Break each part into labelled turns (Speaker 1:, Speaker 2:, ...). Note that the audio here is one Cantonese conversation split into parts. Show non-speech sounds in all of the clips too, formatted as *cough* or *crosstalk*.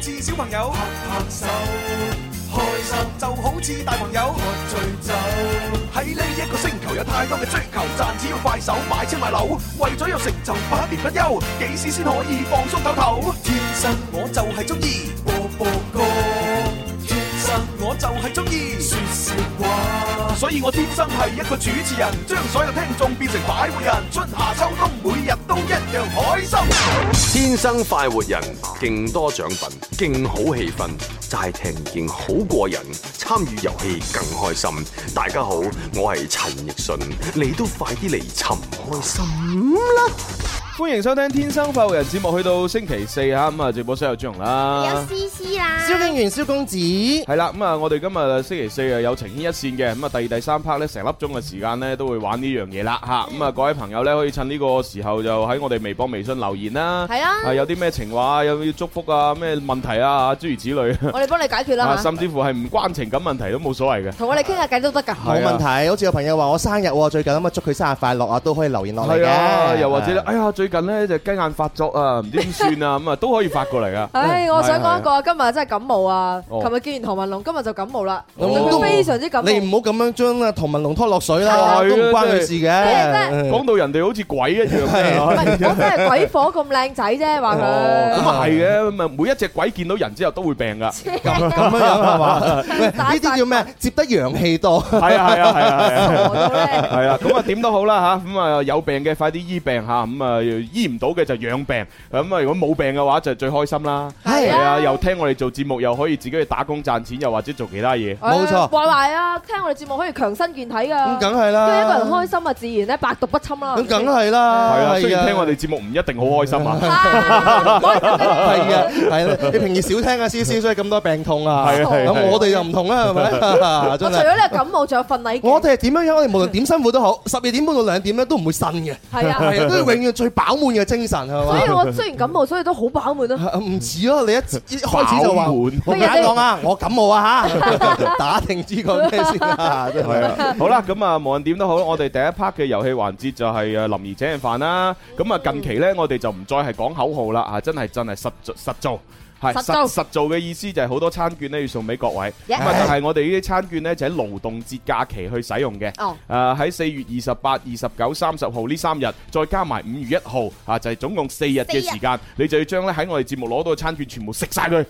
Speaker 1: 似小朋友拍拍手，開心就好似大朋友喝醉酒。喺呢一個星球有太多嘅追求，賺錢要快手買車買樓，為咗有成就百變不休，幾時先可以放鬆唞唞？天生我就係中意播播歌，天生我就係中意説笑話，所以我天生係一個主持人，將所有聽眾變成快活人，春夏秋冬每日都一樣開心。
Speaker 2: 天生快活人，勁多獎品，勁好氣氛，齋聽見好過癮，參與遊戲更開心。大家好，我係陳奕迅，你都快啲嚟尋開心啦！
Speaker 3: 歡迎收聽《天生快活人》節目，去到星期四啊，咁啊，直播室有朱紅
Speaker 4: Dạ,
Speaker 3: 啦。
Speaker 5: 思思啦，
Speaker 6: 蕭敬元、蕭公子，
Speaker 3: 係啦，咁啊，我哋今日星期四啊有情牽一線嘅，咁啊第二第三 part 咧成粒鐘嘅時間咧都會玩呢樣嘢啦吓，咁啊各位朋友咧可以趁呢個時候就喺我哋微博、微信留言啦，
Speaker 5: 係啊
Speaker 3: 有啲咩情話、有啲祝福啊、咩問題啊，諸如此類，
Speaker 5: 我哋幫你解決啦
Speaker 3: 啊
Speaker 5: 嚇
Speaker 3: 甚至乎係唔關情感問題都冇所謂嘅。
Speaker 5: 同我哋傾下偈都得㗎。
Speaker 6: 冇問題。好似有朋友話我生日喎，最近咁啊，祝佢生日快樂啊，都可以留言落嚟
Speaker 3: 係啊，
Speaker 6: 嘅。
Speaker 3: 又或者咧，哎呀，最近咧就雞眼發作啊，唔知點算啊，咁啊都可以發過嚟 *laughs* 噶。
Speaker 5: 唉，我想講一個，今日真係感冒啊！
Speaker 3: 哦
Speaker 5: 琴日見完唐文龍，今日就感冒啦，
Speaker 6: 咁
Speaker 5: 令
Speaker 3: 都
Speaker 5: 佢非常之感冒。
Speaker 6: 你唔好咁樣將啊唐文龍拖落水啦，
Speaker 3: 係啊
Speaker 6: 都唔關佢事嘅。
Speaker 5: 真
Speaker 3: 講到人哋好似鬼一樣啊
Speaker 5: 唔係我真係鬼火咁靚仔啫，話
Speaker 3: 咁
Speaker 5: 佢。
Speaker 3: 啊係嘅，咁啊每一隻鬼見到人之後都會病噶，係
Speaker 6: 咁 *laughs* 咁樣樣
Speaker 5: *laughs*
Speaker 6: 係嘛？喂，呢啲叫咩？接得陽氣多。
Speaker 3: 啊係啊係啊係啊，
Speaker 5: 傻到咧
Speaker 3: 係啦，咁啊點都好啦吓，咁啊有病嘅快啲醫病吓，咁啊醫唔到嘅就養病，咁啊如果冇病嘅話就最開心啦，
Speaker 6: 係
Speaker 3: 係
Speaker 5: 啊
Speaker 3: 啊，又聽我哋做節目，又可以自己去打工賺錢，又或者做其他嘢，
Speaker 6: 冇錯
Speaker 5: 唉話埋啊，聽我哋節目可以強身健體㗎。
Speaker 6: 咁梗係
Speaker 5: 因為
Speaker 6: 啦。
Speaker 5: 一個人開心啊，自然咧百毒不侵啦。
Speaker 6: 咁梗係啦。
Speaker 3: 係啊，雖然
Speaker 6: 啊
Speaker 3: 聽我哋節目唔一定好開心啊。
Speaker 5: 啊唔可以咁樣
Speaker 6: 係啊，係啦，你平時少聽啊，思思，所以咁多病痛
Speaker 3: 係
Speaker 6: 啊。
Speaker 3: 啊係啊係啊
Speaker 6: 咁我哋又唔同啦，係咪？
Speaker 5: *laughs* 我
Speaker 6: 真
Speaker 5: 除
Speaker 6: 係。
Speaker 5: 咗呢個感冒，仲有瞓禮
Speaker 6: 我
Speaker 5: 嘅。
Speaker 6: 哋係點樣樣？我哋無論點辛苦都好，十二點半到兩點咧都唔會呻嘅，
Speaker 5: 係啊
Speaker 6: 係啊，都要永遠最飽滿嘅精神係
Speaker 5: 所以
Speaker 6: 嘛？
Speaker 5: 我雖然感冒，所以都好
Speaker 6: *laughs*
Speaker 5: 飽滿啊。
Speaker 6: 係唔似咯，你一一開始就話
Speaker 3: 飽滿
Speaker 6: 我眼講啊，我感冒啊
Speaker 5: *laughs*
Speaker 6: 嚇，打定知講咩先啊，
Speaker 3: *laughs*
Speaker 6: 真係。
Speaker 3: 好啦，咁啊，無論點都好，我哋第一 part 嘅遊戲環節就係誒林兒請人飯啦。咁啊，近期呢，我哋就唔再係講口號啦，啊，真係真係實做實做。係
Speaker 5: 實
Speaker 3: 實
Speaker 5: 做
Speaker 3: 實做嘅意思就係好多餐券呢要送俾各位，咁
Speaker 5: Yeah
Speaker 3: 啊就係我哋呢啲餐券呢，就喺勞動節假期去使用嘅。
Speaker 4: Ờ,
Speaker 5: 哦，
Speaker 3: 誒喺四月二十八、二十九、三十號呢三日，再加埋五月一號啊，就係總共四日嘅時間，你就要將咧喺我哋節目攞到嘅餐券全部食晒佢，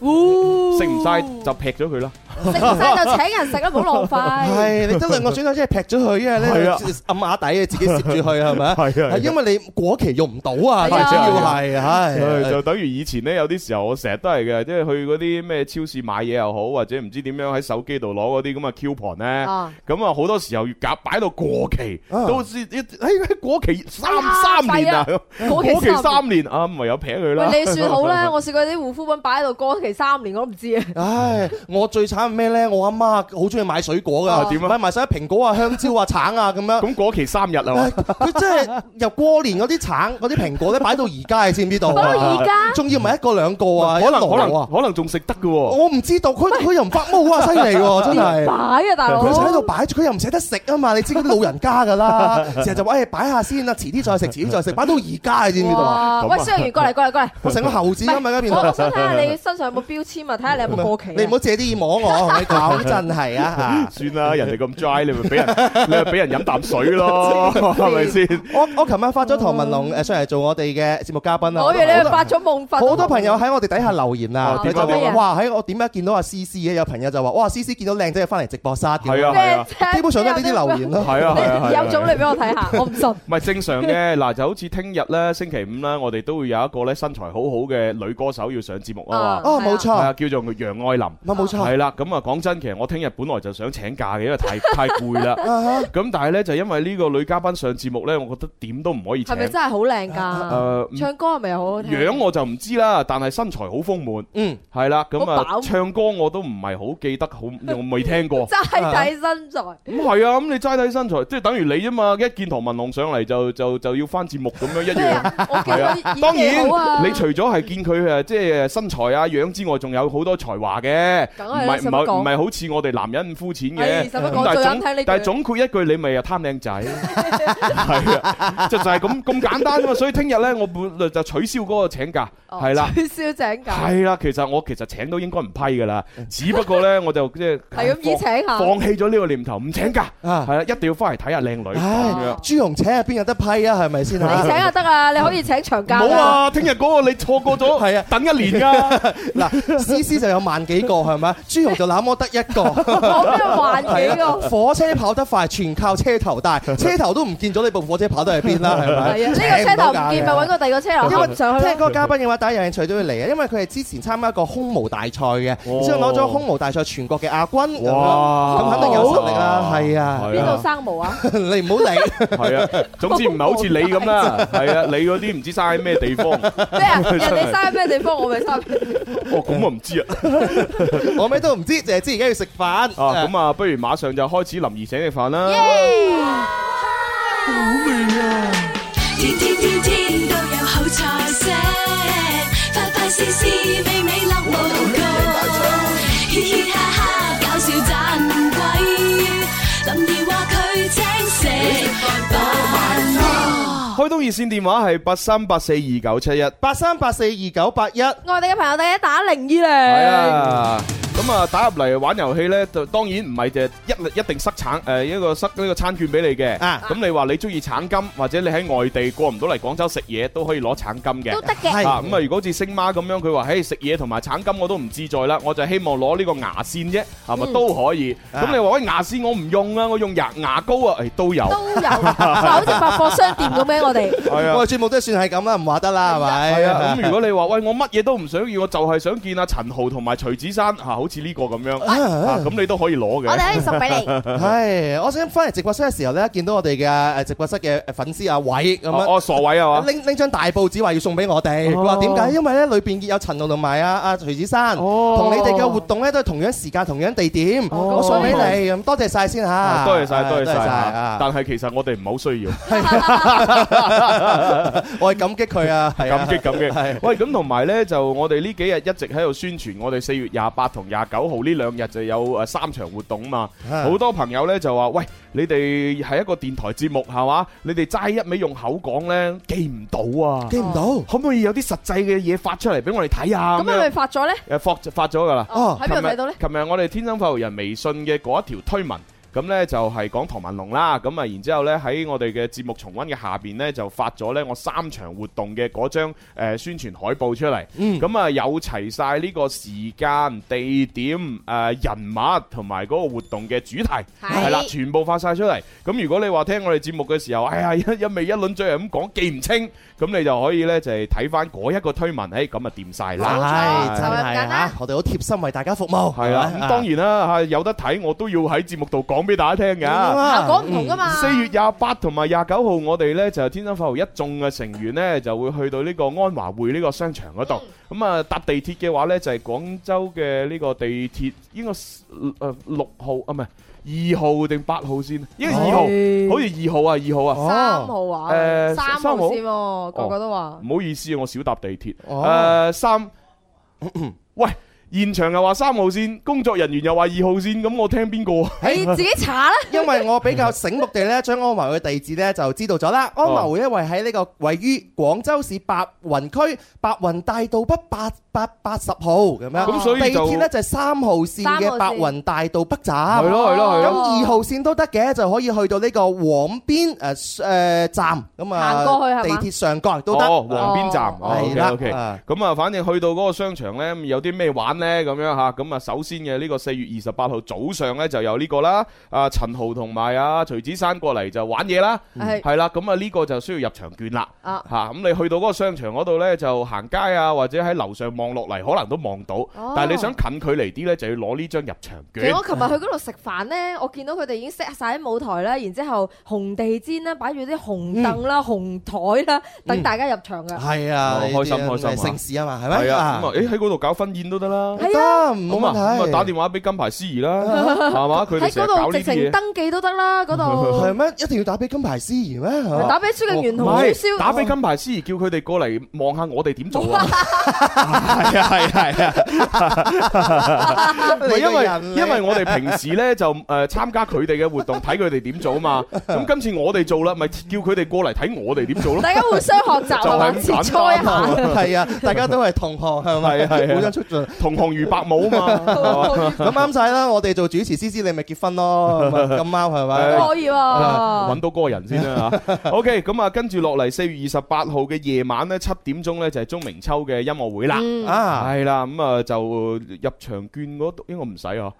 Speaker 3: 食唔晒就劈咗佢啦。
Speaker 5: 食唔晒就請人食啦，唔好浪費。
Speaker 6: 係，你得兩個選擇，一係劈咗佢，一係
Speaker 3: 係
Speaker 6: 咧
Speaker 3: 啊
Speaker 6: 暗啞底，自己攝住佢係咪啊？
Speaker 3: 係啊係啊
Speaker 6: 係因為你過期用唔到啊，
Speaker 5: 係
Speaker 6: 最
Speaker 5: 啊
Speaker 6: 主要係
Speaker 3: 唉
Speaker 6: 唉。
Speaker 3: 就等於以前咧，有啲時候我成日都係嘅，即係去嗰啲咩超市買嘢又好，或者唔知點樣喺手機度攞嗰啲咁嘅 coupon 咧，
Speaker 4: ờ.
Speaker 5: 啊
Speaker 3: 咁啊好多時候要夾擺到過期，
Speaker 6: 啊
Speaker 3: 到時喺過期三
Speaker 5: 啊
Speaker 3: 三年啊，過
Speaker 5: 過期
Speaker 3: 期
Speaker 5: 三年
Speaker 3: 三年啊，咪有撇佢啦。
Speaker 5: 喂，你算
Speaker 6: *laughs*
Speaker 5: 好啦，我試過啲護膚品擺喺度過期三年，我都唔知啊。
Speaker 6: 唉，我最慘係咩咧？我阿媽好中意買水果
Speaker 3: 啊
Speaker 6: 㗎，
Speaker 3: 點啊
Speaker 6: 買埋晒蘋果啊、香蕉啊、橙啊咁樣。
Speaker 3: 咁過期三日啊嘛
Speaker 6: 唉，佢真係由過年嗰啲橙、嗰啲蘋果咧，擺到而家你知唔知道啊？
Speaker 5: 擺到哦而家
Speaker 6: 仲要唔係一個兩個啊，
Speaker 3: 可能
Speaker 6: 一
Speaker 3: 可
Speaker 6: 籮
Speaker 3: 能
Speaker 6: 啊！
Speaker 3: 可能仲食得嘅喎。
Speaker 6: 我唔知道，佢佢又唔發毛啊，犀利
Speaker 5: *laughs*
Speaker 6: 喎，真
Speaker 5: 點擺
Speaker 6: 係。
Speaker 5: 啊，大佬？
Speaker 6: 佢就喺度擺住，佢又唔捨得食啊嘛！你知嗰啲老人家㗎
Speaker 5: *laughs*
Speaker 6: 啦，成日就話誒擺下先啦，遲啲再食，遲啲再食，擺到而家你知唔知道啊？
Speaker 5: 哇！
Speaker 3: 咁啊
Speaker 5: 喂，蕭若元過嚟，過嚟，過嚟。
Speaker 6: *laughs* 我成個猴子咁喺
Speaker 5: 我我
Speaker 6: 邊度。
Speaker 5: 想睇下你身上有冇標籤啊，睇下你有冇過期啊。
Speaker 6: *laughs* 你唔好借啲嘢摸我，我同你
Speaker 5: *laughs*
Speaker 6: 講真係啊！
Speaker 3: 算啦，人哋咁 dry，你咪俾人你咪俾人飲啖水咯，係咪先？
Speaker 6: 我我琴晚發咗唐文龍誒上嚟做我哋嘅節目嘉賓啊！
Speaker 5: 嗯我以為
Speaker 6: 好
Speaker 5: 你
Speaker 6: 多
Speaker 5: 發咗夢發。
Speaker 6: 好多朋友喺我哋底下留言啊
Speaker 3: 哦，
Speaker 6: 佢
Speaker 3: 點啊
Speaker 6: 就
Speaker 3: 點
Speaker 5: 啊
Speaker 6: 話：哇！喺我點解見到阿思思嘅？有朋友就話：哇！思思見到靚仔就翻嚟直播室嘅。
Speaker 3: 係啊
Speaker 5: *laughs* 咩啫
Speaker 6: 基本上都係呢
Speaker 5: *laughs*
Speaker 6: 啲留言咯。
Speaker 3: *laughs* 係啊係啊係啊。
Speaker 5: 有種你俾我睇下，
Speaker 6: *laughs*
Speaker 5: 我唔信。
Speaker 3: 唔係正常嘅， *laughs* 嗱就好似聽日咧星期五咧，我哋都會有一個咧身材好好嘅女歌手要上節目啊嘛，
Speaker 6: 哦，冇
Speaker 3: 係啊
Speaker 6: 錯，
Speaker 3: 叫做楊愛琳。
Speaker 6: 咪冇錯。
Speaker 3: 係啦，咁啊講真，其實我聽日本來就想請假嘅，因為太太攰啦。
Speaker 6: 啊哈
Speaker 3: 咁但係呢，就因為呢個女嘉賓上節目呢，我覺得點都唔可以請。
Speaker 5: 係咪真係好靚㗎？
Speaker 3: 誒唔
Speaker 5: 唱歌係咪好好聽？
Speaker 3: 樣我就唔知啦，但係身材好豐滿，
Speaker 6: 嗯，
Speaker 3: 係啦，咁啊
Speaker 5: 好飽
Speaker 3: 唱歌我都唔係好記得，好我未聽
Speaker 5: *laughs*
Speaker 3: 過。
Speaker 5: 齋睇身材，
Speaker 3: 咁係啊，咁你齋睇身材，即係等於你啫嘛，一見唐文龍上嚟就就就要翻節目咁樣一
Speaker 5: 咩
Speaker 3: 樣。
Speaker 5: 啊？我見
Speaker 3: 係啊，
Speaker 5: 佢
Speaker 3: 當
Speaker 5: 演技好啊。
Speaker 3: 然，你除咗係見佢誒，即係身材啊樣之外，仲有好多才華嘅，
Speaker 5: 梗
Speaker 3: 唔
Speaker 5: 係啦
Speaker 3: 係唔
Speaker 5: 使
Speaker 3: 唔
Speaker 5: 乜
Speaker 3: 係
Speaker 5: 講
Speaker 3: 唔係好似我哋男人咁膚淺
Speaker 5: 哎
Speaker 3: 嘅，
Speaker 5: 使乜
Speaker 3: 咁
Speaker 5: 講
Speaker 3: 但係總
Speaker 5: 最啱聽呢句
Speaker 3: 但係總括一句，你咪又貪靚
Speaker 5: *laughs*
Speaker 3: 仔，係啊，就就係咁咁簡單啫嘛。所以聽日咧，我本就取消嗰個請假，
Speaker 5: 哦
Speaker 3: 係啦。
Speaker 5: 取消請假，
Speaker 3: 係啦，其實我其實請都應該唔批噶
Speaker 5: *laughs*
Speaker 3: 啦，只不過咧我就即係
Speaker 5: 係咁意
Speaker 3: 放
Speaker 5: 請下。
Speaker 3: 放棄咗呢個念頭，唔請假，
Speaker 6: 啊
Speaker 3: 係啦，一定要翻嚟睇下靚女
Speaker 6: 唉
Speaker 3: 咁樣。，
Speaker 6: 朱紅請入邊有得批啊？係咪先
Speaker 5: 你
Speaker 6: 啊？
Speaker 5: 請就得啊，你可以請長假
Speaker 3: 冇
Speaker 5: 㗎。
Speaker 3: 啊！聽日嗰個你錯過咗，
Speaker 6: 係啊
Speaker 3: 等一年噶。
Speaker 6: 嗱，思思就有萬幾個係咪？朱紅就那麼得一
Speaker 5: *laughs*
Speaker 6: 個。
Speaker 5: 我咩還
Speaker 6: 係
Speaker 5: 幾個？
Speaker 6: 啊，火車跑得快，全靠車頭大，車頭都唔見咗，你部火車跑得去邊啦？係咪？
Speaker 5: 係啊，呢個車頭唔見咪揾個第二個車頭
Speaker 6: 因為
Speaker 5: 行上去
Speaker 6: 啊聽嗰
Speaker 5: 咯。
Speaker 6: 個嘉賓嘅話，大家有興趣都會嚟啊嘅，因為佢係之前參加過空模大賽嘅，
Speaker 3: 哦
Speaker 6: 之後攞咗空模大賽全國嘅亞軍咁樣，
Speaker 3: 哇
Speaker 6: 咁肯定有實力啦，係啊，
Speaker 3: 係
Speaker 5: 邊
Speaker 3: 啊
Speaker 5: 度生毛啊？
Speaker 6: 你唔好
Speaker 3: *laughs*
Speaker 6: 理，
Speaker 3: 係啊，總之唔係好似你咁啦，係啊，你嗰啲唔知生喺咩地方，哦
Speaker 5: 咩啊？人哋生喺咩地方，我咪生喺咩地方。
Speaker 3: 咁我唔知啊，
Speaker 6: 我咩都唔知，淨係知而家要食飯。
Speaker 3: 啊咁啊，不如馬上就開始林兒請食飯啦，
Speaker 7: 天天天天都有好菜色，快快試試美美樂無窮，嘻嘻哈哈搞笑盞鬼，林兒話佢請食飯。
Speaker 3: 開通熱線電話係八三八四二九七一，係
Speaker 6: 八三八四二九八一，啊
Speaker 5: 外地嘅朋友，大家打零二零。
Speaker 3: 啊。咁啊，打入嚟玩遊戲呢，就當然唔係就一一定塞橙誒一個塞呢個餐券俾你嘅。
Speaker 6: 啊
Speaker 3: 咁你話你中意橙金，或者你喺外地過唔到嚟廣州食嘢，都可以攞橙金嘅
Speaker 5: 都。得嘅，
Speaker 6: 係
Speaker 3: 啊，咁啊，如果好似星媽咁樣，佢話：，嘿，食嘢同埋橙金我都唔志在啦，我就希望攞呢個牙線啫，係咪都可以？
Speaker 6: 啊
Speaker 3: 咁你話喂牙線我唔用啊，我用牙牙膏啊，誒都有，
Speaker 5: 都有，就好似百貨商店咁樣，我哋
Speaker 3: 係啊
Speaker 6: 我。哋節目都算係咁啦，唔話得啦，係咪？
Speaker 3: 系啊，咁如果你話喂我乜嘢都唔想要，我就係想見阿陳豪同埋徐子珊吓，好似呢個咁樣，啊咁你都可以攞
Speaker 5: 我
Speaker 3: 嘅。
Speaker 5: 哋可以送俾
Speaker 6: Ờ.
Speaker 5: 你。
Speaker 6: 係，我想翻嚟直播室嘅時候咧，見到我哋嘅誒直播室嘅粉絲阿偉咁樣。
Speaker 3: 哦，哦哦傻位啊嘛，
Speaker 6: 拎拎張大報紙話要送俾我哋，佢話點解？因為咧裏邊有陳露同埋阿阿徐子珊，
Speaker 3: 哦
Speaker 6: 同你哋嘅活動咧都係同樣時間、同樣地點，
Speaker 5: 哦
Speaker 6: 我送俾你咁，多謝晒先嚇，
Speaker 3: 啊多謝晒，多謝晒
Speaker 6: 啊
Speaker 3: 啊！但係其實我哋唔係好需要，
Speaker 6: 我係感激佢啊，係啊
Speaker 3: 感激感激
Speaker 6: 係。
Speaker 3: 喂，咁同埋呢，就我哋呢幾日一直喺度宣傳，我哋四月廿八同廿九號呢兩日就有誒三場活動嘛。
Speaker 6: 啊
Speaker 5: 啊
Speaker 3: 好多朋友呢就話：，喂，你哋係一個電台節目係嘛？你哋齋一味用口講呢，記唔到啊！
Speaker 6: 記唔到
Speaker 3: 可唔可以有啲實際嘅嘢發出嚟俾我哋睇啊？
Speaker 5: 咁你
Speaker 3: 樣
Speaker 5: 咪發咗咧？
Speaker 3: 誒發發咗㗎啦。
Speaker 6: 哦
Speaker 5: 喺邊度睇到咧？
Speaker 3: 琴日我哋天生發育人微信嘅嗰一條推文。咁呢就係講唐文龍啦，咁啊然之後呢，喺我哋嘅節目重溫嘅下邊呢，就發咗呢我三場活動嘅嗰張誒宣傳海報出嚟，
Speaker 5: 嗯
Speaker 3: 咁啊、有齊晒呢個時間、地點、誒、人物同埋嗰個活動嘅主題，
Speaker 5: 係
Speaker 3: 係啦，全部發晒出嚟。咁如果你話聽我哋節目嘅時候，哎呀一一味一輪嘴係咁講記唔清，咁你就可以呢，就係睇翻嗰一個推文，誒咁啊掂晒啦。
Speaker 6: 係真
Speaker 5: 就係咁
Speaker 6: 係
Speaker 5: 簡
Speaker 6: 嚇
Speaker 5: 單，
Speaker 6: 我哋好貼心為大家服務，
Speaker 3: 系啦，啊咁當然啦
Speaker 6: 啊
Speaker 3: 吓，有得睇我都要喺節目度講俾大家聽
Speaker 6: 嗯
Speaker 3: 噶。
Speaker 5: 效果唔同噶嘛。
Speaker 3: 四月廿八同埋廿九號，我哋呢就天生發號一眾嘅成員呢，就會去到呢個安華匯呢個商場嗰度。
Speaker 6: 嗯
Speaker 3: 咁啊，搭地鐵嘅話呢，就係廣州嘅呢個地鐵，應該誒六號啊，唔係二號定八號先？應該二
Speaker 6: 哎
Speaker 3: 號，
Speaker 5: 係
Speaker 3: 好似二號啊，二號啊。
Speaker 6: 哦
Speaker 5: 三號啊，
Speaker 3: 誒
Speaker 5: 三號
Speaker 3: 三號
Speaker 5: 先喎，個個都話。
Speaker 3: 唔好意思，我少搭地鐵。
Speaker 6: 哦
Speaker 3: 誒
Speaker 6: *clears throat*
Speaker 3: 三，喂，現場又話三號線，工作人員又話二號線，咁我聽邊個啊？ *laughs*
Speaker 5: 你自己查啦，
Speaker 6: 因為我比較醒目地咧，將安華會嘅地址咧就知道咗
Speaker 3: Ờ.
Speaker 6: 啦。安華會咧位喺呢個位於廣州市白雲區白雲大道北八八八十號咁樣。
Speaker 3: 咁所以
Speaker 6: 啊地
Speaker 3: 就
Speaker 6: 鐵咧就係三號線嘅白雲大道北站。
Speaker 3: 係咯係咯係
Speaker 6: 咁
Speaker 3: 咯。
Speaker 6: 二號線都得嘅，就可以去到呢個黃邊誒誒站咁啊，
Speaker 5: 行過去係
Speaker 6: 地
Speaker 5: 嘛
Speaker 6: 鐵上蓋都得。
Speaker 3: 哦，黃邊站，
Speaker 5: 哦
Speaker 3: 哦
Speaker 6: 係啦
Speaker 3: OK，OK
Speaker 6: 啊
Speaker 3: 咁啊，反正去到嗰個商場呢，有啲咩玩呢？咁樣吓，咁啊，首先嘅呢個四月二十八號早上呢，就有呢個啦，啊陳豪同埋啊徐子珊過嚟就玩嘢啦，
Speaker 5: 係
Speaker 3: 係啦，咁啊呢個就需要入場券啦，
Speaker 5: 嗯啊
Speaker 3: 吓咁你去到嗰個商場嗰度呢，就行街啊，或者喺樓上望落嚟，可能都望到，
Speaker 5: 哦
Speaker 3: 但係你想近距離啲呢，就要攞呢張入場
Speaker 5: 其
Speaker 3: 券
Speaker 5: 實我。琴日去嗰度食飯咧，我見到佢哋已經 set 晒喺舞台啦，然之後紅地氈啦，擺住啲紅凳
Speaker 3: 嗯
Speaker 5: 啦、紅台啦，等大家入場噶。
Speaker 6: 係啊，
Speaker 3: 哦開心開心啊
Speaker 6: 城市啊嘛，係咪？
Speaker 3: 係啊，
Speaker 6: 啊
Speaker 3: 咁啊，誒喺嗰度搞婚宴都得啦，嘛。
Speaker 5: 係
Speaker 6: 得
Speaker 5: 啊
Speaker 6: 冇
Speaker 3: 咁啊，咁
Speaker 6: 問
Speaker 3: 啊
Speaker 6: 題。
Speaker 3: 打電話俾金牌司儀啦，係嘛？佢
Speaker 5: 喺
Speaker 3: 哋成日搞
Speaker 5: 嗰
Speaker 3: 呢
Speaker 5: 度直情
Speaker 3: 啲嘢。
Speaker 5: 登記都得啦，
Speaker 3: *laughs*
Speaker 5: 嗰度
Speaker 6: 係咩？一定要打俾金牌司儀咩？係嘛
Speaker 5: 打俾蘇敬元同
Speaker 3: 啊哦唔
Speaker 5: 通
Speaker 3: 係，打
Speaker 5: 宵。
Speaker 3: 俾金牌司儀，叫佢哋過嚟望下我哋點做啊！
Speaker 6: 係啊係啊
Speaker 3: 唔係因為因 *laughs* 為我哋平時咧就誒參加佢哋嘅活動，睇佢哋點做
Speaker 6: *laughs*
Speaker 3: 啊嘛。咁今次我哋做啦，咪叫佢哋過嚟睇我哋點
Speaker 5: *laughs*
Speaker 3: 做咯。
Speaker 5: 大家互相學習
Speaker 3: 就
Speaker 5: 係
Speaker 3: 係
Speaker 5: 嘛，
Speaker 3: 咁
Speaker 5: 切
Speaker 3: 簡
Speaker 5: 磋
Speaker 3: 單
Speaker 5: 一
Speaker 3: *laughs*
Speaker 5: 下。
Speaker 6: 係啊，大家都係同行係咪？
Speaker 3: 係啊係啊
Speaker 6: 互相促進。
Speaker 3: 同行如白母啊嘛係嘛，
Speaker 6: 咁啱晒啦！我哋做主持思思，你咪結婚咯，咁啊咁啱係咪？
Speaker 5: 可以喎
Speaker 3: 揾。到嗰個人先啦嚇。OK，咁啊，跟住落嚟四月二十八號嘅夜晚咧七點鐘咧就係鐘明秋嘅音樂會啦。
Speaker 5: 嗯，
Speaker 6: 啊，
Speaker 3: 係啦，咁啊就入場券嗰度應該唔使啊。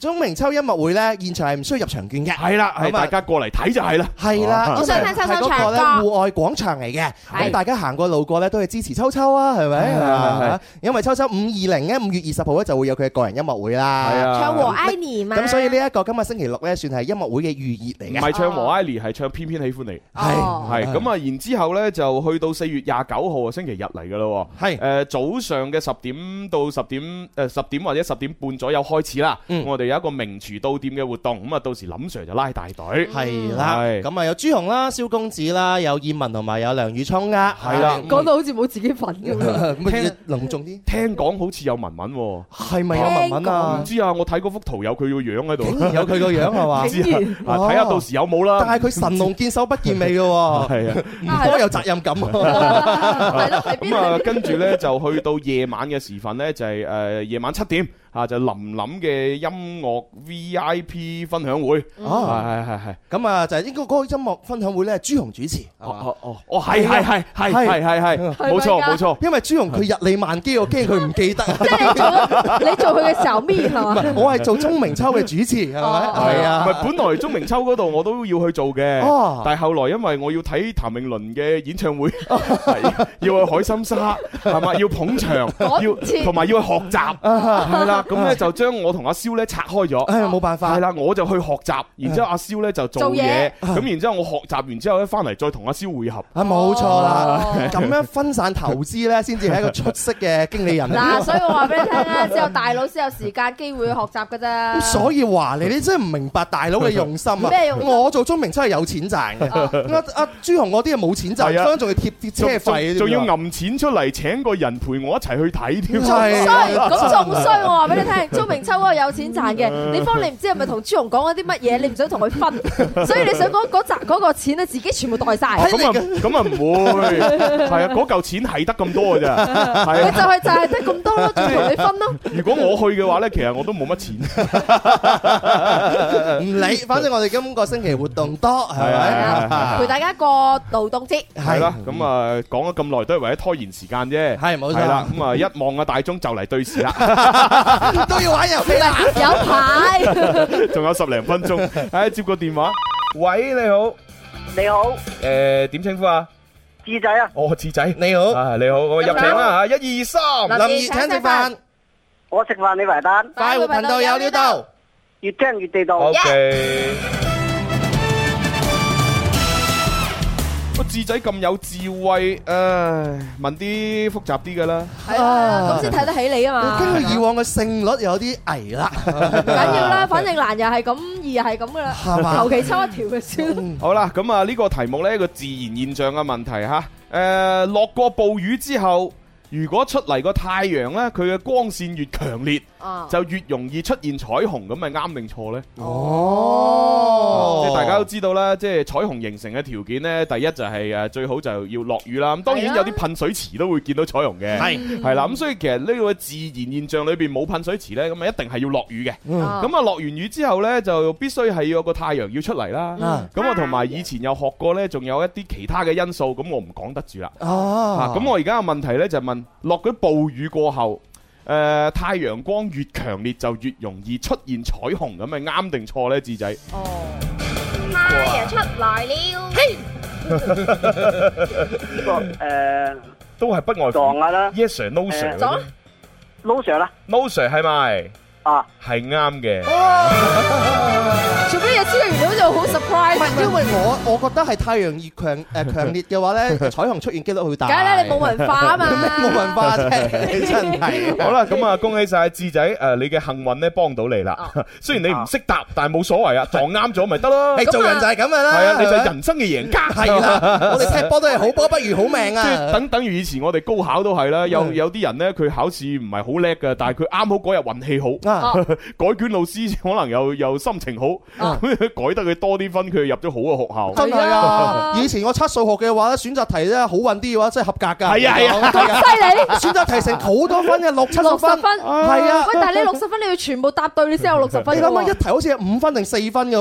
Speaker 6: 鐘明秋音樂會咧，現場係唔需要入場券嘅。
Speaker 3: 係啦，係
Speaker 6: 咁啊
Speaker 3: 大家過嚟睇就係啦。
Speaker 6: 係啦，
Speaker 5: 好想聽秋秋
Speaker 6: 係嗰個咧
Speaker 5: 唱歌
Speaker 6: 戶外廣場嚟嘅，咁
Speaker 5: 係
Speaker 6: 大家行過路過咧都係支持秋秋啊，係咪？
Speaker 3: 係係係
Speaker 6: 啊因為秋秋五二零咧，五月二十號咧就會有佢嘅個人音樂會啦。
Speaker 3: 係啊
Speaker 5: 唱和 i n 嘛。
Speaker 6: 咁所以呢一個今日星期六咧，算係音樂會嘅預熱嚟
Speaker 3: 唔
Speaker 6: 嘅。
Speaker 3: 係唱和 Ily，係唱偏偏喜歡你。
Speaker 5: 哦
Speaker 3: 係咁啊，然之後咧就去到四月廿九號啊，星期日嚟噶咯。
Speaker 6: 係
Speaker 3: 誒早上嘅十點到十點誒十點或者十點半左右開始啦。
Speaker 6: 嗯
Speaker 3: 我哋有一個名廚到店嘅活動，咁啊到時林 Sir 就拉大隊。
Speaker 6: 係啦，
Speaker 3: 係
Speaker 6: 咁啊有朱紅啦、蕭公子啦、有葉文同埋有梁宇聰啦，
Speaker 3: 係啦，
Speaker 5: 講
Speaker 3: 咁啊
Speaker 5: 到好似冇自己份咁樣。
Speaker 6: *laughs* 咁啊
Speaker 3: 聽
Speaker 6: 隆重啲，
Speaker 3: 聽講好似有文文喎，
Speaker 6: 係咪有文文啊
Speaker 3: 唔？知啊，我睇嗰幅圖有佢個樣
Speaker 6: *laughs*
Speaker 3: 喺度，
Speaker 6: 竟然有佢個樣
Speaker 3: *laughs*
Speaker 6: 係嘛
Speaker 3: 唔？知啊，啊睇下到時有冇
Speaker 6: 但
Speaker 3: 啦。
Speaker 6: 係佢神龍見首不見尾嘅喎，
Speaker 3: 係啊。
Speaker 6: 唔
Speaker 3: *laughs*
Speaker 6: 多有責任感喎。
Speaker 5: 係咯，喺
Speaker 3: 咁
Speaker 5: 邊
Speaker 3: 啊，跟住呢，就去到夜晚嘅時分呢，就係誒夜晚七點啊，就林林嘅音樂 V I P 分享會，係
Speaker 6: 啊，
Speaker 3: 係係係，
Speaker 6: 咁啊就係應該嗰個音樂分享會咧，朱紅主持係嘛
Speaker 3: 哦哦哦，係係係係係係係，冇錯冇錯，
Speaker 6: 因為朱紅佢日理萬機，我驚佢唔記得啊。
Speaker 5: 即係你做你做佢嘅時候咩係嘛？
Speaker 6: 我係做鐘明秋嘅主持，係咪？
Speaker 5: 哦
Speaker 6: 係
Speaker 3: 唔係
Speaker 6: 啊，
Speaker 3: 本來鐘明秋嗰度我都要去做嘅
Speaker 6: 哦，
Speaker 3: 但係後來因為我要睇譚詠麟嘅演唱會，係要去海心沙係嘛，要捧場，
Speaker 5: 趕唔
Speaker 3: 要
Speaker 5: 切
Speaker 3: 同埋要去學習，係啦，咁呢，就將我同阿蕭呢拆開咗。
Speaker 6: 唉冇辦法嗯
Speaker 3: 係。啦，我就去學習，然之後阿蕭咧就做
Speaker 5: 做
Speaker 3: 嘢
Speaker 5: 嘢，
Speaker 3: 咁然之後我學習完之後咧，翻嚟再同阿蕭會合。
Speaker 6: 啊，冇錯啦
Speaker 3: *laughs*
Speaker 5: 哦！
Speaker 6: 咁樣分散投資咧，先至係一個出色嘅經理人。啊
Speaker 5: 嗱，所以我話俾你聽啦，只有大佬先有時間機會去學習㗎咋。
Speaker 6: 咁所以話你，你真係唔明白大佬嘅用心啊！
Speaker 5: 咩用心
Speaker 6: 我做鐘明真係有錢賺嘅，阿阿朱紅嗰啲啊冇錢賺，
Speaker 3: 係啊
Speaker 6: 相仲要貼啲車
Speaker 3: 仲
Speaker 6: 費，
Speaker 3: 仲仲要揞錢出嚟請個人陪我一齊去睇添。
Speaker 6: 係
Speaker 5: 衰，咁仲衰，我話俾你聽，鍾明秋嗰個有錢賺嘅，你方你唔知係咪同朱紅講咗啲乜嘢，你唔想同佢分，所以你想講嗰集嗰個錢咧，自己全部袋晒。
Speaker 3: 咁
Speaker 6: *laughs*
Speaker 3: 啊，咁啊唔會，係啊，嗰嚿錢係得咁多嘅
Speaker 6: *laughs*
Speaker 3: 咋，係
Speaker 5: 佢
Speaker 3: 啊。
Speaker 5: 就係就係得咁多咯，仲同你分咯。
Speaker 3: 如果我去嘅話咧，其實我都冇乜錢。
Speaker 6: 唔理，反正我哋今個星期活動多，係啊
Speaker 3: 係係係
Speaker 6: 咪？
Speaker 5: 陪大家過勞動節，
Speaker 3: 係啦，咁啊講咗咁耐都係為咗拖延時間啫。
Speaker 6: 係冇錯
Speaker 3: 係啦，咁啊一望啊大鐘就嚟對時啦。
Speaker 6: 都要玩遊戲啦！ *laughs*
Speaker 5: 有排。
Speaker 3: *laughs* 仲有十零分鐘，唉，接個電話。喂，你好，
Speaker 8: 你好，
Speaker 3: 誒點稱呼啊？
Speaker 8: 志仔啊，
Speaker 3: 哦，智仔，
Speaker 6: 你好，
Speaker 3: 啊，你好，我入場啦嚇，一二三，
Speaker 6: 林怡請食飯，
Speaker 8: 我食飯你埋單，
Speaker 6: 快活頻道有料到。
Speaker 8: 越聽越地道。
Speaker 3: ，OK。個智仔咁有智慧，唉，問啲複雜啲嘅啦。
Speaker 5: 係啊，咁先睇得起你啊嘛。
Speaker 6: 根據以往嘅勝率有啲危啦，
Speaker 5: 唔緊要啦，反正難又係咁，易又係咁噶啦，
Speaker 6: 係嘛
Speaker 5: 求其抽一條就算。
Speaker 3: 好啦，咁啊呢個題目呢個自然現象嘅問題嚇，誒呃落過暴雨之後，如果出嚟個太陽呢，佢嘅光線越強烈，
Speaker 5: 啊，
Speaker 3: 就越容易出現彩虹，咁咪啱定錯呢？
Speaker 6: 哦
Speaker 3: 即係大家都知道啦，即係彩虹形成嘅條件呢，第一就係誒最好就要落雨啦。咁當然
Speaker 5: 係啊
Speaker 3: 有啲噴水池都會見到彩虹嘅，
Speaker 6: 係
Speaker 3: 係啦。咁所以其實呢個自然現象裏邊冇噴水池呢，咁啊一定係要落雨嘅。
Speaker 5: 啊
Speaker 3: 咁啊落完雨之後呢，就必須係有個太陽要出嚟啦
Speaker 6: 嗯。
Speaker 3: 咁啊同埋以前有學過呢，仲有一啲其他嘅因素，咁我唔講得住啦。啊
Speaker 6: 哦，
Speaker 3: 咁我而家嘅問題呢，就問落咗暴雨過後。誒、太陽光越強烈就越容易出現彩虹，咁咪啱定錯呢？智仔？
Speaker 4: 太陽出來了，
Speaker 8: 呢個誒
Speaker 3: 都係不外乎
Speaker 8: 撞下啦
Speaker 1: 啊
Speaker 3: yes sir no sir
Speaker 8: 誒
Speaker 3: 嗰啲
Speaker 8: ，Lo Sir 啦，
Speaker 3: no sir 係咪？
Speaker 8: 啊，
Speaker 3: 係啱嘅。
Speaker 5: 做咩嘢知嘅原料就好 surprise
Speaker 6: 唔係，因
Speaker 5: 咁啊。
Speaker 6: 為我我覺得係太陽熱強
Speaker 3: *laughs*
Speaker 6: 誒強烈嘅話咧，彩虹出現機率會大。
Speaker 5: 梗係啦，你冇文化啊嘛，
Speaker 6: 冇文化啫，
Speaker 3: *laughs*
Speaker 6: 真係。
Speaker 3: 好啦，咁啊，恭喜晒志仔，诶，你嘅幸運咧幫到你啦。 *laughs* 雖然你唔識答，但係冇所謂啊，撞啱咗咪得咯。
Speaker 6: 你做人就係咁樣啦。
Speaker 3: 係啊，你就係
Speaker 6: 係咪
Speaker 3: 人生嘅贏家。
Speaker 6: 係啦，我哋踢波都係好波不如好命
Speaker 3: *laughs* 即係
Speaker 6: 啊！
Speaker 3: 等等於以前我哋高考都係啦，有
Speaker 6: 嗯
Speaker 3: 有啲人咧佢考試唔係好叻嘅，但係佢啱好嗰日運氣好，
Speaker 6: 啊，
Speaker 5: 哦
Speaker 3: 改卷老師可能又又心情好，
Speaker 6: 啊
Speaker 3: 咁 *laughs* 改得佢多啲分，佢入咗好嘅學校。
Speaker 6: 真係啊！以前我測數學嘅話咧，選擇題咧好運啲嘅話，真係合格㗎。
Speaker 3: 係啊係啊
Speaker 6: 係啊，
Speaker 5: 犀利。
Speaker 6: 選擇題成好多分嘅，六七
Speaker 5: 六
Speaker 6: 十
Speaker 5: 十
Speaker 6: 分
Speaker 5: 分，。
Speaker 6: 係啊
Speaker 5: 喂，但係你六十分你要全部答對，你先有六十分
Speaker 6: 你
Speaker 5: 㗎
Speaker 6: 諗
Speaker 5: 喎。
Speaker 6: 下一題好似係五分定四分嘅
Speaker 3: *laughs*
Speaker 6: 喎，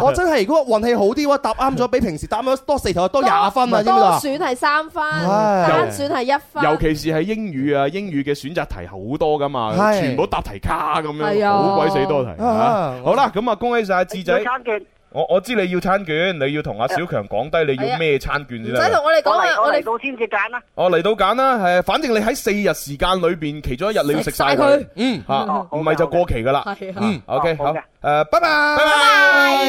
Speaker 6: 我真係如果運氣好啲嘅話，答啱咗比平時答啱多四題多廿分啊，知唔知
Speaker 5: 多
Speaker 6: 啊？
Speaker 5: 選係三分，
Speaker 6: 唉
Speaker 5: 單選係一分。
Speaker 3: 尤其是係英語啊，英語嘅選擇題好多噶嘛，
Speaker 6: 係
Speaker 3: 全部答題卡咁
Speaker 5: 係
Speaker 3: 樣，
Speaker 5: 啊
Speaker 3: 好鬼死多題。啊
Speaker 6: 啊
Speaker 3: 好啦，咁啊，恭喜晒智仔
Speaker 8: 早，餐券，
Speaker 3: 我我知你要餐券，你要同阿小強講低你要咩餐券
Speaker 5: 唔
Speaker 3: 先
Speaker 5: 使
Speaker 3: 啦。
Speaker 5: 同我哋講
Speaker 8: 我
Speaker 5: 啊，
Speaker 8: 嚟我
Speaker 5: 我
Speaker 8: 嚟
Speaker 5: 哋
Speaker 8: 到先至揀啦。
Speaker 3: 我哦嚟到揀啦，係，反正你喺四日時間裏邊，其中一日你要食晒佢，
Speaker 6: 嗯，
Speaker 3: 嚇，
Speaker 8: 嗯
Speaker 3: 唔係就過期噶啦。
Speaker 5: 係啊。
Speaker 6: 嗯，
Speaker 3: OK，
Speaker 8: 好
Speaker 3: 好，
Speaker 8: 嘅
Speaker 3: 誒，拜拜，拜拜。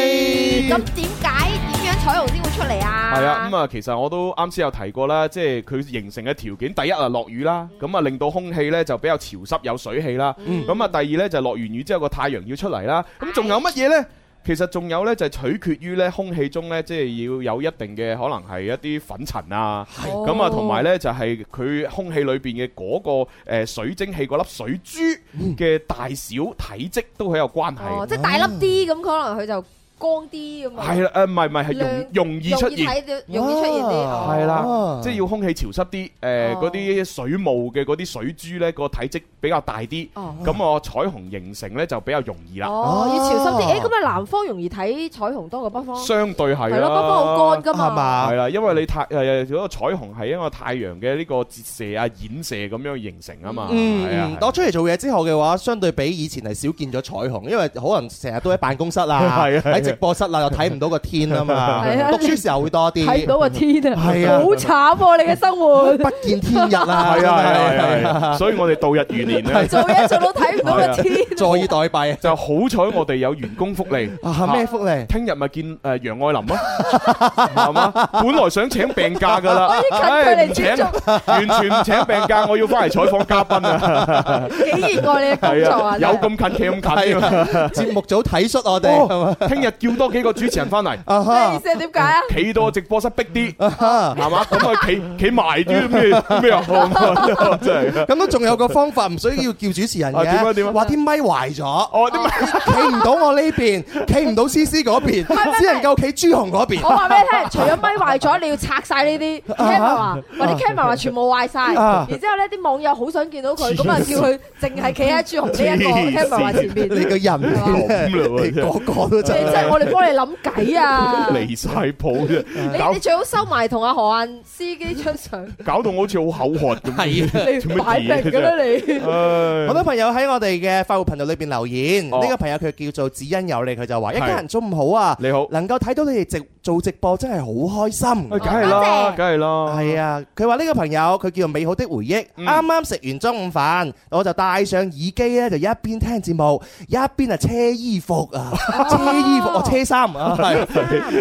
Speaker 4: 咁點解點樣彩虹先會出嚟啊？
Speaker 3: 系啊，咁啊，其實我都啱先有提過啦，即係佢形成嘅條件，第一啊落雨啦，咁啊令到空氣呢就比較潮濕有水氣啦，咁啊第二呢就落完雨之後個太陽要出嚟啦，咁仲有乜嘢呢？其實仲有呢，就係取決於呢空氣中呢，即係要有一定嘅可能係一啲粉塵啊，咁啊同埋呢，就係佢空氣裏邊嘅嗰個呃水蒸氣嗰粒水珠嘅大小體積都係有關
Speaker 5: 哦，
Speaker 6: 嗯
Speaker 3: 係。
Speaker 5: 即係大粒啲咁，可能佢就光啲咁啊。
Speaker 3: 係啦，誒唔係唔係係容
Speaker 5: 亮
Speaker 3: 容易出
Speaker 5: 容易
Speaker 3: 現。
Speaker 5: 睇到，容易出現啲。哦
Speaker 3: 係啦
Speaker 6: 哦，
Speaker 3: 即係要空氣潮濕啲，誒
Speaker 5: 哦
Speaker 3: 嗰啲水霧嘅嗰啲水珠呢個體積比較大啲，
Speaker 5: 哦
Speaker 3: 咁我彩虹形成呢就比較容易啦，
Speaker 5: 哦，要潮濕啲，
Speaker 6: 哦
Speaker 5: 誒咁啊，南方容易睇彩虹多過北方，係
Speaker 3: 相對係啊
Speaker 5: 咯，北方好乾
Speaker 3: 啦。
Speaker 5: 噶嘛，
Speaker 6: 啊係嘛
Speaker 3: 係啦，因為你太誒嗰個彩虹係因為太陽嘅呢個折射啊、衍射咁樣形成啊嘛，
Speaker 6: 嗯，
Speaker 3: 係啊
Speaker 6: 嗯，我出嚟做嘢之後嘅話，相對比以前係少見咗彩虹，因為可能成日都喺辦公室啊，
Speaker 3: *laughs* 係啊係啊
Speaker 6: 喺直播室啊，又睇唔到個天啊
Speaker 3: *laughs*
Speaker 6: 嘛
Speaker 5: 係啊。
Speaker 6: 讀書時候會多
Speaker 5: 睇唔
Speaker 6: 啲，
Speaker 5: 到個天啊，
Speaker 6: 係啊
Speaker 5: 好慘喎！你嘅
Speaker 6: *laughs*
Speaker 5: 生活，
Speaker 6: 不見天日
Speaker 3: *laughs*
Speaker 6: 啊，
Speaker 5: 嗯
Speaker 3: 係啊係啊
Speaker 6: 真係
Speaker 3: 係啊
Speaker 5: *laughs*
Speaker 3: 係啊，所以我哋度日如年咧。
Speaker 5: 做嘢做到睇唔到個天，啊
Speaker 6: 坐以待斃
Speaker 3: 就好彩我哋有員工福
Speaker 5: *laughs*
Speaker 3: 利，
Speaker 5: 哦
Speaker 6: 啊！咩福利？
Speaker 3: 聽日咪見誒楊愛琳咯， *laughs* 係嘛？本來想請病假噶啦，
Speaker 5: 我已經近距離
Speaker 3: 唔請
Speaker 5: 接觸，
Speaker 3: 完全唔請病假，我要翻嚟採訪嘉賓啊！
Speaker 5: 幾熱愛你嘅工
Speaker 3: 係
Speaker 5: 作啊！
Speaker 3: 啊，有
Speaker 5: 真係
Speaker 3: 咁近企咁近
Speaker 6: 係
Speaker 3: 添。
Speaker 6: 啊，節目組體恤我哋係嘛
Speaker 3: 哦聽日叫多幾個主持人翻嚟， *laughs*
Speaker 6: 啊
Speaker 5: 咩
Speaker 6: 哈
Speaker 5: 意思啊？點解啊？
Speaker 3: 企到直播室逼啲，
Speaker 6: 啊哈！
Speaker 3: 係嘛？咁啊企企埋啲咩咩啊？真係
Speaker 6: 咁都仲有個方法，唔需要叫主持人
Speaker 3: 啊
Speaker 6: 嘅。
Speaker 3: 點啊點啊
Speaker 6: 話啲咪壞咗，
Speaker 3: 哦啲咪
Speaker 6: 企唔到我呢邊，企唔到 C C 嗰邊，
Speaker 5: 係
Speaker 6: 只能夠企朱紅嗰邊
Speaker 5: *laughs*
Speaker 3: 哦
Speaker 5: 我。話俾你聽，除咗咪壞咗，你要拆晒呢啲
Speaker 3: *laughs* 啊
Speaker 5: camera 或者 camera 全部壞晒，
Speaker 6: 啊
Speaker 5: 然之後呢啲網友好想見到佢，
Speaker 3: *laughs*
Speaker 5: 咁啊叫佢淨係企喺朱紅呢一個
Speaker 3: 黐線
Speaker 5: camera 前面。
Speaker 6: 你個人
Speaker 3: 哦咁嘞喎
Speaker 6: 你
Speaker 3: 真
Speaker 6: 個個都
Speaker 5: 即
Speaker 6: 真
Speaker 5: 係我哋幫你諗計啊！你
Speaker 3: 離晒譜啫，搞
Speaker 5: 你最好收埋同阿何雁司機張
Speaker 3: *laughs*
Speaker 5: 相，
Speaker 3: 搞到我好似好口渴咁。
Speaker 6: 係啊！
Speaker 5: 你擺明㗎啦你。
Speaker 3: 啊
Speaker 6: *laughs* 好
Speaker 3: 唉
Speaker 6: 多朋友喺我哋嘅快活頻道裏邊留言，
Speaker 3: 哦
Speaker 6: 呢個朋友佢叫做子欣有利，佢就話：一家人中午好啊！
Speaker 3: 你好
Speaker 6: 能夠睇到你哋直做直播真係好開心。
Speaker 3: 梗係啦，梗係啦，
Speaker 6: 係啊，佢話呢個朋友佢叫做美好的回憶，啱啱食完中午飯，我就戴上耳機咧，就一邊聽節目，一邊啊車衣服啊，車衣服哦車衫啊，係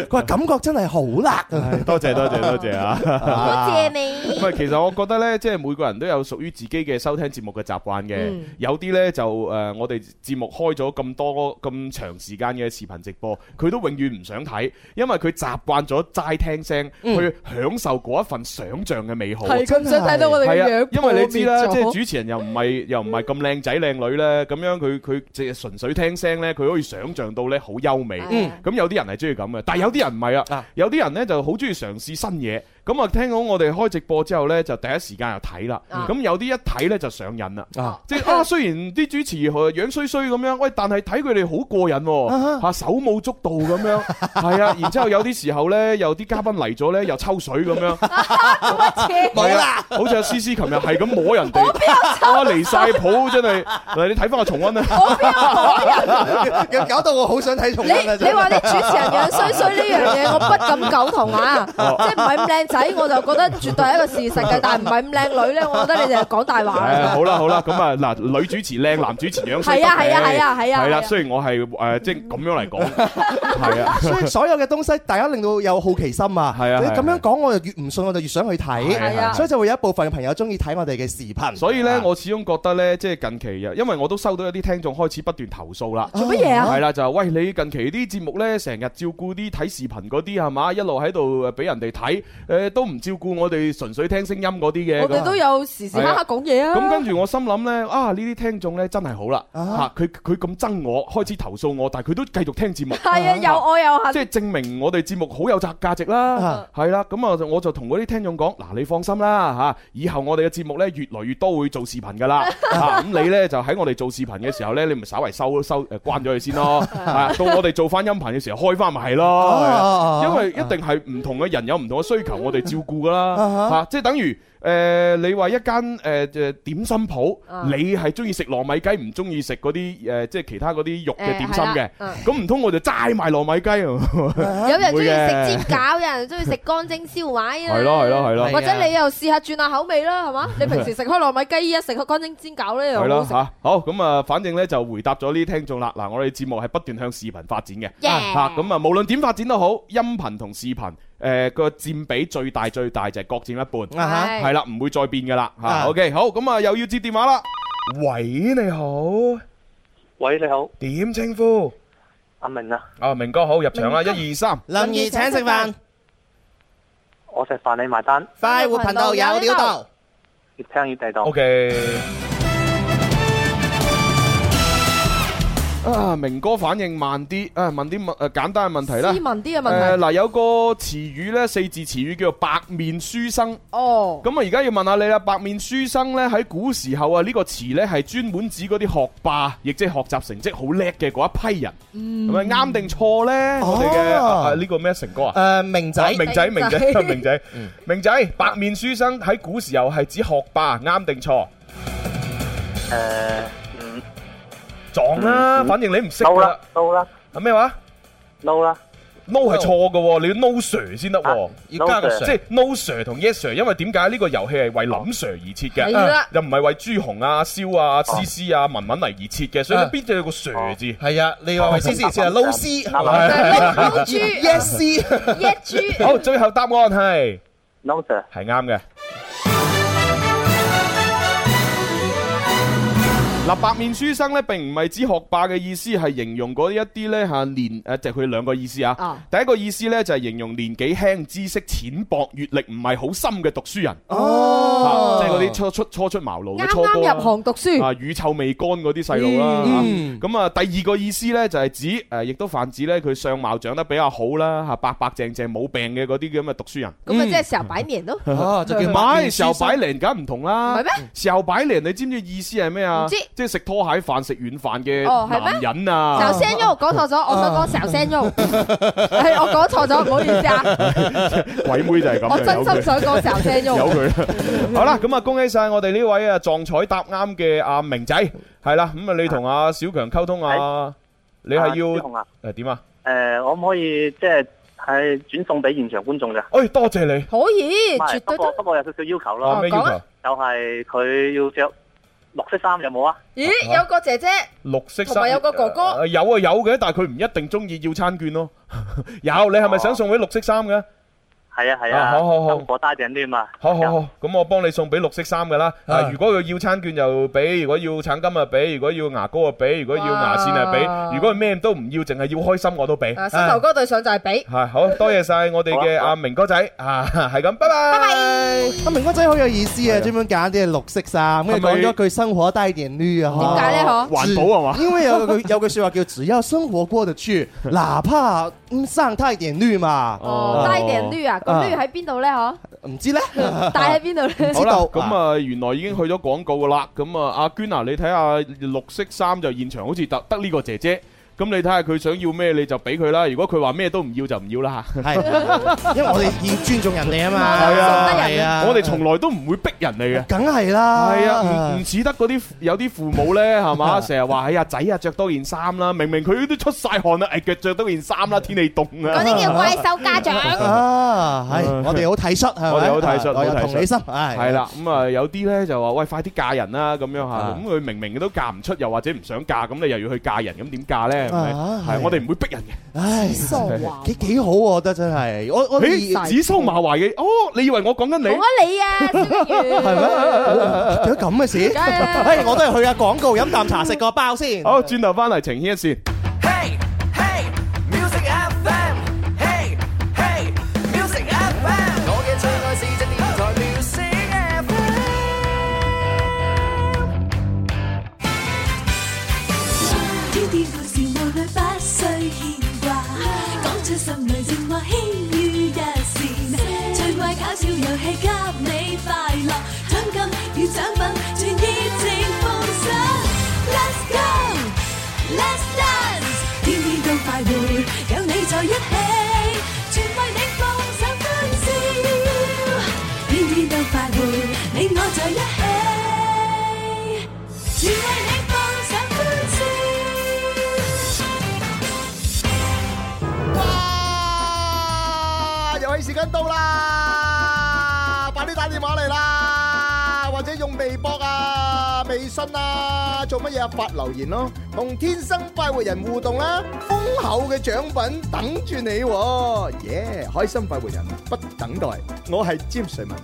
Speaker 6: 佢話感覺真係好辣啊！
Speaker 3: 多謝多謝多謝啊！
Speaker 4: 多謝你
Speaker 3: 唔。係，其實我覺得呢，即係每個人都有屬於自己嘅收聽節目嘅習慣嘅。
Speaker 5: 嗯
Speaker 3: 有啲呢，就誒、呃我哋節目開咗咁多咁長時間嘅視頻直播，佢都永遠唔想睇，因為佢習慣咗齋聽聲，去享受嗰一份想像嘅美好。
Speaker 5: 嗯係咁想睇到我哋嘅樣
Speaker 3: 啊，因為你知啦，
Speaker 5: 破
Speaker 3: 即
Speaker 5: 滅咗
Speaker 3: 係主持人又唔係又唔係咁靚仔靚女呢。咁樣佢佢即係純粹聽聲呢，佢可以想像到呢好優美。
Speaker 5: 嗯
Speaker 3: 咁有啲人係中意咁嘅，但係有啲人唔係啊
Speaker 6: 啊，
Speaker 3: 有啲人呢就好中意嘗試新嘢。咁啊，聽講我哋開直播之後呢，就第一時間又睇啦。
Speaker 5: 啊
Speaker 3: 咁有啲一睇呢就上癮啦。
Speaker 6: 啊
Speaker 3: 即係啊，雖然啲主持呃樣衰衰咁樣，喂，但係睇佢哋好過癮喎，嚇手舞足蹈咁樣，係啊，然之後有啲時候呢，有啲嘉賓嚟咗呢，又抽水咁樣，啊
Speaker 6: 冇 *laughs* 啦，
Speaker 3: 好似阿思思琴日係咁摸人哋，啊離晒譜真係，嗱你睇翻個重温啊，
Speaker 6: 又搞到我好想睇重
Speaker 5: 你
Speaker 6: 温啊！
Speaker 5: 你
Speaker 6: 真
Speaker 3: *laughs*
Speaker 6: 係
Speaker 3: 哦
Speaker 5: 話啲主持人樣衰衰呢樣嘢，我不敢苟同啊！即係唔係咁靚仔我就覺得絕對係一個事實嘅，但係唔係咁靚女咧，我覺得你哋係講大
Speaker 3: *laughs* 誒
Speaker 5: 話啦。
Speaker 3: 好啦好啦，咁啊嗱，女主持靚，男主持樣衰
Speaker 5: 係啊
Speaker 3: 得
Speaker 5: 係啊
Speaker 3: 嘅
Speaker 5: 係啊係啊
Speaker 3: 係
Speaker 5: 係
Speaker 3: 啦，
Speaker 5: 啊
Speaker 3: 雖然我係誒即係咁樣嚟講，
Speaker 5: *laughs*
Speaker 3: 係啊。
Speaker 6: *laughs* 所以所有嘅東西，大家令到有好奇心啊！
Speaker 3: 係啊
Speaker 6: 你
Speaker 3: 係啊
Speaker 6: 咁樣講，我就越唔信，我就越想去
Speaker 3: 係
Speaker 5: 啊
Speaker 6: 睇，所以就會有一部分嘅朋友中意睇我哋嘅視頻。
Speaker 3: 所以咧
Speaker 6: 啊，
Speaker 3: 我始終覺得咧，即係近期又，因為我都收到一啲聽眾開始不斷投訴啦。
Speaker 5: 做乜嘢啊？
Speaker 3: 係啦，就係喂你近期啲節目咧，成日照顧啲睇視頻嗰啲係嘛，一路喺度誒俾人哋睇，誒都唔照顧我哋純粹聽聲音嗰啲嘅。
Speaker 5: 我哋都有時時刻刻講嘢啊。
Speaker 3: 啊咁跟住我心諗呢，啊呢啲聽眾呢真係好啦，
Speaker 6: 啊
Speaker 3: 嚇佢佢咁憎我，開始投訴我，但係佢都繼續聽節目，
Speaker 5: 係啊，又愛又
Speaker 3: 嗯即
Speaker 5: 恨。
Speaker 3: 係證明我哋節目好有價價值啦
Speaker 6: 啊，
Speaker 3: 係啦，咁啊我就同嗰啲聽眾講，嗱你放心啦嚇，以後我哋嘅節目呢越來越多會做視頻㗎啦，嚇咁你呢就喺我哋做視頻嘅時候呢，你咪稍為收收誒關咗佢先咯，啊到我哋做翻音頻嘅時候開翻咪係
Speaker 6: 哦
Speaker 3: 咯。係啊
Speaker 6: 哦
Speaker 3: 因
Speaker 6: 哦
Speaker 3: 為一定係唔同嘅人有唔同嘅需求，我哋照顧噶啦
Speaker 6: 啊哈
Speaker 3: 嚇，即係等於誒你話一間誒誒點心鋪
Speaker 5: 啊，
Speaker 3: 你係中意食糯米雞，唔中意食嗰啲誒即係其他嗰啲肉嘅點心
Speaker 4: 誒係
Speaker 3: 嘅
Speaker 4: 啦嗯，
Speaker 3: 咁唔通我就齋賣糯米雞啊？
Speaker 4: 有人中
Speaker 3: 會
Speaker 4: 意
Speaker 3: 嘅
Speaker 4: 食煎餃，有人中意食乾蒸燒賣啊。
Speaker 3: 係咯係咯係咯
Speaker 6: 係啊
Speaker 5: 或者你又試下轉下口味啦，
Speaker 3: *laughs*
Speaker 5: 係嘛？你平時食開糯米雞，依家食開乾蒸煎餃咧，又
Speaker 3: 係
Speaker 5: 好
Speaker 3: 咯
Speaker 5: 食。
Speaker 3: 嚇，好咁啊，反正呢就回答咗呢啲聽眾啦。嗱，我哋節目係不斷向視頻發展嘅，
Speaker 4: Yeah
Speaker 3: 嚇咁啊，無論點發展都好，音頻同視頻誒個佔比最大最大就係各佔一半。
Speaker 6: 啊哈
Speaker 4: 係
Speaker 3: 系啦，唔會再變噶啦吓。
Speaker 6: 啊
Speaker 3: OK，好，咁啊又要接電話啦。喂，你好，
Speaker 8: 喂，你好，
Speaker 3: 點稱呼？
Speaker 8: 阿明啊，
Speaker 3: 啊，明哥好，入場啦，一二三。
Speaker 6: 林兒請食飯，
Speaker 8: 我食飯你埋單，
Speaker 6: 快活頻道有料到。
Speaker 8: 越聽越地道。
Speaker 3: OK。啊，明哥反應慢啲，啊問啲問誒簡單嘅問題啦。
Speaker 5: 斯文啲嘅
Speaker 3: 誒
Speaker 5: 啊問題。
Speaker 3: 嗱，有個詞語咧，四字詞語叫做白面書生。 *laughs*
Speaker 5: 哦，
Speaker 3: 咁啊，而家要問下你啦，白面書生咧喺古時候啊，呢、個詞咧係專門指嗰啲學霸，亦即係學習成績好叻嘅嗰一批人。咁啊啱定錯咧？我哋嘅
Speaker 6: 哦
Speaker 3: 啊啊呢個咩成哥啊？
Speaker 6: 誒明
Speaker 3: 啊
Speaker 6: 仔，
Speaker 3: 明仔，明仔
Speaker 5: 明，仔
Speaker 3: 明仔，明仔，白面書生喺古時候係指學霸，啱定錯？
Speaker 8: 诶，嗯，
Speaker 3: 撞啦，反正你唔識
Speaker 8: 撈
Speaker 3: 㗎
Speaker 8: 啦
Speaker 3: 啦。，
Speaker 8: 撈啦，
Speaker 3: 啊咩話
Speaker 8: 撈啦，
Speaker 3: ？no 係錯嘅喎，你要 no sir 先得喎
Speaker 8: 啊。
Speaker 6: 要加個
Speaker 8: Sir
Speaker 3: 即係 no sir 同 yes sir，因為點解呢個遊戲係為林 sir 而設嘅
Speaker 5: 係啦，
Speaker 3: 又唔係為朱紅啊、蕭啊、思思啊、文文嚟而設嘅，所以
Speaker 6: 啊
Speaker 3: 必定有個 sir 字。
Speaker 6: 係啊，你話為思思成日老師
Speaker 8: 啱啱
Speaker 3: *laughs*
Speaker 5: 老老豬
Speaker 6: ，yes 師
Speaker 5: 一豬。
Speaker 3: 好，最後答案係
Speaker 8: 撈 Sir，
Speaker 3: 係啱嘅。嗱，白面書生咧並唔係指學霸嘅意思，係形容嗰一啲咧嚇年誒，就係佢兩個意思啊
Speaker 5: 啊。
Speaker 3: 第一個意思咧就係形容年紀輕、知識淺薄、閲歷唔係好深嘅讀書人，啊
Speaker 6: 哦
Speaker 3: 即係嗰啲初出初出茅廬嘅
Speaker 5: 啱
Speaker 3: 初哥
Speaker 5: 啱
Speaker 3: 啊
Speaker 5: 入行讀書，
Speaker 3: 啊，乳臭未乾嗰啲細路啦。
Speaker 6: 嗯
Speaker 3: 嚇咁啊，第二個意思呢，就係指呃誒，亦都泛指呢，佢相貌長得比較好啦，嚇白白淨淨冇病嘅嗰啲咁嘅讀書人。
Speaker 5: 咁咪即係時候擺年咯。
Speaker 6: 哦，就叫
Speaker 3: 唔
Speaker 6: 白面
Speaker 3: 係，
Speaker 6: 書
Speaker 3: 時候擺
Speaker 6: 生
Speaker 3: 零梗唔同啦。
Speaker 5: 唔係咩？
Speaker 3: 時候擺零，你知唔知意思係咩啊？
Speaker 5: 唔知
Speaker 3: 即係食拖鞋飯、食軟飯
Speaker 5: 哦係
Speaker 3: 嘅
Speaker 5: 咩
Speaker 3: 男人
Speaker 5: 壽
Speaker 3: 啊！
Speaker 5: 聲喐講錯咗，我想講壽
Speaker 6: *laughs*
Speaker 5: 聲喐，係我講錯咗，唔好意思啊，
Speaker 3: 鬼妹就係咁
Speaker 5: 我
Speaker 3: 嘅，
Speaker 5: 真
Speaker 3: 有
Speaker 5: 心
Speaker 3: 佢。
Speaker 5: 想講壽聲
Speaker 3: 有
Speaker 5: 喐。
Speaker 3: 佢啦，好啦，咁啊，恭喜晒我哋呢位啊撞彩答啱嘅阿明仔，係啦，咁啊，你同阿小強溝通啊，你係
Speaker 8: 啊朱
Speaker 3: 要
Speaker 8: 紅啊，
Speaker 3: 誒點啊？
Speaker 8: 诶，可唔可以即係係轉送俾現場觀眾嘅？
Speaker 3: 哎，多謝你，
Speaker 5: 可以，
Speaker 8: 唔係
Speaker 5: 絕
Speaker 8: 不
Speaker 5: 對
Speaker 8: 過
Speaker 5: 得。
Speaker 8: 不過有少少要求
Speaker 3: 啊
Speaker 8: 咯，
Speaker 3: 咩要
Speaker 5: 講啊
Speaker 3: 求？
Speaker 8: 就係佢要着綠色衫有冇啊？
Speaker 5: 咦，有個姐姐，
Speaker 3: 綠色衫，
Speaker 5: 同埋有個哥哥
Speaker 3: 呃有啊有嘅，但係佢唔一定中意要餐券咯。 *laughs* 有，你係咪想送俾綠色衫嘅？
Speaker 8: 係啊係
Speaker 3: 啊
Speaker 8: 啊，
Speaker 3: 好好好
Speaker 8: 生活大點啲嘛。
Speaker 3: 好好好，咁我幫你送俾綠色衫嘅啦。
Speaker 6: 啊
Speaker 3: 啊，如果佢要餐券就俾，如果要橙金啊俾，如果要牙膏啊俾，如果要牙線啊
Speaker 5: 哇
Speaker 3: 俾，如果咩都唔要，淨係要開心我都俾。
Speaker 5: 啊，膝頭哥對上就係俾。
Speaker 3: 係好多謝晒我哋
Speaker 8: 好
Speaker 3: 嘅
Speaker 8: 啊好啊
Speaker 3: 阿明哥仔啊， *laughs* 係咁，拜拜。
Speaker 6: 阿明哥仔好有意思
Speaker 3: 係啊
Speaker 6: 啊，專門揀啲綠色衫，跟住
Speaker 3: 係
Speaker 6: 講
Speaker 3: 咪
Speaker 6: 咗句生活帶點綠啊。
Speaker 5: 點解咧？嗬，
Speaker 3: 環保係嘛？
Speaker 6: 因為有句有句説話叫只要生活過
Speaker 3: *laughs*
Speaker 6: 得去，哪怕嗯生態點綠嘛。
Speaker 3: Ờ.
Speaker 4: Ờ,
Speaker 5: 哦，帶定攣
Speaker 4: à?
Speaker 5: 啊，咁攣喺邊度咧？嗬，
Speaker 3: *laughs*
Speaker 6: 唔知咧，
Speaker 5: 帶喺邊度咧？
Speaker 3: 好啦，
Speaker 6: 知道
Speaker 3: 咁啊，原來已經去咗廣告噶啦。咁啊，阿娟啊，你睇下綠色衫就現場好似得得呢個姐姐。咁你睇下佢想要咩，你就俾佢啦。如果佢話咩都唔要就唔要啦嚇。
Speaker 6: 係，因為我哋要尊重人哋啊嘛，
Speaker 3: 係啊
Speaker 6: 係啊，
Speaker 3: 我哋從來都唔會逼人哋嘅。
Speaker 6: 梗係啦，
Speaker 3: 係啊，唔唔似得嗰啲有啲父母咧，係嘛？成日話哎呀仔啊，着多件衫啦，明明佢都出晒汗啦，誒腳着多件衫啦，天氣凍
Speaker 4: 嗰
Speaker 3: 啊。
Speaker 4: 啲叫怪獸家長。
Speaker 6: 啊，係，我哋好體恤係咪啊
Speaker 3: 我哋好體恤
Speaker 6: 我有
Speaker 3: 好體恤
Speaker 6: 同理心，係
Speaker 3: 係啦，咁啊有啲咧就話喂快啲嫁人啦咁樣嚇，
Speaker 6: 啊
Speaker 3: 咁佢明明都嫁唔出，又或者唔想嫁，咁你又要去嫁人，咁點嫁咧？係咪
Speaker 6: 啊
Speaker 3: 係
Speaker 6: 係
Speaker 3: 我哋唔會逼人嘅。
Speaker 6: 唉，
Speaker 5: 傻話。
Speaker 6: 幾幾好啊我覺得真係，我我
Speaker 3: 誒指桑罵槐嘅，哦，你以為我講緊你？
Speaker 5: 冇乜你
Speaker 4: à.
Speaker 5: 啊，蕭 *laughs* 敬元。
Speaker 6: *laughs* 係咩？有咁嘅事？
Speaker 5: 梗係
Speaker 6: *laughs*
Speaker 5: 啦
Speaker 6: 唉，我都係去下廣告飲啖茶食個包先。
Speaker 3: 好，轉頭翻嚟情牽一線。
Speaker 1: Hey, hey, music FM. Hey, hey, music FM. 我嘅最愛是只電台 music FM。
Speaker 7: 天天故事無慮不需牽掛，講出心裏情話輕於一線，趣怪搞笑遊戲給你快樂，獎金與獎品全熱情奉上。Let's go，Let's dance，天天都快活，有你在一起，全為你放上歡笑，天天都快活，你我在一起。全為你放上歡笑。
Speaker 1: 哇！遊戲時間到啦，快啲打電話嚟啦，或者用微博啊、微信
Speaker 6: à,
Speaker 1: 啊，做乜嘢啊發留言咯，同天生快活人互動啦，豐厚嘅獎品等住你喎，耶！開心快活人不等待，我係詹瑞文。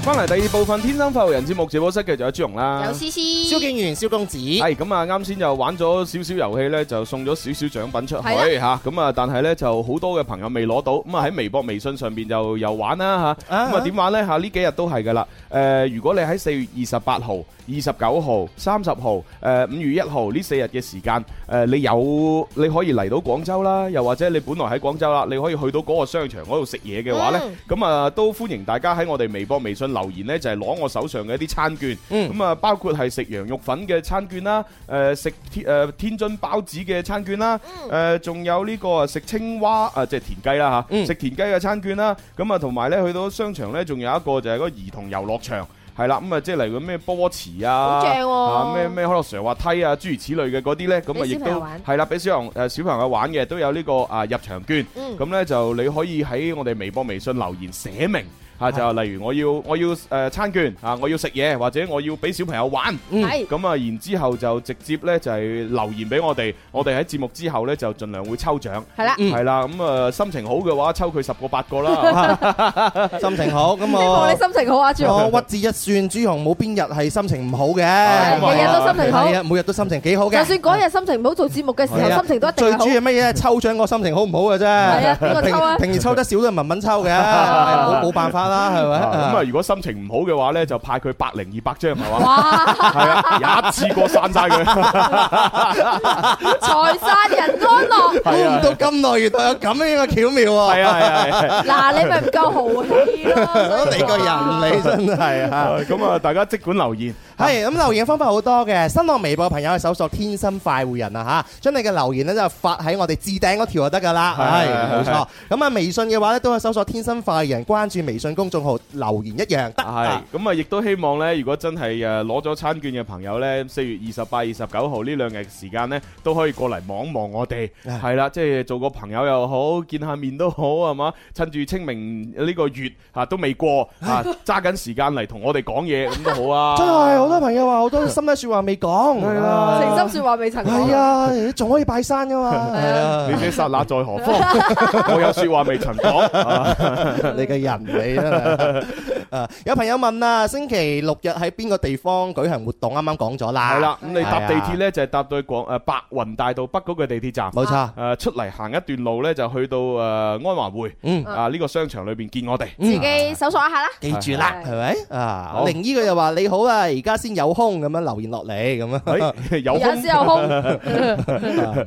Speaker 3: 翻嚟第二部分《天生發育人》節目直播室嘅就有朱容啦。
Speaker 4: 有思思，
Speaker 6: 蕭敬元、蕭公子，
Speaker 3: 係咁啊！啱先就玩咗少少遊戲呢，就送咗少少獎品出
Speaker 4: 係
Speaker 3: 去嚇。咁啊，但係呢，就好多嘅朋友未攞到，咁啊喺微博、微信上邊就又玩啦嚇。
Speaker 6: 啊
Speaker 3: 咁啊點玩呢？嚇？呢幾日都係噶啦。誒，如果你喺四月二十八號、二十九號、三十號、誒五月一號呢四日嘅時間，誒你有你可以嚟到廣州啦，又或者你本來喺廣州啦，你可以去到嗰個商場嗰度食嘢嘅話呢。
Speaker 4: 嗯
Speaker 3: 咁啊都歡迎大家喺我哋微博、微信留言呢，就係攞我手上嘅一啲餐券。
Speaker 6: 嗯
Speaker 3: 咁啊，包括係食羊肉粉嘅餐券啦，誒食天誒天津包子嘅餐券啦，
Speaker 4: 嗯
Speaker 3: 誒仲有呢個啊食青蛙啊，即係田雞啦嚇，
Speaker 6: 嗯
Speaker 3: 食田雞嘅餐券啦。咁啊，同埋呢，去到商場呢，仲有一個就係嗰個兒童遊樂場。係啦，咁啊，即係例如咩波波池啊，
Speaker 4: 好正喎
Speaker 3: 啊咩咩可樂蛇滑梯啊，諸如此類嘅嗰啲呢，咁啊
Speaker 4: 俾
Speaker 3: 亦
Speaker 4: 小朋友
Speaker 3: 都
Speaker 4: 玩
Speaker 3: 係啦，俾小朋誒小朋友玩嘅都有呢個啊入場券。
Speaker 4: 嗯，
Speaker 3: 咁咧就你可以喺我哋微博、微信留言寫明。啊，就例如我要我要誒餐券啊，我要食嘢或者我要俾小朋友玩，
Speaker 4: 嗯係
Speaker 3: 咁啊，然之後就直接呢，就係留言俾我哋，我哋喺節目之後呢，就盡量會抽獎，
Speaker 4: 係啦，
Speaker 6: 嗯
Speaker 3: 係啦，咁啊心情好嘅話抽佢十個八個啦，
Speaker 6: 心情好，咁
Speaker 5: 希望你
Speaker 6: 我
Speaker 5: 心情好啊，朱紅。
Speaker 6: 我屈指一算，朱紅冇邊日係心情唔好嘅，
Speaker 3: 係
Speaker 5: 日日都心情好
Speaker 6: 係啊，每日都心情幾好嘅。
Speaker 5: 就算嗰日心情唔好，做節目嘅時
Speaker 6: 係啊
Speaker 5: 候心情都一定
Speaker 6: 最
Speaker 5: 係好
Speaker 6: 主。要乜嘢？抽獎我心情好唔好嘅啫。
Speaker 5: 啊邊個抽啊
Speaker 6: 平平時抽得少都係文文
Speaker 5: *laughs*
Speaker 6: 抽嘅，冇冇辦
Speaker 3: 啊
Speaker 6: 法啦，係咪？ *laughs*
Speaker 3: 咁啊如果心情唔好嘅話呢，就派佢百零二百張係嘛，
Speaker 5: 哇！
Speaker 3: 係啊，一次過散晒佢，
Speaker 5: 財散人安樂。
Speaker 6: 估唔到咁耐，原來有咁樣嘅巧妙喎！
Speaker 3: 係啊係啊係啊。
Speaker 5: 嗱，你咪唔夠豪
Speaker 6: *laughs*
Speaker 5: 氣咯。
Speaker 6: 你個人你真係啊！
Speaker 3: *laughs* 咁啊，大家即管留言，
Speaker 6: 係咁留言嘅方法好多嘅，新浪微博嘅朋友去搜索「天生快活人」啊嚇，將你嘅留言咧就發喺我哋置頂嗰條就得㗎啦，
Speaker 3: 係
Speaker 6: 係
Speaker 3: 係
Speaker 6: 冇錯。咁啊，微信嘅話咧都係搜索「天生快活人」，關注微信公眾號留言一樣得。
Speaker 3: 係咁啊，亦都希望呢，如果真係誒攞咗餐券嘅朋友呢，四月二十八、二十九號呢兩日時間呢，都可以過嚟望一望我哋，
Speaker 6: 唉
Speaker 3: 係啦，即係做個朋友又好，見下面都好，係嘛？趁住清明呢個月啊都未過啊，揸緊時間嚟同我哋講嘢咁都好 *laughs* 啊！
Speaker 6: 真係好多朋友話好多心底説話未講，係啦
Speaker 5: 情深説話未曾講。
Speaker 6: 係啊，你仲可以拜山㗎嘛，係
Speaker 3: 你
Speaker 6: 啊，
Speaker 3: 這剎那在 *laughs* 何方？我有説話未曾講。 *laughs* 啊
Speaker 6: *laughs* 你嘅人
Speaker 3: *laughs*
Speaker 6: 你真係啊有朋友問啊，星期六日喺邊個地方舉行活動？啱啱講咗啦，
Speaker 3: 係啦，咁你搭地
Speaker 6: 係
Speaker 3: 鐵
Speaker 6: 啊，
Speaker 3: 呢，就係搭到廣誒白雲大道北嗰個地鐵站。
Speaker 6: 冇錯，
Speaker 3: 誒出嚟行一段路呢，就去到誒安華匯
Speaker 6: 嗯。
Speaker 3: 啊呢個商場裏邊見 *laughs* 我哋。
Speaker 6: 嗯
Speaker 4: 自己搜索一下啦。
Speaker 6: 記住啦，係咪啊
Speaker 3: 好？
Speaker 6: 靈姨佢就話你好啊，而家先有空咁樣留言落嚟
Speaker 3: *laughs*
Speaker 6: 咁樣，
Speaker 3: 誒有
Speaker 5: 有
Speaker 3: 空
Speaker 5: 先有空。
Speaker 6: 啊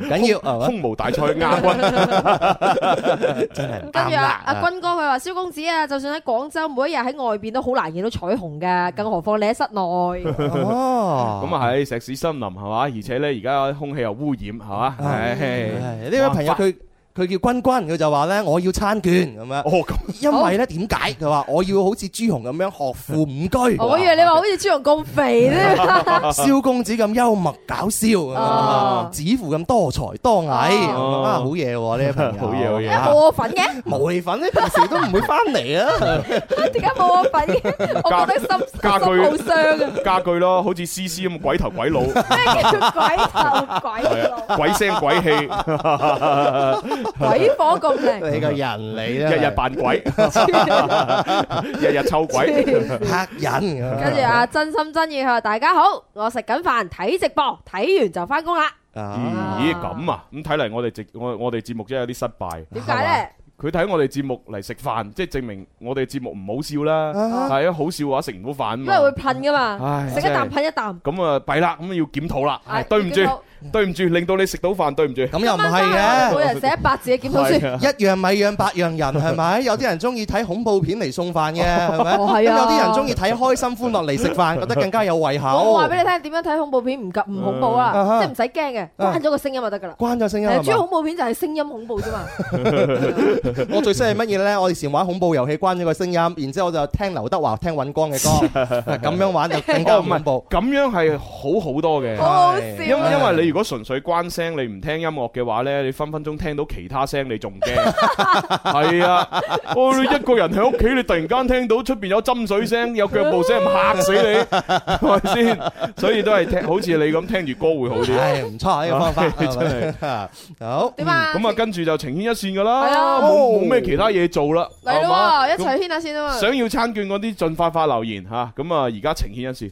Speaker 6: 緊
Speaker 3: *laughs*
Speaker 6: 要係嘛？
Speaker 3: 空無大賽亞 *laughs* 軍，
Speaker 6: 真係
Speaker 5: 跟住
Speaker 6: 啱
Speaker 5: 啊
Speaker 6: 啦，
Speaker 5: 阿君哥佢話：蕭公子啊，就算喺廣州，每一日喺外邊都好難見到彩虹㗎，更何況你喺室內。
Speaker 6: 哦，哦，
Speaker 3: 咁啊係石屎森林係嘛，而且咧而家空氣又污染係嘛，
Speaker 6: 唉
Speaker 3: 唉
Speaker 6: 呢位朋友佢佢叫君君，佢就話咧我要餐券咁樣，
Speaker 3: 哦咁
Speaker 6: 因為咧點解？佢話我要好似朱紅咁樣學富五居。
Speaker 5: 我以為你話好似朱紅咁肥
Speaker 6: *laughs*
Speaker 5: 咧，
Speaker 6: 蕭公子咁幽默搞笑，咁
Speaker 5: 哦
Speaker 6: 啊子父咁多才多藝，
Speaker 3: 哦
Speaker 6: 啊好嘢喎呢位朋友，
Speaker 3: 好嘢好嘢
Speaker 5: *laughs* 冇我份嘅，
Speaker 6: 無厘粉咧平時都唔會翻
Speaker 5: *laughs*
Speaker 6: 嚟啊，
Speaker 5: 點解冇我份嘅？我覺得心心
Speaker 3: 家
Speaker 5: 好
Speaker 3: 居
Speaker 5: 傷啊！
Speaker 3: 家具咯，好似 C C 咁鬼頭鬼 *laughs* 腦，
Speaker 5: 咩叫做鬼頭鬼腦？
Speaker 3: 鬼聲鬼氣，
Speaker 5: 鬼火咁靈，
Speaker 6: 你個人你
Speaker 3: 日日扮 *laughs* 鬼，日日湊鬼，
Speaker 6: 黑人咁
Speaker 5: 跟住啊，真心真意佢話：大家好，我食緊飯睇直播，睇完就翻工啦。
Speaker 6: 啊，
Speaker 3: 咦咁啊？咁睇嚟我哋節我我哋節目真係有啲失敗。
Speaker 5: 點解咧？
Speaker 3: 佢睇我哋節目嚟食飯，即係證明我哋節目唔好笑啦。係啊，好笑嘅話食唔到飯
Speaker 5: 因為會
Speaker 3: 嘛。
Speaker 5: 噴噶嘛，
Speaker 3: 唉
Speaker 5: 食一啖噴一啖。
Speaker 3: 咁啊弊啦，咁要檢討啦。
Speaker 5: 唉
Speaker 3: 係對唔
Speaker 5: 檢討
Speaker 3: 住，對唔住，令到你食到飯，對唔住。
Speaker 6: 咁又唔係
Speaker 5: 今晚每
Speaker 6: 嘅。
Speaker 5: 人寫一百字嘅檢討
Speaker 3: 係
Speaker 5: 書。
Speaker 3: 啊
Speaker 6: 一樣米養百樣人係咪？有啲人中意睇恐怖片嚟送飯嘅係咪？
Speaker 5: 哦係啊
Speaker 6: 咁有啲人中意睇開心歡樂嚟食飯，覺得更加有胃口。
Speaker 5: 我話俾你聽，點樣睇恐怖片唔及唔恐怖
Speaker 6: 嗯
Speaker 5: 啦，
Speaker 6: 啊
Speaker 5: 即係唔使驚嘅，關咗個聲音就得噶啦。
Speaker 6: 關咗聲音
Speaker 5: 其實主要
Speaker 6: 係嘛
Speaker 5: 恐怖片就係聲音恐怖啫嘛。
Speaker 6: 我最識係乜嘢呢？我以前玩恐怖遊戲，關咗個聲音，然之後我就聽劉德華、聽尹光
Speaker 3: *laughs*
Speaker 6: 嘅歌，咁樣玩就更加
Speaker 3: 哦，唔係
Speaker 6: 恐怖。
Speaker 3: 咁樣係好好多嘅。
Speaker 5: 好好
Speaker 6: 係
Speaker 3: 因
Speaker 5: 笑啊！
Speaker 3: 因為你如果純粹關聲，你唔聽音樂嘅話呢，你分分鐘聽到其他聲，你仲
Speaker 5: *laughs*
Speaker 3: 驚。係啊，哦，你一個人喺屋企，你突然間聽到出邊有斟水聲、有腳步聲，嚇死你，係咪先？所以都係聽，好似你咁聽住歌會好啲。
Speaker 6: 唉，唔錯啊呢
Speaker 3: *laughs*
Speaker 6: 個方法，
Speaker 3: 唉真
Speaker 6: 係咪好。
Speaker 5: 點啊？
Speaker 3: 咁啊，跟住就情牽一線噶
Speaker 5: 係
Speaker 3: 啦，
Speaker 5: 啊
Speaker 3: 冇冇咩其他嘢做啦，
Speaker 5: 嚟
Speaker 3: 係嘛
Speaker 5: 咯喎，一齊牽下先啊嘛！
Speaker 3: 想要餐券嗰啲，盡快發留言吓。咁啊，而家情牽一線。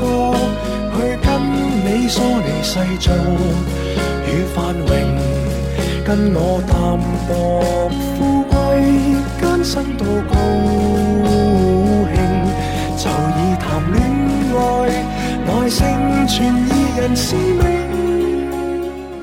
Speaker 1: 角去跟你梳理世俗與繁榮，跟我淡薄富貴艱辛到高興，就以談戀愛來成全二人使命。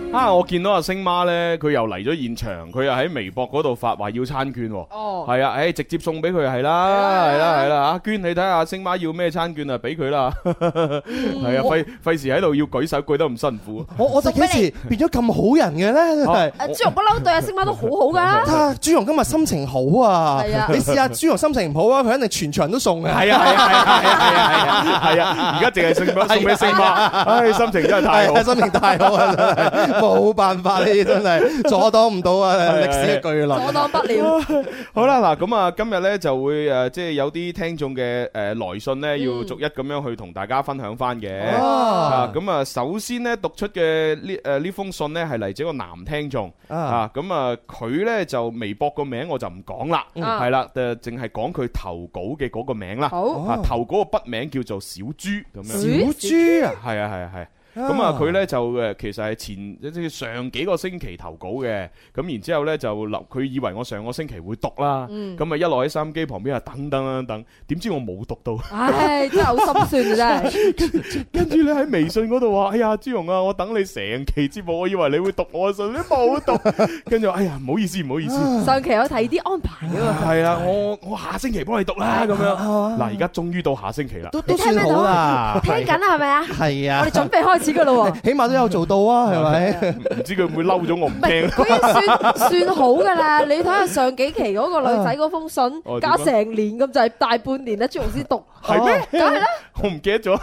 Speaker 3: 啊！我見到阿星媽呢，佢又嚟咗現場，佢又喺微博嗰度發話要餐券喎。
Speaker 5: 哦，
Speaker 3: 係啊，誒直接送俾佢係
Speaker 5: 係
Speaker 3: 啦，
Speaker 5: 啊
Speaker 3: 係啦，
Speaker 5: 係啊
Speaker 3: 係啦嚇，娟你睇下星媽要咩餐券啊，俾佢啦，係啊，費費事喺度要舉手舉得咁辛苦。哦
Speaker 6: 我我哋幾時變咗咁好人嘅呢？真係。
Speaker 5: 誒朱紅不嬲對阿星媽都好好噶啦。
Speaker 6: 啊！朱紅今日心情好啊！
Speaker 5: 係啊
Speaker 6: 你試下朱紅心情唔好啊，佢肯定全場都送嘅。
Speaker 3: 係啊係啊係啊係啊係啊係啊！而家淨係送俾送俾星媽，唉，心情真係太好
Speaker 6: 係啊，。心情太好啊！真係冇辦法，呢啲真係阻擋唔到
Speaker 3: *laughs*
Speaker 6: 啊！歷史嘅巨輪。啊
Speaker 5: 阻擋不了，
Speaker 3: 好啦，嗱咁啊，今日呢就會誒，即係有啲聽眾嘅誒來信呢，要逐一咁樣去同大家分享翻嘅。啊
Speaker 6: 啊，
Speaker 3: 咁啊，首先咧讀出嘅呢誒呢封信咧係嚟自一個男聽眾
Speaker 6: 啊
Speaker 3: 啊，咁啊佢咧就微博個名我就唔講啦，
Speaker 5: 嗯
Speaker 3: 係啦，誒淨係講佢投稿嘅嗰個名啦，
Speaker 5: 好
Speaker 3: 啊投稿個筆名叫做小豬咁樣，
Speaker 5: 小
Speaker 6: 小豬啊！
Speaker 3: 係啊係啊係啊。咁啊，佢咧就誒，其實係前即係上幾個星期投稿嘅，咁然之後咧就留，佢以為我上個星期會讀啦，
Speaker 5: Ừ.
Speaker 3: 咁啊一落喺收音機旁邊啊等等等等，點知我冇讀到。 *laughs*
Speaker 5: 唉，真係好心酸啊！真係，
Speaker 3: 跟住你喺微信嗰度話：哎呀，朱容啊，我等你成期節目，我以為你會讀我嘅信，你冇讀。 *laughs* 跟住話哎呀，唔好意思，唔好意思。
Speaker 5: 上期我提啲安排噶嘛，
Speaker 3: 係啦，我我下星期幫你讀啦，咁樣。嗱，而家終於到下星期
Speaker 5: *laughs*
Speaker 3: 啦。
Speaker 6: 都都算好啦，
Speaker 5: 聽緊啦係咪啊？
Speaker 6: 係
Speaker 5: 我
Speaker 6: 啊
Speaker 5: 哋，準備開始噶咯喎。
Speaker 6: 起碼都有做到啊，係咪？
Speaker 3: 唔知佢會唔會嬲咗我唔
Speaker 5: 唔 *laughs* 係，
Speaker 3: 聽。
Speaker 5: 佢已經
Speaker 3: *laughs*
Speaker 5: 算算好㗎啦。你睇下上幾期嗰個女仔嗰封信
Speaker 3: 哦，
Speaker 5: 搞
Speaker 3: 點啊
Speaker 5: 成年咁就係大半年啦，朱紅先
Speaker 3: *laughs*
Speaker 5: 讀，
Speaker 3: 係咩？
Speaker 5: 梗係啦，
Speaker 3: *laughs* 我唔記得咗。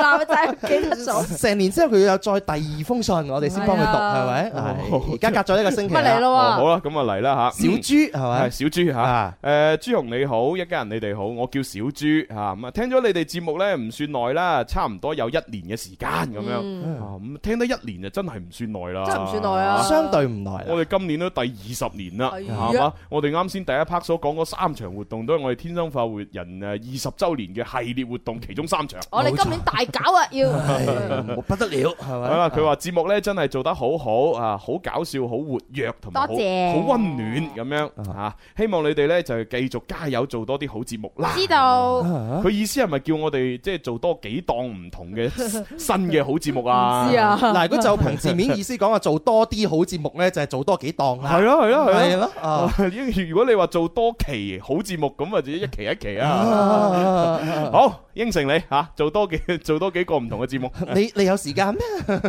Speaker 5: 男仔唔記得
Speaker 6: *laughs*
Speaker 5: 咗。
Speaker 6: 成年之後佢有再第二封信，我哋先幫佢讀，
Speaker 5: 係啊
Speaker 6: 係咪？
Speaker 3: 哦
Speaker 6: 係而家隔咗一個
Speaker 5: *laughs*
Speaker 6: 星期
Speaker 5: 咪嚟
Speaker 6: 啦，
Speaker 5: 咯
Speaker 3: 哦好
Speaker 5: 喎，
Speaker 3: 啦，咁啊嚟啦嚇。
Speaker 6: 小豬係
Speaker 3: 係
Speaker 6: 咪？
Speaker 3: 小豬嚇
Speaker 6: 啊，
Speaker 3: 誒朱紅你好，一家人你哋好，我叫小豬嚇咁啊，聽咗你哋節目咧唔算耐啦，差唔多有一年嘅時間咁樣樣啊咁聽得一年就真係唔算耐啦，
Speaker 5: 真係唔算耐啊
Speaker 6: 相對唔耐啦。
Speaker 3: 我哋今年都第二十年啦，
Speaker 5: 係啊
Speaker 3: 係嘛？我哋啱先第一 part 所講嗰三場活動，都係我哋天生化活人誒二十週年嘅系列活動其中三場。
Speaker 5: 我哋今年大搞
Speaker 4: à?
Speaker 5: 啊，要
Speaker 6: 唉不得了，係咪？
Speaker 3: 係啦，佢話節目呢真係做得好好啊，好搞笑，好活躍，同埋好好
Speaker 5: 多謝
Speaker 3: 温暖咁樣嚇、啊希望你哋呢就繼續加油，做多啲好節目啦。
Speaker 5: 知道
Speaker 6: 啊
Speaker 3: 佢意思係咪叫我哋即係做多幾檔唔同嘅新嘅好節目啊？
Speaker 5: *laughs* 知啊，
Speaker 6: 嗱，如果就憑字面意思講話，做多啲好節目咧，就係做多幾檔啦。
Speaker 3: 係咯係咯係咯。
Speaker 6: 係咯，啊
Speaker 3: *laughs* 如果你話做多期好節目咁啊，就一期一期
Speaker 6: 啊
Speaker 3: 啊。
Speaker 6: 啊！
Speaker 3: 好，應承你吓，做多幾 *laughs* 做多幾個唔同嘅節目，
Speaker 6: 你你有時間咩？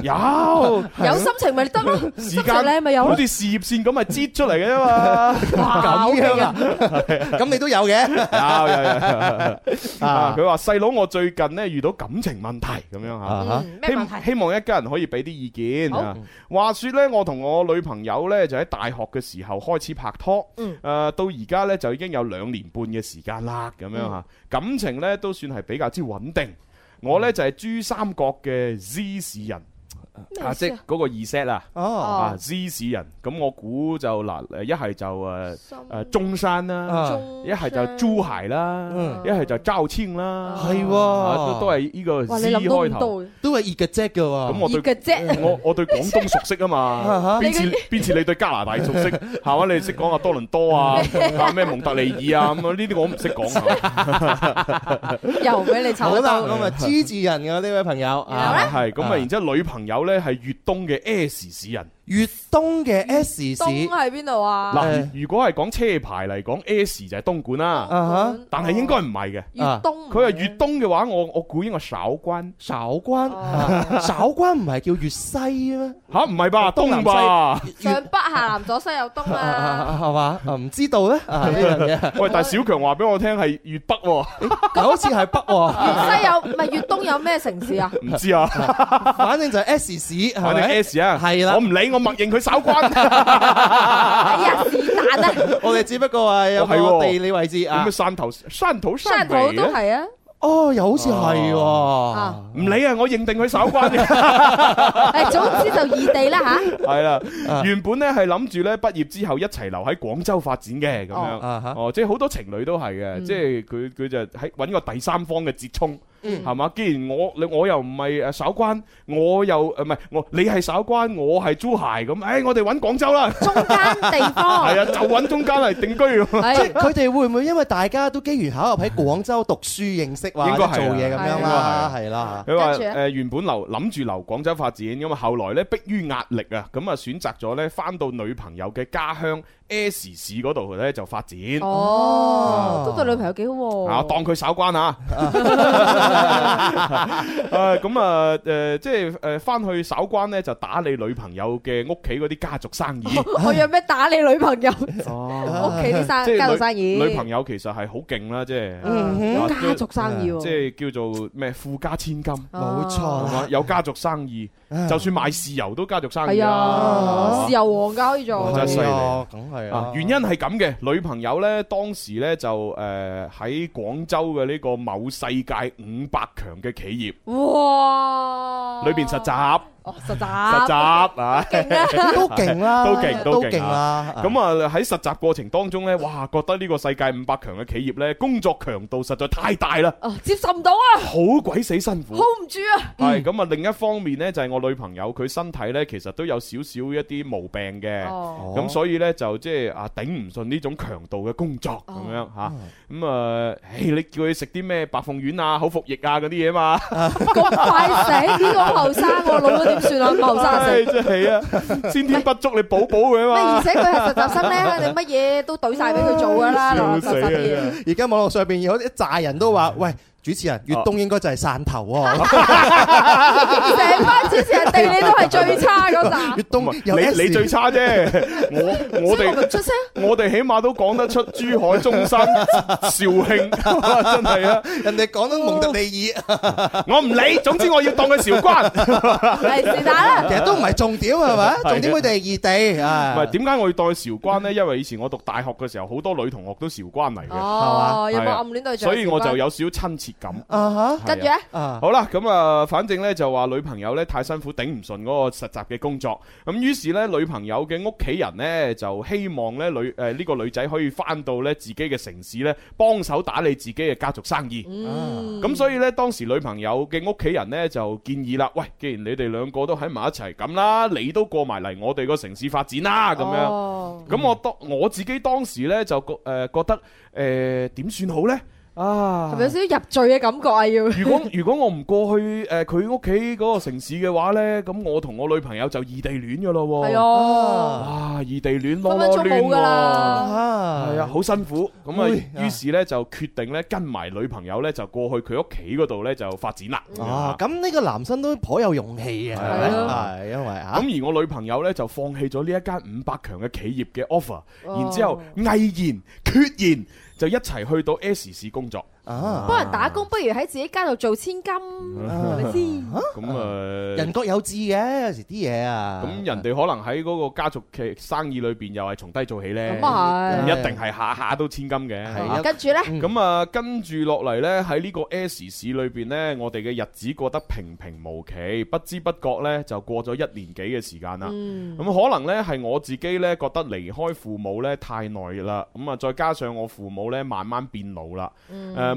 Speaker 3: 有
Speaker 5: 有心情咪
Speaker 3: *laughs*
Speaker 5: 得咯，
Speaker 3: 時
Speaker 5: 心情
Speaker 3: 間
Speaker 5: 你 *laughs* 咪有
Speaker 3: 好
Speaker 5: 咯，
Speaker 3: 似事業線咁，咪擠出嚟嘅啫嘛。
Speaker 6: 咁樣啊？咁你都有嘅
Speaker 3: 有有有啊！
Speaker 6: 啊
Speaker 3: 佢話細佬，我最近咧遇到感情問題咁樣吓。
Speaker 6: 啊
Speaker 5: 嗯咩問題
Speaker 3: 希？希望一家人可以俾啲意見
Speaker 5: 好
Speaker 3: 啊！話說呢，我同我女朋友呢，就喺大學嘅時候開始拍拖，
Speaker 5: 嗯
Speaker 3: 誒到而家呢，就已經有兩年半嘅時間啦，咁樣嚇，感情呢，都算係比較之穩定。我呢，就係珠三角嘅 Z 市人，啊即係嗰個 Z 啊，
Speaker 6: 哦。
Speaker 3: 啊
Speaker 5: 哦，
Speaker 3: Z 市人，咁我估就嗱誒一係就誒
Speaker 5: 心
Speaker 3: 誒中山啦，
Speaker 6: 啊
Speaker 5: 中
Speaker 3: 一係就珠海啦，
Speaker 6: 嗯
Speaker 3: 一係就肇慶啦，
Speaker 6: 係喎
Speaker 3: 啊都都係呢個
Speaker 5: 哇，
Speaker 3: Z
Speaker 5: 你諗都唔
Speaker 3: 開
Speaker 5: 到
Speaker 3: 頭。
Speaker 5: 嘅，
Speaker 6: 都係熱嘅啫嘅喎。
Speaker 3: 咁我對
Speaker 5: 熱
Speaker 3: *laughs*
Speaker 5: 嘅啫，
Speaker 3: 我我對廣東熟悉啊嘛，
Speaker 6: 啊哈
Speaker 3: 邊次
Speaker 5: 你
Speaker 3: 邊次你對加拿大熟
Speaker 6: *laughs*
Speaker 3: 悉，係嘛？你識講啊多倫多啊，啊咩蒙特利爾啊咁啊，呢啲我唔識講
Speaker 6: *laughs*
Speaker 3: 啊。
Speaker 5: 又俾你炒
Speaker 6: 好啦，
Speaker 5: 到，
Speaker 6: 咁啊，支持人嘅呢位朋友
Speaker 5: 然後咧
Speaker 6: 啊，
Speaker 3: 係咁啊，
Speaker 6: 啊
Speaker 3: 然之後女朋友咧係粵東嘅 S 市人。
Speaker 6: 粵東嘅 S 市
Speaker 5: 東喺邊度啊？
Speaker 3: 嗱
Speaker 6: 誒，
Speaker 3: 如如果係講車牌嚟講，S 就係東莞啦，
Speaker 6: 啊哈，
Speaker 3: 但係應該唔係嘅。
Speaker 5: 粵東，
Speaker 3: 佢係粵東嘅話，我我估應該韶關
Speaker 6: 韶關
Speaker 5: 哦，
Speaker 6: 韶關唔係叫粵西咩？
Speaker 3: 吓，唔係吧？
Speaker 6: 啊東
Speaker 3: 東
Speaker 6: 南
Speaker 3: 吧？
Speaker 5: 上北下南左西右東
Speaker 3: *laughs*
Speaker 5: 啊，
Speaker 6: 係嘛？啊唔知道咧啊呢樣嘢，
Speaker 3: 喂，但係小強話俾我聽係粵北喎，
Speaker 6: 好似係北喎，
Speaker 5: 粵西有唔係粵東有咩
Speaker 3: *laughs*
Speaker 5: 城市啊？
Speaker 3: 唔
Speaker 6: *laughs*
Speaker 3: 知啊，
Speaker 6: 反正就係 S 市係
Speaker 3: 反正 *laughs*
Speaker 6: 咪？
Speaker 3: S 啊，
Speaker 6: 係啦
Speaker 3: 我唔理，我默認佢韶關。
Speaker 5: 哎呀，是但啊，
Speaker 6: 我哋只不過係有
Speaker 3: 哦係
Speaker 6: 個
Speaker 3: 喎
Speaker 6: 地理位置
Speaker 3: 咁
Speaker 6: 啊
Speaker 3: 啊，。汕頭汕頭汕
Speaker 5: 汕頭
Speaker 3: 尾
Speaker 5: 都
Speaker 3: 咧。
Speaker 5: 係啊，
Speaker 6: 哦，又好似係喎
Speaker 5: 啊。
Speaker 3: 唔理啊，我認定佢守關嘅。
Speaker 5: 誒，總之就異地啦吓。
Speaker 3: *laughs* 係啦，
Speaker 6: 啊
Speaker 3: 原本咧係諗住咧畢業之後一齊留喺廣州發展嘅咁樣。
Speaker 6: 啊哈
Speaker 3: 哦，即係好多情侶都係嘅，
Speaker 5: 嗯
Speaker 3: 即係佢佢就喺揾個第三方嘅折衝，係嘛？既然我你我又唔係誒守關，我又誒唔係我你係守關，我係租鞋咁，誒我哋揾廣州啦，
Speaker 5: 中間地方
Speaker 3: 係，啊，就揾中間嚟定居喎。
Speaker 6: 即係
Speaker 5: 係
Speaker 6: 佢哋會唔會因為大家都機緣巧合喺廣州讀書認識，
Speaker 3: 應
Speaker 6: 或
Speaker 3: 該
Speaker 6: 者
Speaker 3: 係啊
Speaker 6: 做嘢咁樣啦，係啦。
Speaker 3: 佢話
Speaker 5: 跟住呢
Speaker 3: 誒原本留諗住留廣州發展，咁啊後來咧迫於壓力啊，咁啊選擇咗咧翻到女朋友嘅家鄉 S 市嗰度咧就發展。
Speaker 5: 哦，都對女朋友幾好
Speaker 3: 啊，
Speaker 5: 喎。
Speaker 3: 當佢守關
Speaker 5: *laughs*
Speaker 3: 啊！啊咁啊，誒，即係誒，翻去守關咧，就打你女朋友嘅屋企嗰啲家族生意。
Speaker 5: 我有咩打你女朋
Speaker 3: *laughs*
Speaker 5: 友？
Speaker 3: 哦，
Speaker 5: 屋企啲
Speaker 3: 即係
Speaker 5: 生
Speaker 3: 女
Speaker 5: 家族生意，
Speaker 3: 女朋友其實係好勁啦，即係
Speaker 5: 嗯
Speaker 3: 啊
Speaker 5: 家族生意喎，
Speaker 3: 即係叫做咩富家千金，係
Speaker 6: 冇錯
Speaker 5: 啊
Speaker 6: 啦
Speaker 3: 嘛有家族生意，就算賣豉油都家族生意
Speaker 5: 嗯係啊，
Speaker 3: 啦
Speaker 5: 豉。油王噶可以做，
Speaker 3: 真係犀利
Speaker 6: 啊，梗係
Speaker 3: 啊
Speaker 6: 啊，！
Speaker 3: 原因係咁嘅，女朋友呢當時呢就誒喺廣州嘅呢個某世界五百強嘅企業
Speaker 5: 哇，
Speaker 3: 裏邊實習。
Speaker 5: 哦，實習，
Speaker 3: 實習啊！
Speaker 5: 勁
Speaker 3: *laughs*
Speaker 5: 啊，
Speaker 6: 都勁啦，
Speaker 3: 都勁都勁
Speaker 6: *laughs*
Speaker 3: 啊
Speaker 6: 都勁啦。
Speaker 3: 咁啊喺實習過程當中呢，哇，覺得呢個世界五百強嘅企業呢，工作強度實在太大啦，
Speaker 5: 哦，接受唔到啊
Speaker 3: 好鬼死辛苦。
Speaker 5: ，hold 唔住啊，
Speaker 3: 係咁啊，另一方面呢，就係我女朋友佢身體呢，其實都有少少一啲毛病嘅。
Speaker 5: 哦，
Speaker 3: 咁所以呢，就即係啊頂唔順呢種強度嘅工作
Speaker 5: 哦
Speaker 3: 咁樣吓，咁啊，唉你叫佢食啲咩白鳳丸啊、口服液啊嗰啲嘢嘛，
Speaker 5: 咁快死，呢個後生我老咗點算啊？咁後生
Speaker 3: 唉
Speaker 5: 死。
Speaker 3: 真係啊，先天不足你補補佢
Speaker 5: 咩？
Speaker 3: 啊
Speaker 5: 而
Speaker 3: 嘛，
Speaker 5: 且佢係實習生咧，肯定乜嘢都懟晒俾佢做噶啦，
Speaker 3: 笑
Speaker 5: 老
Speaker 3: 死
Speaker 5: 實
Speaker 3: 啊！
Speaker 5: 實
Speaker 3: 真
Speaker 5: 啲。
Speaker 3: 係
Speaker 6: 而家網絡上邊有一紮人都話：，喂，主持人，粵東應該就係汕頭喎。
Speaker 5: 成班主持人地理都係最差咁多咋？
Speaker 6: 粵東有
Speaker 3: 你
Speaker 6: S
Speaker 3: 你最差啫，
Speaker 5: *laughs*
Speaker 3: 我我
Speaker 5: 所以我咪
Speaker 3: 哋
Speaker 5: 出聲。
Speaker 3: 我哋起碼都講得出珠海、中山、 *laughs* 肇慶， *laughs* 哇真係啊！
Speaker 6: 人哋講得蒙特利爾，
Speaker 3: 我唔理，總之我要當佢韶關。
Speaker 5: 係是但啦
Speaker 6: 其。實都唔係重點係咪？
Speaker 3: 嘅
Speaker 6: 重點佢哋係異地
Speaker 3: 唔
Speaker 6: 啊。
Speaker 3: 係點解我要當佢韶關呢？因為以前我讀大學嘅時候，好多女同學都韶關嚟嘅，
Speaker 5: 哦，
Speaker 3: 係
Speaker 5: 有
Speaker 3: 啊
Speaker 5: 冇暗戀對象？
Speaker 3: 所以我就。有少少親切感。
Speaker 6: 啊哈
Speaker 5: 跟住
Speaker 3: Dạ.
Speaker 5: 咧，
Speaker 6: 啊！
Speaker 3: 好啦，咁啊，反正呢就話女朋友呢太辛苦，頂唔順嗰個實習嘅工作，咁於是呢，女朋友嘅屋企人呢，就希望呢女誒呢個女仔可以翻到呢自己嘅城市呢，幫手打理自己嘅家族生意。
Speaker 5: 嗯，
Speaker 3: 咁所以呢，當時女朋友嘅屋企人呢，就建議啦，喂，既然你哋兩個都喺埋一齊，咁啦，你都過埋嚟我哋個城市發展啦，咁樣。
Speaker 5: 樣。
Speaker 3: 咁我當我自己當時呢，就覺誒、呃覺得誒呃點算好呢？啊
Speaker 5: 係咪，有少少入罪嘅感覺啊？要
Speaker 3: 如果 *laughs* 如果我唔過去誒佢屋企嗰個城市嘅話呢，咁我同我女朋友就異地戀噶咯喎。
Speaker 5: 係啊，
Speaker 3: 哇，異地戀囉
Speaker 5: 分分
Speaker 3: 囉
Speaker 5: 鐘
Speaker 3: 攣
Speaker 5: 冇㗎
Speaker 3: 喎。
Speaker 5: 啦。
Speaker 6: 啊，
Speaker 3: 係啊，，好辛苦，咁
Speaker 6: 哎
Speaker 3: 啊
Speaker 6: 呀，
Speaker 3: 於是呢，就決定呢，跟埋女朋友呢，就過去佢屋企嗰度呢，就發展啦。
Speaker 6: 啊，咁呢個男生都頗有勇氣嘅，係咪
Speaker 5: 係咯
Speaker 6: 係因為啊，
Speaker 3: 咁而我女朋友呢，就放棄咗呢一間五百強嘅企業嘅 offer，
Speaker 5: 哦
Speaker 3: 然之後毅然決然就一齊去到 S 市工作。
Speaker 6: 啊，
Speaker 5: 幫人打工，不如喺自己
Speaker 4: *laughs*
Speaker 5: 家度做千金， *laughs* 係咪先？
Speaker 3: 咁啊，
Speaker 6: 人各有志嘅，有時啲嘢啊，
Speaker 3: 咁人哋可能喺嗰個家族嘅生意裏邊又係從低做起呢，
Speaker 5: 咁啊
Speaker 3: 唔
Speaker 5: 係
Speaker 3: 一定係下下都千金嘅。
Speaker 6: 係
Speaker 3: 嚇
Speaker 6: 啊
Speaker 5: 跟住咧，
Speaker 6: 嗯
Speaker 3: 咁啊，跟住落嚟呢，喺呢個 S 市裏邊呢，我哋嘅日子過得平平無奇，不知不覺呢就過咗一年幾嘅時間啦。
Speaker 5: 嗯
Speaker 3: 咁、可能呢係我自己呢覺得離開父母呢太耐啦，咁啊再加上我父母呢慢慢變老啦，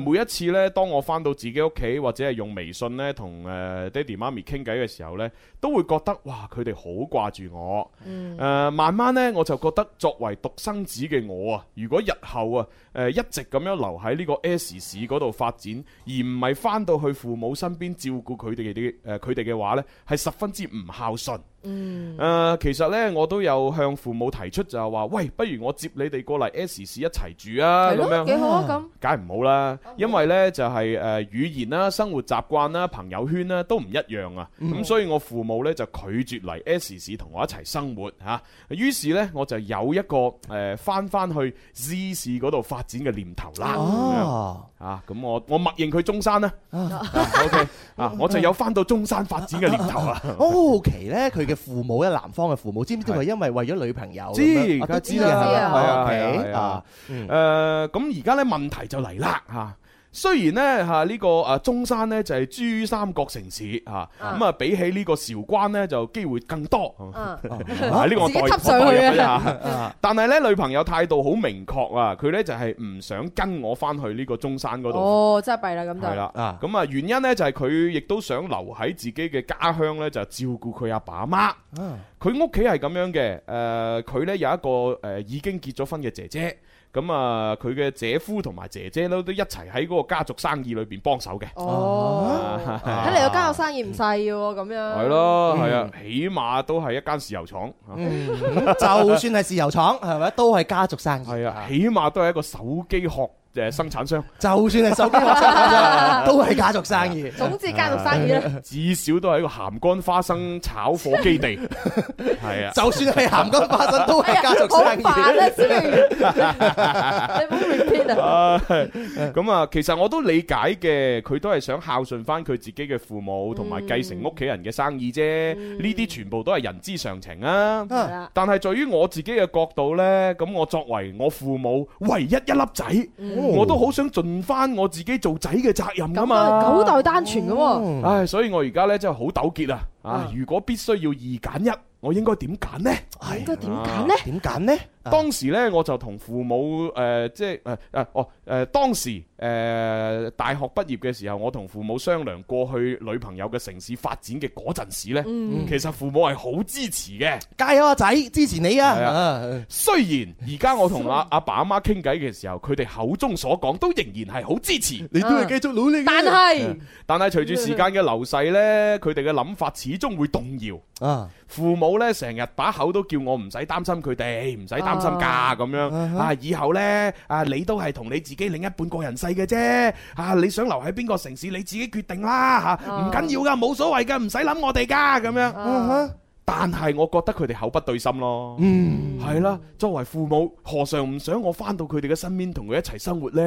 Speaker 3: 誒、每一次呢，當我翻到自己屋企或者係用微信呢同誒爹哋媽咪傾偈嘅時候呢，都會覺得哇佢哋好掛住我，誒、慢慢呢，我就覺得作為獨生子嘅我啊，如果日後啊誒、一直咁樣留喺呢個 S 市嗰度發展，而唔係翻到去父母身邊照顧佢哋嘅啲誒佢哋嘅話呢，係十分之唔孝順。
Speaker 5: 嗯
Speaker 3: 誒、呃其實呢，我都有向父母提出就係話，喂，不如我接你哋過嚟 S 市一齊住啊，
Speaker 5: 係
Speaker 3: 咁
Speaker 5: 咯，幾
Speaker 3: 樣。
Speaker 5: 好啊咁。
Speaker 3: 梗係唔好啦，因為呢就係、誒、呃語言啦、生活習慣啦、朋友圈啦都唔一樣啊，
Speaker 5: 嗯
Speaker 3: 咁、所以我父母呢就拒絕嚟 S 市同我一齊生活嚇、於是呢，我就有一個誒翻翻去 Z 市嗰度發展嘅念頭啦。咁樣
Speaker 6: 哦，
Speaker 3: 啊，咁我我默認佢中山啦。O K，啊，我就有翻到中山發展嘅念頭啊。
Speaker 6: 我好 *laughs* 好奇咧，佢嘅父母咧，男方嘅父母，知唔知道係因為為咗女朋友咁樣？
Speaker 3: 知
Speaker 6: 啊
Speaker 3: 梗係
Speaker 6: 都
Speaker 3: 知
Speaker 6: 嘅
Speaker 3: 啦
Speaker 6: 係
Speaker 5: 係
Speaker 6: 嘛
Speaker 3: 啊
Speaker 6: ？OK
Speaker 3: 係啊係
Speaker 6: 啊
Speaker 3: 啊，誒，咁而家咧問題就嚟啦嚇。雖然呢，嚇呢個誒中山呢就係珠三角城市嚇，咁啊比起呢個韶關呢，就機會更多。
Speaker 5: 嗯，
Speaker 3: 係呢個我代
Speaker 5: 自己吸上去啊
Speaker 3: 我代入啫嚇但係呢，女朋友態度好明確啊，佢呢就係唔想跟我翻去呢個中山嗰度。
Speaker 5: 哦，真係弊啦咁就。
Speaker 3: 係啦，
Speaker 6: 啊
Speaker 3: 咁啊原因呢，就係佢亦都想留喺自己嘅家鄉呢，就照顧佢阿爸阿媽。佢屋企係咁樣嘅，誒、呃佢呢有一個誒、已經結咗婚嘅姐姐，咁啊佢嘅姐夫同埋姐姐咧都一齊喺嗰個家族生意裏邊幫手嘅，
Speaker 5: 哦，
Speaker 6: 啊
Speaker 5: 睇嚟個家學生意唔細嘅喎，咁樣。
Speaker 3: 係。咯，係啊，起碼都係一間豉油廠，
Speaker 6: 嗯就算係豉油廠係咪都係家族生意？
Speaker 3: 係啊，起碼都係一個手機殼誒生產商，
Speaker 6: 就算係手機殼生意都係家族生意。
Speaker 5: 總之家族生意咧，
Speaker 3: 至少都係一個鹹乾花生炒貨基地，係啊。
Speaker 6: 就算係鹹金花生都
Speaker 5: 哎呀
Speaker 6: 係家，族
Speaker 5: 好
Speaker 6: 生
Speaker 5: 煩
Speaker 6: 意。
Speaker 5: 啊，小明，你唔好 repeat
Speaker 3: *laughs*
Speaker 5: 啊。
Speaker 3: 唉咁啊，其實我都理解嘅，佢都係想孝順翻佢自己嘅父
Speaker 5: 嗯
Speaker 3: 母，同埋繼承屋企人嘅生意啫。呢啲全部都係人之常情啊。
Speaker 5: 係啦，
Speaker 3: 但係在於我自己嘅角度呢，咁我作為我父母唯一一粒仔，
Speaker 5: 嗯
Speaker 3: 我都好想盡翻我自己做仔嘅責任噶
Speaker 5: 咁啊都係
Speaker 3: 嘛。
Speaker 5: 九代單傳嘅喎。
Speaker 3: 唉，所以我而家呢，真係好糾結啊！啊
Speaker 5: 啊，
Speaker 3: 如果必須要二揀一，我應該點揀呢？
Speaker 5: 應該點揀咧？
Speaker 6: 點揀呢？啊
Speaker 3: 當時呢，我就同父母誒、呃即係誒誒哦誒，當時誒、呃大學畢業嘅時候，我同父母商量過去女朋友嘅城市發展嘅嗰陣時呢，其實父母係好支持嘅。
Speaker 6: 加油啊仔，支持你啊！
Speaker 3: 係
Speaker 6: 啊
Speaker 3: 雖然而家我同阿阿爸阿媽傾偈嘅時候，佢哋口中所講都仍然係好支持，
Speaker 6: 你都係繼續努力嘅。
Speaker 5: 但係
Speaker 3: 但係隨住時間嘅流逝呢，佢哋嘅諗法始終會動搖。
Speaker 6: 啊，
Speaker 3: 父母呢成日把口都叫我唔使擔心佢哋，唔使擔心㗎咁樣哦啊！以後呢，啊，你都係同你自己另一半過人世嘅啫啊！你想留喺邊個啊哦
Speaker 6: 啊
Speaker 3: 城市你自己決定啦嚇，唔緊要㗎，冇所謂㗎，唔使諗我哋㗎咁樣。但係我覺得佢哋口不對心咯。
Speaker 6: 嗯，
Speaker 3: 係啦，作為父母，何嘗唔想我翻到佢哋嘅身邊，同佢一齊生活呢？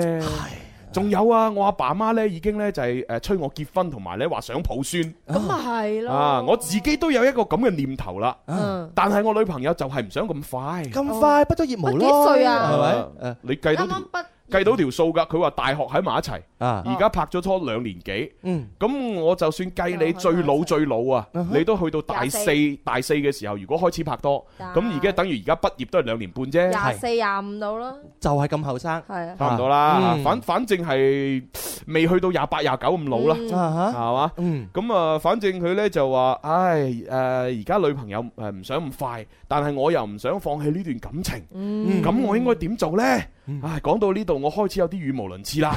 Speaker 3: 仲有啊，我阿爸媽呢已經呢就係誒催我結婚，同埋呢話想抱孫
Speaker 5: 咁咪係咯。
Speaker 3: 啊！我自己都有一個咁嘅念頭啦，
Speaker 5: 嗯
Speaker 3: 但係我女朋友就係唔想咁快。
Speaker 6: 咁快畢咗業無耐，
Speaker 5: 乜幾歲啊
Speaker 6: 係咪？誒
Speaker 3: 你計到
Speaker 5: 啱
Speaker 3: 條
Speaker 5: 啱畢
Speaker 3: 計到條數㗎，佢話大學喺埋一齊，
Speaker 6: 啊，
Speaker 3: 而家拍咗拖兩年幾。
Speaker 6: 嗯，
Speaker 3: 咁我就算計你
Speaker 5: 嗯
Speaker 3: 最老最老啊，
Speaker 6: 嗯哼
Speaker 3: 你都去到大四
Speaker 5: 廿
Speaker 3: 大四嘅時候，如果開始拍拖，
Speaker 4: 啊
Speaker 5: 廿
Speaker 3: 咁而家等於而家畢業都係兩年半
Speaker 4: Dạ,
Speaker 3: 啫，
Speaker 5: 廿四廿五到啦，
Speaker 6: 就係咁後生。
Speaker 5: 係啊。
Speaker 3: 差唔多啦。
Speaker 6: 嗯
Speaker 3: 反反正係未去到廿八廿九咁老啦，
Speaker 5: 嗯
Speaker 6: 啊哈，
Speaker 3: 係嘛？
Speaker 6: 嗯，
Speaker 3: 咁啊，反正佢呢就話：，唉，誒，而家女朋友誒唔想咁快，但係我又唔想放棄呢段感情，
Speaker 5: 嗯
Speaker 3: 咁我應該點做呢？
Speaker 6: 嗯
Speaker 3: 唉，講到呢度，我開始有啲語無倫次啦，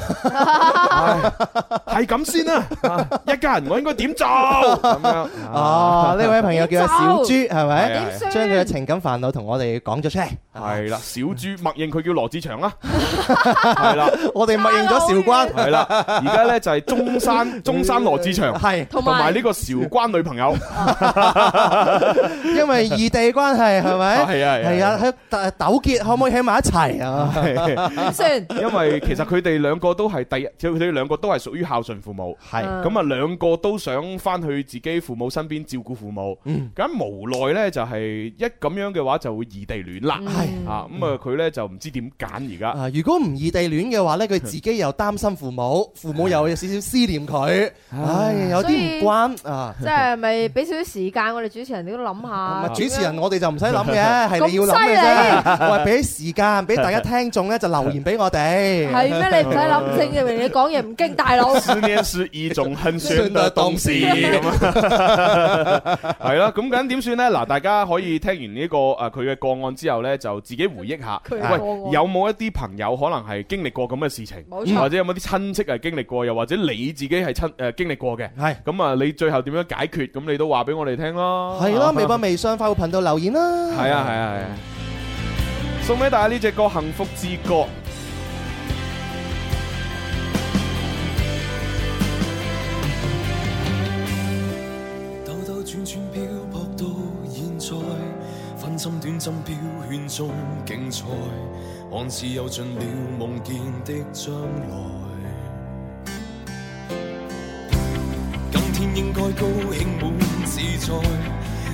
Speaker 3: 唉係咁先啦，啊一家人我應該點做？咁樣
Speaker 6: 哦，呢位朋友叫阿小
Speaker 3: *laughs*
Speaker 6: 朱，係
Speaker 3: 係啊
Speaker 6: 咪？
Speaker 5: 點算？
Speaker 6: 將佢嘅情感煩惱同我哋講
Speaker 3: *laughs*
Speaker 6: 咗出嚟。
Speaker 3: 系啦，小豬默認佢叫羅志祥啦，係啦，
Speaker 6: 我哋默認咗韶關，
Speaker 3: 係啦，而家咧就係中山中山羅志祥，
Speaker 6: 係
Speaker 5: 同
Speaker 3: 同
Speaker 5: 埋
Speaker 3: 埋呢個韶關女朋友， *laughs*
Speaker 6: 因為異地關係係咪？
Speaker 3: 係啊係啊
Speaker 6: 係啊，喺誒糾結可唔可以喺埋一
Speaker 3: *laughs*
Speaker 6: 齊啊？
Speaker 5: 點算？
Speaker 3: 因為其實佢哋兩個都係第一，佢哋兩個都係屬於孝順父母。
Speaker 6: 係
Speaker 3: 咁啊，兩個都想翻去自己父母身邊照顧父母，咁無奈呢，就係一咁樣嘅話就會異地戀啦，
Speaker 6: 係
Speaker 3: 啊咁啊佢呢就唔知點揀而家，
Speaker 6: 啊！如果唔異地戀嘅話呢佢自己又擔心
Speaker 3: *laughs*
Speaker 6: 父母，父母又有少少思念佢，唉，有啲唔關啊。
Speaker 5: 即係咪俾少少時間我哋主持人你都諗
Speaker 6: 唔
Speaker 5: 下？
Speaker 6: 係主持人，我哋就唔使諗
Speaker 3: *laughs*
Speaker 6: 嘅，係你要諗嘅啫。我係俾時間俾大家聽眾呢，就留言俾我哋。
Speaker 5: 係咩？你唔使諗正嘅，你講嘢唔經大腦。
Speaker 3: 思念是一種很酸的東
Speaker 6: *laughs*
Speaker 3: 西咁啊，係啦，咁咁點算呢？嗱，大家可以聽完呢個誒佢嘅個案之後呢，就自己回憶下，
Speaker 5: 佢
Speaker 3: 喂，
Speaker 5: 嘅個案
Speaker 3: 有冇一啲朋友可能係經歷過咁嘅事情，
Speaker 5: 冇錯
Speaker 3: 或者有冇啲親戚係經歷過，又或者你自己係親誒經歷過嘅？
Speaker 6: 係
Speaker 3: 咁啊，你最後點樣解決？咁你都話俾我哋聽咯。
Speaker 6: 係咯，微博、微信、快活頻道留言啦。
Speaker 3: 啊係啊，係啊，係啊。送俾大家呢只歌《幸福之歌》。
Speaker 1: 兜兜轉轉漂泊到現在，分針短針標圈中競賽，看似有盡了夢見的將來。今天應該高興滿自在，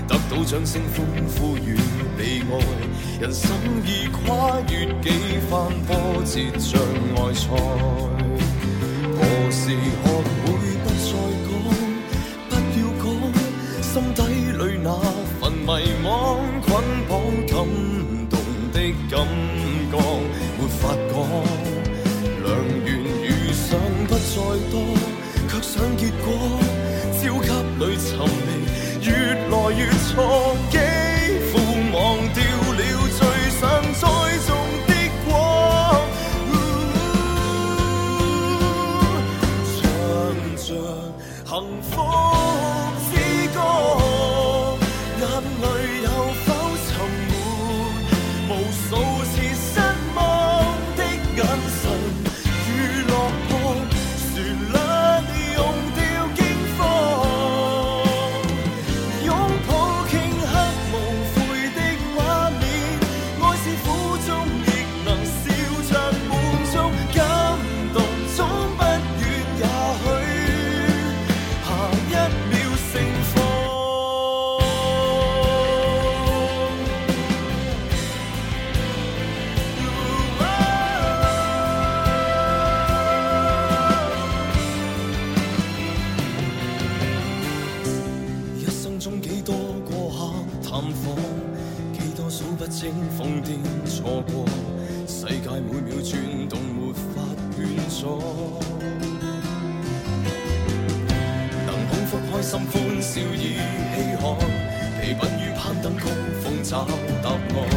Speaker 1: 得到掌聲歡呼與被愛，人生已跨越幾番波折障礙賽。何時學會不再講，不要講，心底裏那份迷惘捆綁感動的感覺，沒法講。良緣遇上不再多，卻想結果，焦急裏尋覓，越來越錯，幾乎忘掉了最想栽種的果。唱着幸福之歌，眼淚有否沉沒？無數次失望的眼神與落魄，旋律用掉驚慌。擁抱頃刻無悔的畫面，愛是苦中亦能笑着滿足，感動總不遠，也許下一秒盛放。一生中幾多過客探訪，幾多數不清瘋癲錯過，世界每秒轉動，沒法勸阻。能幸福開心歡笑已稀罕，疲憊於攀登高峰找答案，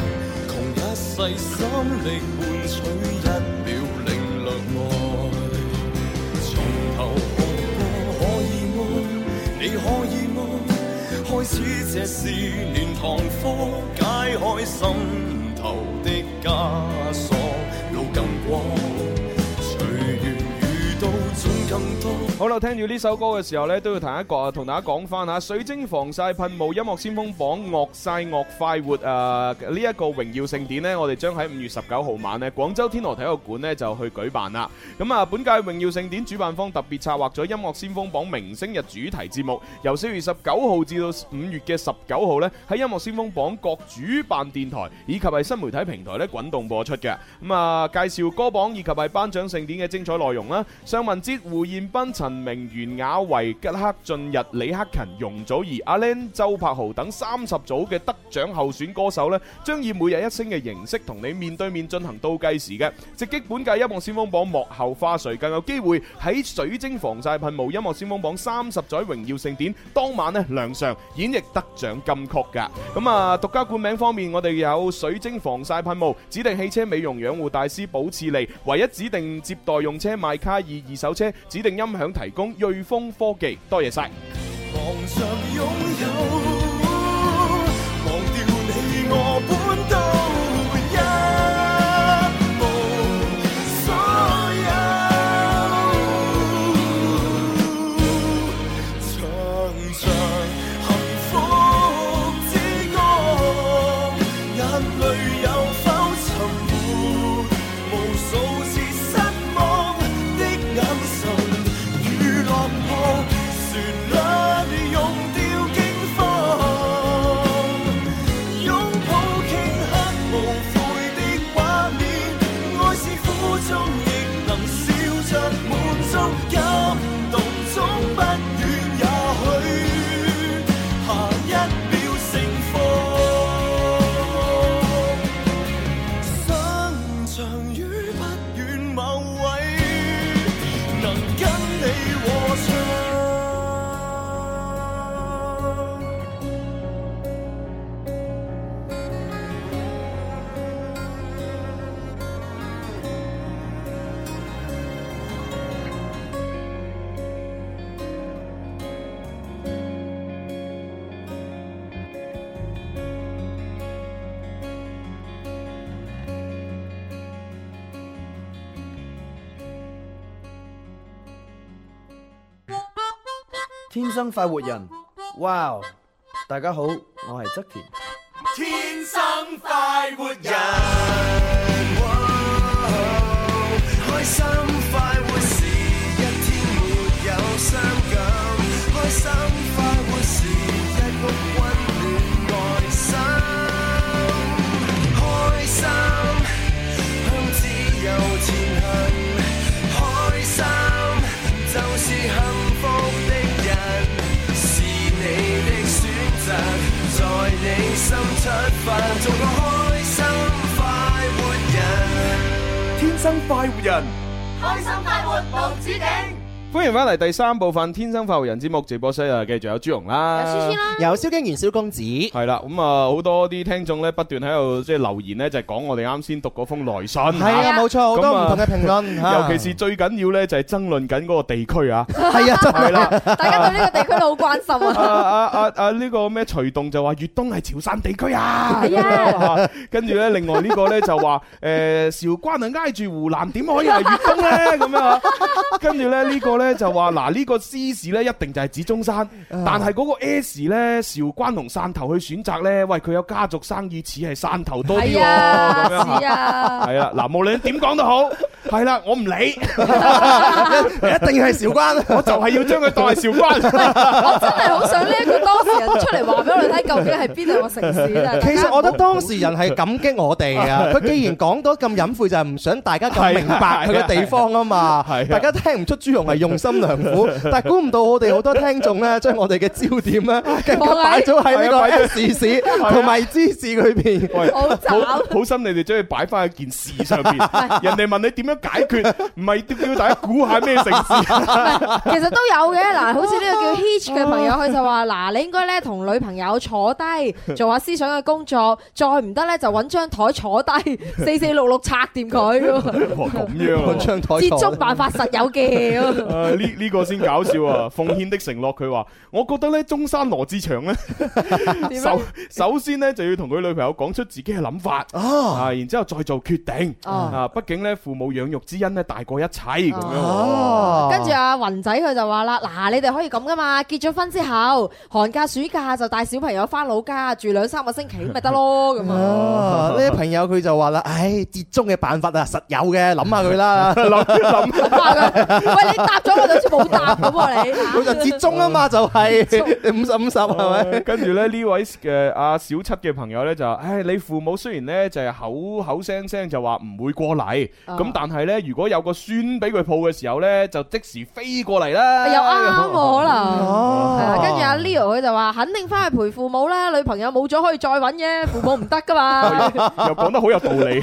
Speaker 1: 窮一世心力換取一秒領略愛。從頭學過可以麼？你可以麼？開始這是年堂課，解開心頭的枷鎖，路更廣。隨緣遇到總感
Speaker 7: 更多。
Speaker 3: 好啦，聽住呢首歌嘅時候呢，都要提一個同大家講翻吓，水晶防曬噴霧音樂先鋒榜樂曬樂快活啊！呢、一個榮耀盛典呢，我哋將喺五月十九號晚呢，廣州天河體育館呢就去舉辦啦。咁啊，本屆榮耀盛典主辦方特別策劃咗音樂先鋒榜明星日主題節目，由四月十九號至到五月嘅十九號呢，喺音樂先鋒榜各主辦電台以及係新媒體平台呢滾動播出嘅。咁啊，介紹歌榜以及係頒獎盛典嘅精彩內容啦。尚文哲、胡彥斌、陳明、袁雅維、吉克進日、李克勤、容祖兒、阿 Len、周柏豪等三十組嘅得獎候選歌手呢，將以每日一星嘅形式同你面對面進行倒計時嘅，直擊本屆音樂先鋒榜幕後花絮，更有機會喺水晶防曬噴霧音樂先鋒榜三十載榮耀盛典當晚呢亮相演繹得獎金曲㗎。咁啊，獨家冠名方面，我哋有水晶防曬噴霧指定汽車美容養護大師保智利，唯一指定接待用車賣卡爾二手車指定音響提供瑞豐科技，多謝晒。
Speaker 7: 望上擁有，忘掉你我本都一無所有，唱着幸福之歌，眼淚有否沉沒？無數次失望的眼神與落寞，旋律用掉驚慌。擁抱頃刻無悔的畫面，愛是苦中亦能笑着滿足，感動總不遠，也許下一秒盛放。想像於不遠某位，能跟你和唱。
Speaker 9: 天生快活人，哇、大家好，我係側田。
Speaker 7: 天生快活人，開心快活是一天沒有傷感，開心快活是一屋溫暖愛心，開心向自由前行，開心就是幸福的人，是你的選擇。在你心出發，做個開心快活人。天生快活人，開心快活無止境。
Speaker 3: 歡迎翻嚟第三部分《天生發育人》節目直播室啊，繼續有朱容啦，
Speaker 10: 有詩詩啦，
Speaker 6: 有蕭敬元蕭公子，係
Speaker 3: 系啦，咁啊好多啲聽眾咧不斷喺度即係留言咧，就係講我哋啱先讀嗰封來信。
Speaker 6: 啊，冇錯，好多唔同嘅評論，
Speaker 3: 嗯 *laughs*
Speaker 5: 啊
Speaker 3: 尤其是最緊要咧就係爭論緊嗰個地區
Speaker 5: *laughs*
Speaker 3: 啊，*laughs*
Speaker 6: 係啊，真
Speaker 3: 係啦，
Speaker 5: 大家對呢個地區都好關心
Speaker 3: 啊
Speaker 5: 啊！
Speaker 3: 啊啊啊呢個咩徐棟就話粵東係潮汕地區啊，
Speaker 5: 係
Speaker 3: 啊，跟住咧另外呢個咧就話誒韶關啊挨住湖南，點可以係粵東咧咁樣啊？跟住咧呢個咧就話嗱呢個 C 市咧一定就係指中
Speaker 5: 啊
Speaker 3: 山，但係嗰個 S 咧韶關同汕頭去選擇咧，喂佢有家族生意似係汕頭多啲喎，咁
Speaker 5: 係
Speaker 3: 樣
Speaker 5: 啊，
Speaker 3: 嚇
Speaker 5: 是啊，
Speaker 3: 係啦，嗱無論點講都好，係啦，我唔理，
Speaker 6: 一定要係韶關。啊
Speaker 3: 我就係要將佢當係韶關。
Speaker 5: 我真係好想呢一個當事人出嚟話俾我哋聽，究竟係邊兩個城市啊？
Speaker 6: 其實我覺得當事人係感激我哋啊！佢既然講到咁隱晦，就係唔想大家咁明白佢嘅地方啊嘛
Speaker 3: 係啊係啊。
Speaker 6: 大家聽唔出朱容係用心良苦，但係估唔到我哋好多聽眾咧，將我哋嘅焦點咧，更加擺咗喺呢個 S 市同埋芝士裏邊。
Speaker 3: *laughs* 喂
Speaker 5: 好慘
Speaker 3: 好 *laughs* 好心你哋將佢擺翻喺件事上 *laughs* 邊，人哋問你點樣解決，唔係都叫大家估下咩城市。
Speaker 5: 其實都有嘅，嗱，好似呢個叫 Hitch 嘅朋友，佢就話：嗱，你應該咧同女朋友坐低做下思想嘅工作，再唔得咧就揾張台坐低，四四六六拆掂佢，
Speaker 3: *laughs* 哇咁樣
Speaker 6: 半
Speaker 3: 啊
Speaker 6: 張台
Speaker 5: 接觸
Speaker 6: 坐
Speaker 5: 辦法實有
Speaker 3: *laughs*
Speaker 5: 嘅。
Speaker 3: 啊呢呢個先搞笑啊！奉獻的承諾，佢話：我覺得咧，中山羅志祥咧，首首先咧就要同佢女朋友講出自己嘅諗法啊，然之後再做決定
Speaker 5: 哦
Speaker 3: 啊。畢竟咧，父母養育之恩咧大過一切咁樣。
Speaker 6: 哦，
Speaker 5: 跟住阿雲仔佢就話啦：嗱，你哋可以咁噶嘛，結咗婚之後，寒假暑假就帶小朋友翻老家住兩三個星期咪得咯咁啊！
Speaker 6: 啊！呢啲朋友佢就話啦，唉，折中嘅辦法啊，實有嘅，諗下佢啦。
Speaker 5: 喂，你答咗我就好似冇答咁喎你。
Speaker 6: 佢就折中啊嘛，就係五十五十係咪？
Speaker 3: 哦跟住咧呢位嘅阿小七嘅朋友咧就話：，唉，你父母雖然咧就係口口聲聲就話唔會過嚟，
Speaker 5: 啊
Speaker 3: 咁但係咧如果有個孫俾佢抱嘅時候咧，就即時飛過嚟啦。
Speaker 5: 又啱喎，可能。係啊
Speaker 6: 哦，
Speaker 5: 跟住阿 Ờ. Leo 佢就話：肯定翻去陪父母啦，女朋友冇咗可以再揾嘅，父母唔得噶嘛，
Speaker 3: *laughs* 又講得好有道理，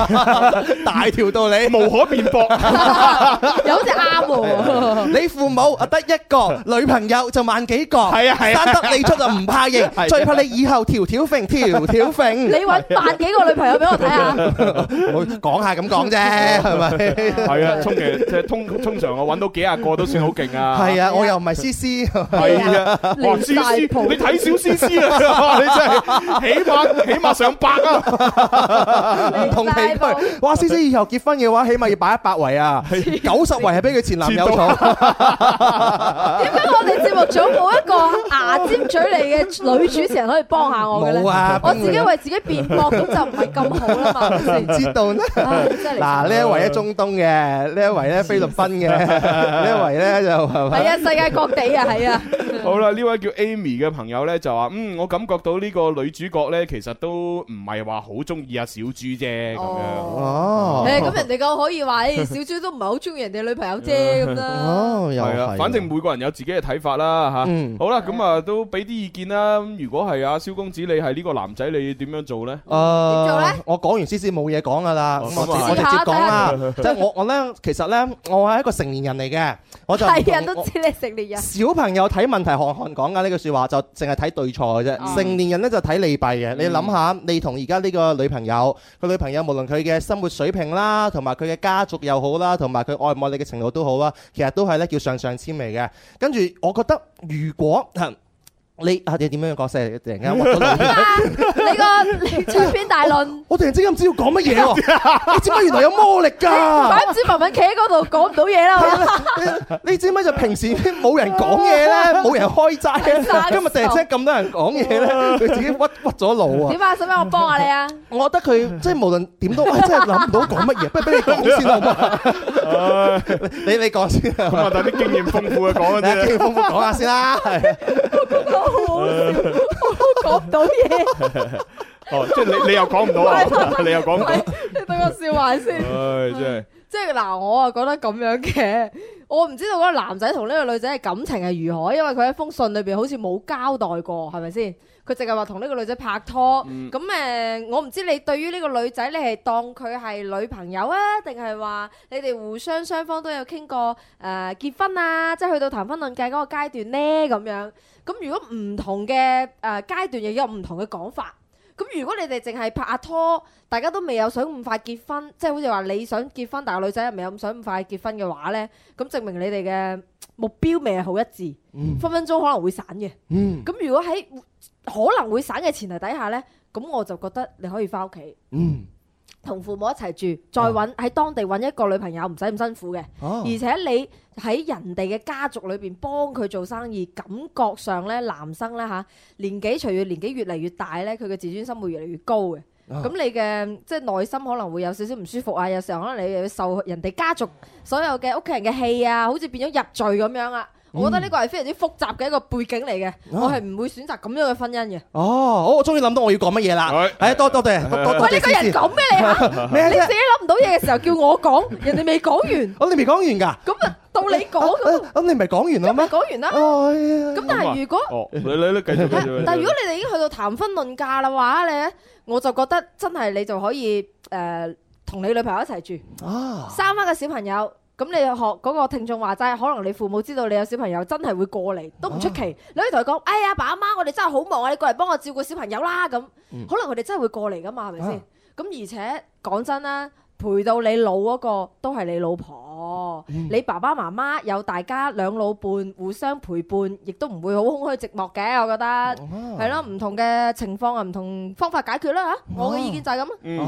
Speaker 6: 大條道理。
Speaker 3: 無可辯
Speaker 5: *laughs*
Speaker 3: 駁。
Speaker 5: 又好似啱喎。
Speaker 6: 你父母啊得一個，女朋友就萬幾個，
Speaker 3: 係啊係啊
Speaker 6: 生得你出就唔怕型
Speaker 3: 係啊，
Speaker 6: 最怕你以後條條揈條條
Speaker 5: 你
Speaker 6: 揈。
Speaker 5: 揾萬幾個女朋友俾我睇下，
Speaker 6: 我講下咁講啫，係咪？
Speaker 3: 係啊，通其即係通通常我揾到幾廿個都算好勁啊。
Speaker 6: 係啊，我又唔係 C C，
Speaker 3: 係啊，哇！
Speaker 5: 亂
Speaker 3: 思
Speaker 5: 晒
Speaker 3: 思，你
Speaker 5: 譜
Speaker 3: 睇小思思啊， *laughs* 你真係起碼起碼上百啊！
Speaker 6: 唔同地
Speaker 5: 大佬
Speaker 6: 區。哇，C C 以後結婚嘅話，起碼要擺一百圍啊，九十圍係俾佢前男友坐。
Speaker 5: 點解我哋節目組冇一個牙尖嘴利嘅女主持人可以幫下我嘅咧？
Speaker 6: 冇啊，
Speaker 5: 我自己為自己辯駁，咁就唔係咁好啦嘛，係咪先
Speaker 6: 唔知道呢。
Speaker 5: 唉真係離
Speaker 6: 嗱，
Speaker 5: 譜
Speaker 6: 呢一位咧中東嘅，呢一位咧菲律賓嘅，呢一位咧就係咪
Speaker 5: 係啊，世界各地啊，係啊，
Speaker 3: *laughs* 好啦，呢位叫 Amy 嘅朋友呢，就話：嗯，我感覺到呢個女主角呢，其實都唔係話好中意阿小豬啫咁樣。
Speaker 5: Ờ. 哦。
Speaker 6: 哦，
Speaker 5: 誒，咁人哋夠可以話，誒，小豬都唔係好中意人哋女朋友啫咁啦。
Speaker 6: 哦，又
Speaker 3: 係啊，
Speaker 6: 係
Speaker 3: 反正每個人有自己嘅睇法啦吓。
Speaker 6: 嗯
Speaker 3: 好啦，咁啊都俾啲意見啦。咁如果係阿蕭公子你係呢個男仔，你點樣做呢？
Speaker 6: 誒，
Speaker 5: 做呢
Speaker 6: 哦我講完先先冇嘢講噶啦，
Speaker 3: 哦
Speaker 6: 咁
Speaker 3: 咁
Speaker 6: 我
Speaker 3: 啊
Speaker 6: 我直接
Speaker 5: 試下
Speaker 6: 講啦。即係我我咧，其實咧，我係一個成年人嚟嘅，我就唔
Speaker 5: *laughs* 係人
Speaker 6: 同
Speaker 5: 都知啊你
Speaker 6: *laughs*
Speaker 5: 食獵人。
Speaker 6: 小朋友睇問題，韓寒講緊呢句説話就淨係睇對錯嘅啫。
Speaker 5: 嗯
Speaker 6: 成年人呢就睇利弊嘅。你諗下，你同而家呢個女朋友，佢女朋友無論佢嘅生活水平啦，同埋佢嘅家族又好啦，同埋佢愛唔愛你嘅程度都好啦，其實都係咧叫上上籤嚟嘅。跟住我覺得，如果你啊，你點樣講先？突然間屈咗路添
Speaker 5: 啊你個你長篇大
Speaker 6: *laughs*
Speaker 5: 論，
Speaker 6: 我突然之間唔知要講乜嘢喎！你知唔知原來有魔力㗎？
Speaker 5: 怪唔知文文企喺嗰度講唔到
Speaker 6: *laughs*
Speaker 5: 嘢啦。
Speaker 6: 你你知唔知就平時冇人講嘢咧，冇人開齋咧，今日突然之間咁多人講嘢咧，佢自己屈屈咗腦啊！
Speaker 5: 點啊？使唔使我幫下
Speaker 6: *laughs*
Speaker 5: 你啊？
Speaker 6: 我覺得佢即係無論點都，唉真係諗唔到講乜嘢，不如俾你講先好唔好？你你講先
Speaker 3: *laughs*
Speaker 6: 啊！
Speaker 3: 咁啊，等啲經驗豐富嘅講一
Speaker 6: *laughs* 你啊
Speaker 3: 啲
Speaker 6: 經豐富講下先啦，係
Speaker 5: 講唔到嘢，
Speaker 3: 哦，即係你你又講唔
Speaker 6: *laughs*
Speaker 3: 到啊， *laughs* 你又講唔到。
Speaker 5: 你等我笑埋先。
Speaker 3: 唉，真
Speaker 5: 即係嗱，我啊覺得咁樣嘅，我唔知道嗰個男仔同呢個女仔嘅感情係如何，因為佢喺封信裏邊好似冇交代過，係咪先？佢淨係話同呢個女仔拍拖，咁誒、我唔知你對於呢個女仔，你係當佢係女朋友啊，定係話你哋互相雙方都有傾過誒、結婚啊，即係去到談婚論嫁嗰個階段呢？咁樣。咁如果唔同嘅誒階段，亦有唔同嘅講法。咁如果你哋淨係拍下拖，大家都未有想咁快結婚，即係好似話你想結婚，但係女仔又未有咁想咁快結婚嘅話呢，咁證明你哋嘅目標未係好一致，分分鐘可能會散嘅。
Speaker 6: 嗯
Speaker 5: 咁如果喺可能會散嘅前提底下呢，咁我就覺得你可以翻屋企
Speaker 6: 嗯
Speaker 5: 同父母一齊住，再揾喺當地揾一個女朋友，唔使咁辛苦嘅。
Speaker 6: 哦
Speaker 5: 而且你喺人哋嘅家族裏邊幫佢做生意，感覺上咧男生咧嚇年紀隨住年紀越嚟越大咧，佢嘅自尊心會越嚟越高嘅。
Speaker 6: 啊
Speaker 5: 咁你嘅即係內心可能會有少少唔舒服啊，有時候可能你又要受人哋家族所有嘅屋企人嘅氣啊，好似變咗入罪咁樣啊！我覺得呢個係非常之複雜嘅一個背景嚟嘅，我係唔會選擇咁樣嘅婚姻嘅。
Speaker 6: 哦，我我終於諗到我要講乜嘢啦！
Speaker 3: 係
Speaker 6: 係多多謝多多
Speaker 5: 喂，
Speaker 6: 謝
Speaker 5: 呢個人
Speaker 6: 先
Speaker 5: 咁咩
Speaker 6: *laughs*
Speaker 5: 你嚇？
Speaker 6: 咩
Speaker 5: 你
Speaker 6: 啫
Speaker 5: 自？己諗唔到嘢嘅時候叫我講，人哋未講完，
Speaker 6: 我你未講完㗎？
Speaker 5: 咁啊到你講，咁
Speaker 6: 啊啊你唔係講完啦
Speaker 5: 咁咪
Speaker 6: 咩？
Speaker 5: 講完
Speaker 4: 啊
Speaker 5: 啦。
Speaker 6: 哎呀
Speaker 5: 咁但係如果
Speaker 3: 係。哦，你你你繼續繼續。
Speaker 5: 但係如果你哋已經去到談婚論嫁啦話咧，我就覺得真係你就可以誒同、你女朋友一齊住，
Speaker 6: 啊！
Speaker 5: 生翻個小朋友。咁你學嗰個聽眾話齋，可能你父母知道你有小朋友，真係會過嚟，都唔出奇。
Speaker 6: 啊
Speaker 5: 你可以同佢講：哎呀，爸阿媽，我哋真係好忙啊，你過嚟幫我照顧小朋友啦。咁、
Speaker 6: 嗯
Speaker 5: 可能佢哋真係會過嚟噶嘛，係咪
Speaker 6: 啊
Speaker 5: 先？咁、而且講真啦，陪到你老嗰個都係你老婆。助。你爸爸媽媽有大家兩老伴互相陪伴，亦都唔會好空虛寂寞嘅。我覺得
Speaker 6: 哦啊
Speaker 5: 係咯，唔同嘅情況啊，唔同方法解決啦嚇。我嘅意見就係咁啊。
Speaker 3: 嗯，
Speaker 6: 哦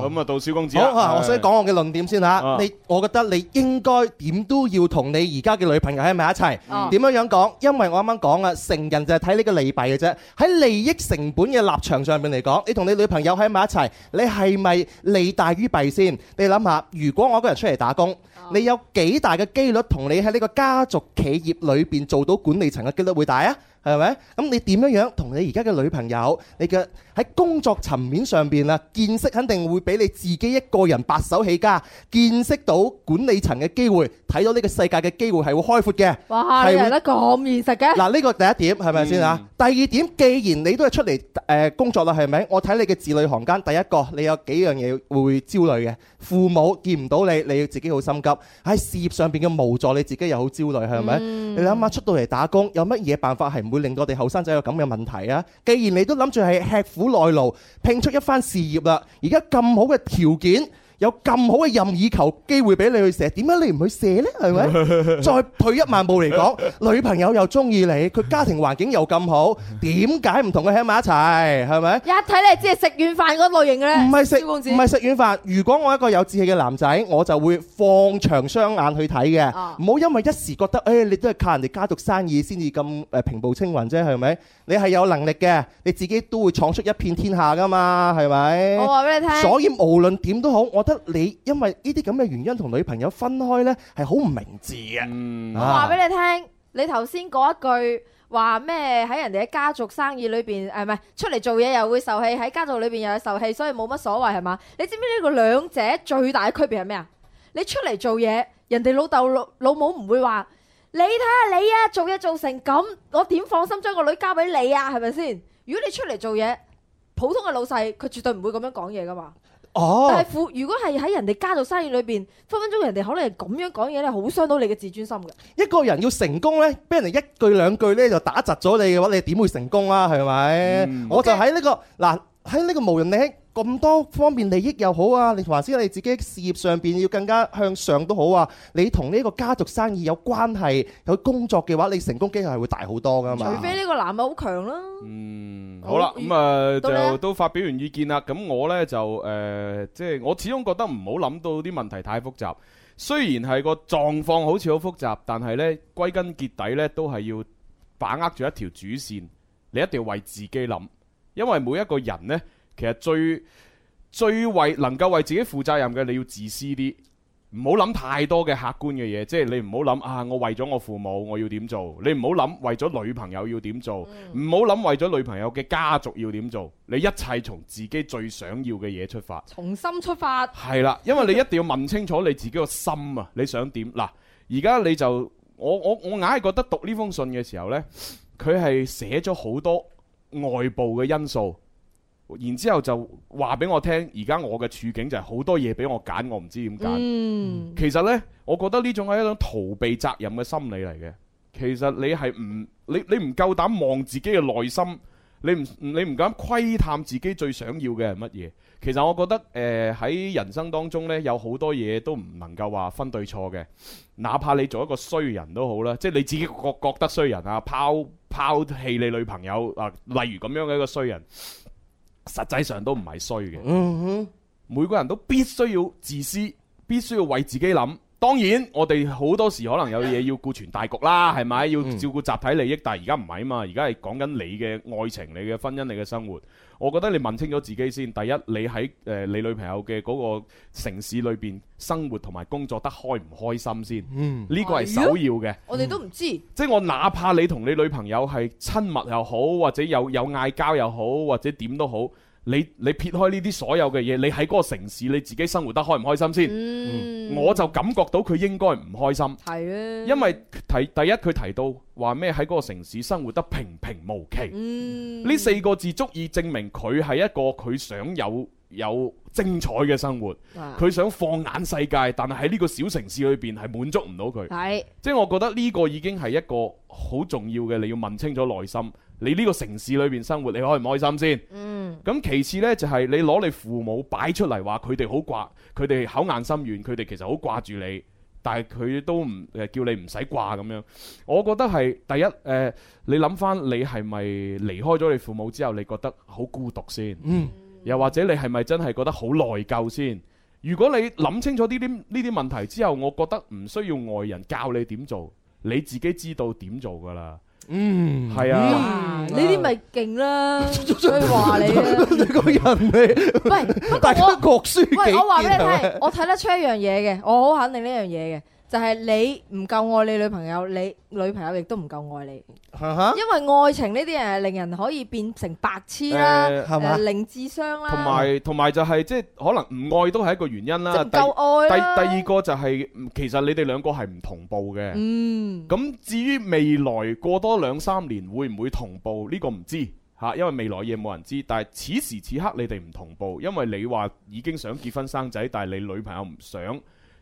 Speaker 3: 好，咁啊，到小公子啦
Speaker 6: 好啊！我想講我嘅論點先
Speaker 3: 啊
Speaker 6: 嚇，你我覺得你應該點都要同你而家嘅女朋友喺埋一齊。
Speaker 5: 嗯
Speaker 6: 點樣樣講？因為我啱啱講啊，成人就係睇呢個利弊嘅啫。喺利益成本嘅立場上面嚟講，你同你女朋友喺埋一齊，你係咪利大於弊先？你諗下，如果我一個人出嚟打工，你有幾大嘅機率同你喺呢個家族企業裏邊做到管理層嘅機率會大啊？係咪？咁你點樣樣同你而家嘅女朋友，你嘅喺工作層面上邊啊，見識肯定會比你自己一個人白手起家，見識到管理層嘅機會，睇到呢個世界嘅機會係會開闊嘅。
Speaker 5: 哇！你
Speaker 6: 係會
Speaker 5: 嚟得咁現實嘅。
Speaker 6: 嗱，呢個第一點係咪先啊？第二點，既然你都係出嚟誒、呃工作啦，係咪？我睇你嘅字裏行間，第一個你有幾樣嘢會焦慮嘅，父母見唔到你，你要自己好心急；喺事業上邊嘅無助，你自己又好焦慮，係咪？你諗下出到嚟打工，有乜嘢辦法係唔會令到我哋後生仔有咁嘅問題啊？既然你都諗住係吃苦耐勞，拼出一番事業啦，而家咁好嘅條件。有咁好嘅任意球機會俾你去射，點解你唔去射呢？係咪？再退一萬步嚟講，女朋友又中意你，佢家庭環境又咁好，點解唔同佢喺埋一齊？係咪？
Speaker 5: 一睇你知係食軟飯嗰類型嘅咧，
Speaker 6: 唔係食
Speaker 5: 蕭公子
Speaker 6: 唔係食軟飯。如果我一個有志氣嘅男仔，我就會放長雙眼去睇嘅，
Speaker 5: 啊
Speaker 6: 唔好因為一時覺得，誒、你都係靠人哋家族生意先至咁誒平步青雲啫，係咪？你係有能力嘅，你自己都會闖出一片天下噶嘛，係咪？
Speaker 5: 我話俾你聽，
Speaker 6: 所以無論點都好，我覺得你因為呢啲咁嘅原因同女朋友分開呢，係好唔明智嘅。
Speaker 3: 嗯，
Speaker 5: 我話俾你聽，你頭先嗰一句話咩喺人哋嘅家族生意裏邊，誒唔係出嚟做嘢又會受氣，喺家族裏邊又有受氣，所以冇乜所謂係嘛？你知唔知呢個兩者最大嘅區別係咩啊？你出嚟做嘢，人哋老豆老老母唔會話你睇下你啊，做嘢做成咁，我點放心將個女交俾你啊？係咪先？如果你出嚟做嘢，普通嘅老細佢絕對唔會咁樣講嘢噶嘛。但
Speaker 6: 哦
Speaker 5: 係，父如果係喺人哋家族生意裏邊，分分鐘人哋可能係咁樣講嘢咧，好傷到你嘅自尊心嘅。
Speaker 6: 一個人要成功呢，俾人哋一句兩句呢就打窒咗你嘅話，你點會成功啊？係咪？
Speaker 3: 嗯
Speaker 6: 我就喺呢、個嗱喺呢個無論你喺咁多方面利益又好啊，你還是你自己事業上邊要更加向上都好啊。你同呢個家族生意有關係有工作嘅話，你成功機會係會大好多噶嘛。
Speaker 5: 除非呢個男嘅好強啦，
Speaker 3: 嗯，好啦，
Speaker 5: 好
Speaker 3: 咁啊
Speaker 5: 到你啊
Speaker 3: 就都發表完意見啦。咁我呢，就誒，即係我始終覺得唔好諗到啲問題太複雜。雖然係個狀況好似好複雜，但係呢，歸根結底呢，都係要把握住一條主線，你一定要為自己諗，因為每一個人呢，其實最最為能夠為自己負責任嘅，你要自私啲。唔好諗太多嘅客觀嘅嘢，即係你唔好諗啊！我為咗我父母我要點做，你唔好諗為咗女朋友要點做，唔好諗為咗女朋友嘅家族要點做，你一切從自己最想要嘅嘢出發。
Speaker 5: 重新出發。
Speaker 3: 係啦，因為你一定要問清楚你自己個心啊，你想點？嗱，而家你就我我我硬係覺得讀呢封信嘅時候呢，佢係寫咗好多外部嘅因素，然之後就話俾我聽，而家我嘅處境就係好多嘢俾我揀，我唔知點揀。
Speaker 5: 嗯，
Speaker 3: 其實呢，我覺得呢種係一種逃避責任嘅心理嚟嘅。其實你係唔你你唔夠膽望自己嘅內心，你唔你唔敢窺探自己最想要嘅係乜嘢。其實我覺得誒喺、人生當中呢，有好多嘢都唔能夠話分對錯嘅。哪怕你做一個衰人都好啦，即係你自己覺覺得衰人啊，拋拋棄你女朋友啊，例如咁樣嘅一個衰人，實際上都唔係衰嘅。
Speaker 6: 嗯
Speaker 3: 每個人都必須要自私，必須要為自己諗。當然，我哋好多時可能有嘢要顧全大局啦，係咪？要照顧集體利益，但係而家唔係嘛，而家係講緊你嘅愛情、你嘅婚姻、你嘅生活。我覺得你問清楚自己先。第一，你喺誒、呃你女朋友嘅嗰個城市裏邊生活同埋工作得開唔開心先？
Speaker 6: 嗯
Speaker 3: 呢個係首要嘅。
Speaker 5: 我哋都唔知。
Speaker 3: 即係我哪怕你同你女朋友係親密又好，或者有有嗌交又好，或者點都好，你你撇開呢啲所有嘅嘢，你喺嗰個城市你自己生活得開唔開心先？
Speaker 5: 嗯，
Speaker 3: 我就感覺到佢應該唔開心，
Speaker 5: 係啊，
Speaker 6: 嗯
Speaker 3: 因為提第一佢提到話咩喺嗰個城市生活得平平無奇，
Speaker 5: 嗯
Speaker 3: 呢四個字足以證明佢係一個佢想有有精彩嘅生活，
Speaker 5: 啊
Speaker 3: 佢想放眼世界，但係喺呢個小城市裏邊係滿足唔到佢。
Speaker 5: 係
Speaker 3: 即係我覺得呢個已經係一個好重要嘅，你要問清楚內心，你呢個城市裏邊生活，你開唔開心先？
Speaker 5: 嗯
Speaker 3: 咁其次呢，就係、你攞你父母擺出嚟話佢哋好掛，佢哋口硬心軟，佢哋其實好掛住你。但係佢都唔誒叫你唔使掛咁樣。我覺得係第一誒、呃你諗翻你係咪離開咗你父母之後，你覺得好孤獨先？
Speaker 6: 嗯，
Speaker 3: 又或者你係咪真係覺得好內疚先？如果你諗清楚呢啲呢啲問題之後，我覺得唔需要外人教你點做，你自己知道點做㗎啦。
Speaker 6: 嗯，
Speaker 3: 係啊，
Speaker 5: 哇！呢啲咪勁
Speaker 6: *laughs*
Speaker 5: 啦，所以話你啊，
Speaker 6: 你個人你
Speaker 5: 喂，不過
Speaker 6: 大家
Speaker 5: 我
Speaker 6: 各抒己
Speaker 5: 喂，我話俾你
Speaker 6: 見係
Speaker 3: 啊
Speaker 6: 咪
Speaker 5: 聽，我睇得出一樣嘢嘅，我好肯定呢樣嘢嘅，就係你唔夠愛你女朋友，你女朋友亦都唔夠愛你，
Speaker 6: 哈
Speaker 3: 啊
Speaker 6: 哈
Speaker 5: 因為愛情呢啲嘢係令人可以變成白痴啦，
Speaker 3: 誒
Speaker 6: 係嘛
Speaker 5: 誒零智商啦，
Speaker 3: 同埋啊同埋就係即係可能唔愛都係一個原因
Speaker 5: 就
Speaker 3: 啦。
Speaker 5: 唔
Speaker 3: 第
Speaker 5: 夠愛
Speaker 3: 第
Speaker 5: 啦
Speaker 3: 第二個就係嗯其實你哋兩個係唔同步嘅。
Speaker 5: 嗯，
Speaker 3: 咁至於未來過多兩三年會唔會同步呢、個唔知嚇，因為未來嘢冇人知。但係此時此刻你哋唔同步，因為你話已經想結婚生仔，但係你女朋友唔想，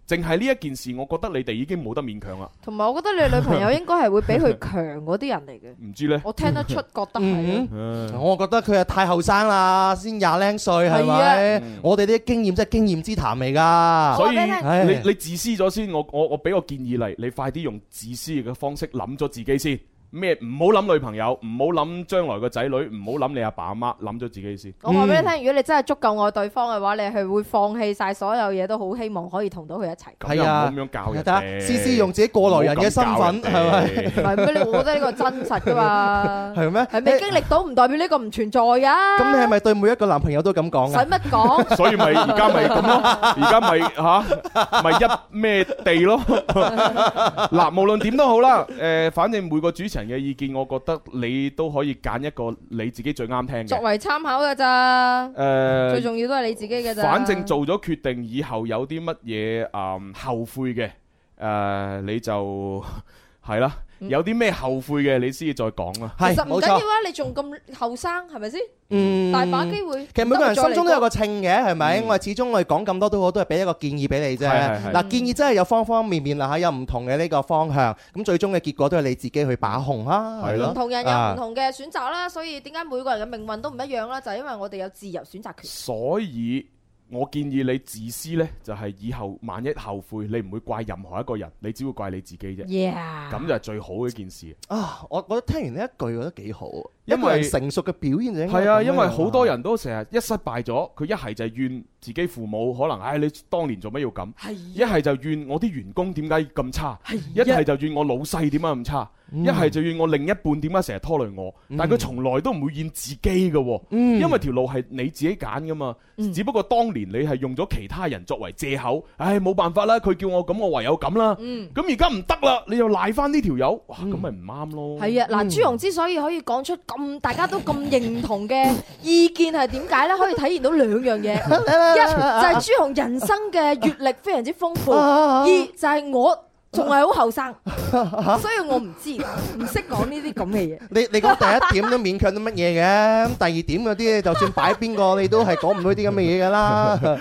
Speaker 3: 淨係呢一件事，我覺得你哋已經冇得勉強啦。
Speaker 5: 同埋我覺得你女朋友應該係會比佢強嗰啲人嚟
Speaker 3: *laughs*
Speaker 5: 嘅，
Speaker 3: 唔知呢？
Speaker 5: 我聽得出覺得係啊
Speaker 6: 嗯。我覺得佢係太後生啦，先廿零歲係咪？我哋啲經驗真係經驗之談嚟㗎。
Speaker 3: 所以
Speaker 4: 我話俾你聽
Speaker 6: 唉
Speaker 3: 你你自私咗先，我我我俾個建議你，你快啲用自私嘅方式諗咗自己先。咩唔好諗女朋友，唔好諗將來個仔女，唔好諗你阿爸阿媽，諗咗自己先。
Speaker 5: 我話俾你聽，如果你真係足夠愛對方嘅話，你係會放棄晒所有嘢，都好希望可以同到佢一齊。
Speaker 3: 咁又唔
Speaker 6: 係啊
Speaker 3: 好咁樣教人
Speaker 6: 睇下
Speaker 3: 哋。
Speaker 6: 思思用自己過來人嘅身份係，
Speaker 3: 咪？
Speaker 5: 唔係咩？我覺得呢個真實噶嘛
Speaker 6: 係咩？
Speaker 5: 係未啊經歷到唔代表呢個唔存在噶。
Speaker 6: 咁你係咪對每一個男朋友都咁講
Speaker 5: 使
Speaker 6: 啊？
Speaker 5: 乜
Speaker 6: *laughs*
Speaker 5: 講？
Speaker 3: 所以咪而家咪咁咯，而家咪吓咪一咩地咯。 *laughs* 嗱，無論點都好啦，誒，反正每個主持人嘅意見，我覺得你都可以揀一個你自己最啱聽
Speaker 5: 作
Speaker 3: 嘅。
Speaker 5: 為參考㗎咋，最
Speaker 3: 誒，
Speaker 5: 重要都係你自己嘅咋。
Speaker 3: 反正做咗決定以後有啲乜嘢誒後悔嘅，誒你就 *laughs* 係啦，有啲咩後悔嘅你先至再講啦。
Speaker 5: 其
Speaker 6: 係
Speaker 5: 實唔
Speaker 6: 冇
Speaker 5: 緊要
Speaker 6: 錯，
Speaker 5: 啊，你仲咁後生係咪先？
Speaker 6: 嗯，
Speaker 5: 大把機會。
Speaker 6: 其實每個人心中都有個稱嘅，係咪？
Speaker 3: 嗯
Speaker 6: 我係始終我哋講咁多都好，都係俾一個建議俾你啫。
Speaker 3: 係係係
Speaker 6: 嗱，建議真係有方方面面啦，嚇有唔同嘅呢個方向。咁最終嘅結果都係你自己去把控啦。
Speaker 3: 係咯
Speaker 5: 唔同人有
Speaker 6: 啊
Speaker 5: 唔同嘅選擇啦，所以點解每個人嘅命運都唔一樣啦？就係因為我哋有自由選擇權。
Speaker 3: 所以我建議你自私呢，就係以後萬一後悔，你唔會怪任何一個人，你只會怪你自己啫。
Speaker 5: Yeah，
Speaker 3: 咁就係最好嘅一件事。
Speaker 6: 啊，我覺得聽完呢一句，覺得幾好。
Speaker 3: 因為
Speaker 6: 一個人成熟嘅表現就應該
Speaker 3: 係啊，
Speaker 6: 咁樣
Speaker 3: 因為好多人都成日一失敗咗，佢一係就怨自己父母，可能唉、你當年做乜要咁；一係就怨我啲員工點解咁差；一係啊就怨我老細點解咁差；
Speaker 6: 嗯
Speaker 3: 一
Speaker 5: 嗯
Speaker 3: 係就怨我另一半點解成日拖累我。但係佢從來都唔會怨自己嘅喎，
Speaker 6: 嗯
Speaker 3: 因為條路係你自己揀噶嘛。
Speaker 5: 嗯
Speaker 3: 只不過當年你係用咗其他人作為借口，唉、冇辦法啦，佢叫我咁，我唯有咁啦。
Speaker 5: 嗯
Speaker 3: 咁而家唔得啦，你又賴翻呢條友，哇咁咪唔啱咯。
Speaker 5: 係啊，
Speaker 6: 嗯
Speaker 5: 嗱，朱容之所以可以講出咁大家都咁認同嘅意見係點解呢？可以體現到兩樣嘢，
Speaker 6: *laughs*
Speaker 5: 一就係朱容人生嘅閲歷非常之豐
Speaker 6: *laughs* 啊
Speaker 5: 富，二就係我仲係好後生，所以我唔知唔識講呢啲咁嘅嘢。
Speaker 6: 你你講第一點都勉強到乜嘢嘅，咁第二點嗰啲就算擺邊個你都係講唔到啲咁嘅嘢㗎啦。
Speaker 3: *laughs*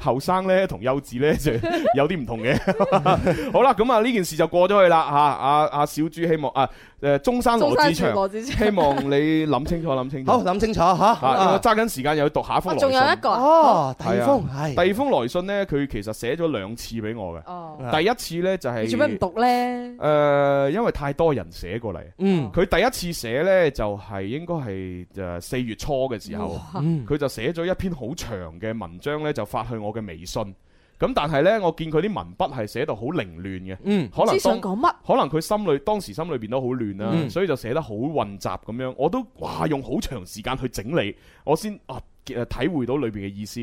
Speaker 3: 後生呢同幼
Speaker 5: *laughs*
Speaker 3: 稚呢就有啲唔同嘅。 *laughs* 好啦，咁啊呢件事就過咗去啦嚇。阿阿小豬希望啊誒中山 *laughs* 羅志
Speaker 5: 柱
Speaker 3: 祥，
Speaker 5: 羅志祥
Speaker 3: 希望你諗清楚諗清楚。
Speaker 6: 好，諗清楚嚇。
Speaker 3: 啊，我
Speaker 6: 啊
Speaker 3: 揸緊時間又要讀下一
Speaker 5: 啊，
Speaker 3: 封來
Speaker 5: 仲有一
Speaker 3: 信。
Speaker 5: 個啊，
Speaker 6: 哦，第二封
Speaker 3: 第
Speaker 6: 係
Speaker 3: 二封來信呢，佢其實寫咗兩次俾我嘅。
Speaker 5: 哦，
Speaker 6: 啊
Speaker 3: 第一次呢就係
Speaker 5: 你做咩唔讀呢？
Speaker 3: 誒，因為太多人寫過嚟。
Speaker 6: 嗯
Speaker 3: 佢第一次寫呢，就係應該係誒四月初嘅時候。
Speaker 6: 嗯
Speaker 3: 佢就寫咗一篇好長嘅文章呢，就發去我嘅微信。咁但係呢，我見佢啲文筆係寫到好凌亂嘅，
Speaker 6: 嗯
Speaker 3: 可能
Speaker 5: 知想
Speaker 3: 當
Speaker 5: 講乜？
Speaker 3: 可能佢心裏當時心裏邊都好亂啦，
Speaker 6: 嗯
Speaker 3: 所以就寫得好混雜咁樣。我都哇用好長時間去整理，我先啊誒體會到裏邊嘅意思。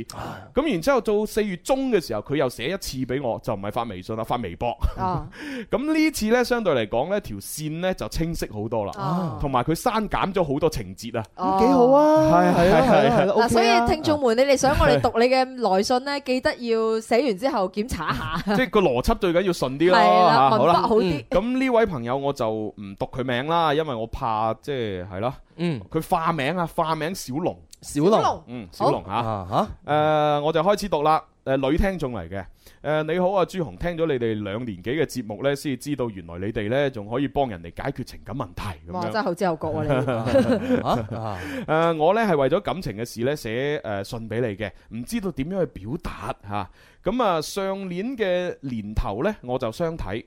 Speaker 3: 咁然之後到四月中嘅時候，佢又寫一次俾我，就唔係發微信啦，發微博。 *laughs*
Speaker 5: 啊
Speaker 3: 咁呢次呢，相對嚟講呢條線呢就清晰好多啦，
Speaker 5: 啊，
Speaker 3: 同埋佢刪減咗好多情節
Speaker 5: *laughs*
Speaker 3: 啊。
Speaker 5: 哦
Speaker 6: 幾好！啊，
Speaker 3: 係
Speaker 6: 係啊
Speaker 3: 係
Speaker 6: 係啊係啊
Speaker 5: 嗱，所以聽
Speaker 6: 聽眾
Speaker 5: 眾們，你哋想我哋讀你嘅來信呢，記得要寫完之後檢查
Speaker 3: *laughs*
Speaker 5: 一下。
Speaker 3: 即係個邏輯最緊要順啲咯，
Speaker 5: 係
Speaker 3: 嚇
Speaker 5: 啦，文
Speaker 3: 好
Speaker 5: 筆
Speaker 3: 啦。
Speaker 5: 好啲。
Speaker 3: 咁呢位朋友我就唔讀佢名啦，因為我怕即係係啦，
Speaker 6: 嗯
Speaker 3: 佢化名啊，化名小龍，
Speaker 6: 小龍
Speaker 3: 嗯，小龍嚇，誒、
Speaker 6: 啊
Speaker 3: 我就開始讀啦。誒女聽眾嚟嘅，誒、你好啊，朱紅，聽咗你哋兩年幾嘅節目呢，先至知道原來你哋呢仲可以幫人哋解決情感問題咁
Speaker 5: 哇，
Speaker 3: 樣
Speaker 5: 真。係後知後覺
Speaker 3: *laughs*
Speaker 5: 啊你。
Speaker 6: 啊
Speaker 3: 誒、我呢係為咗感情嘅事呢寫誒、呃信俾你嘅，唔知道點樣去表達嚇。咁啊，上年嘅年頭呢，我就呃相睇。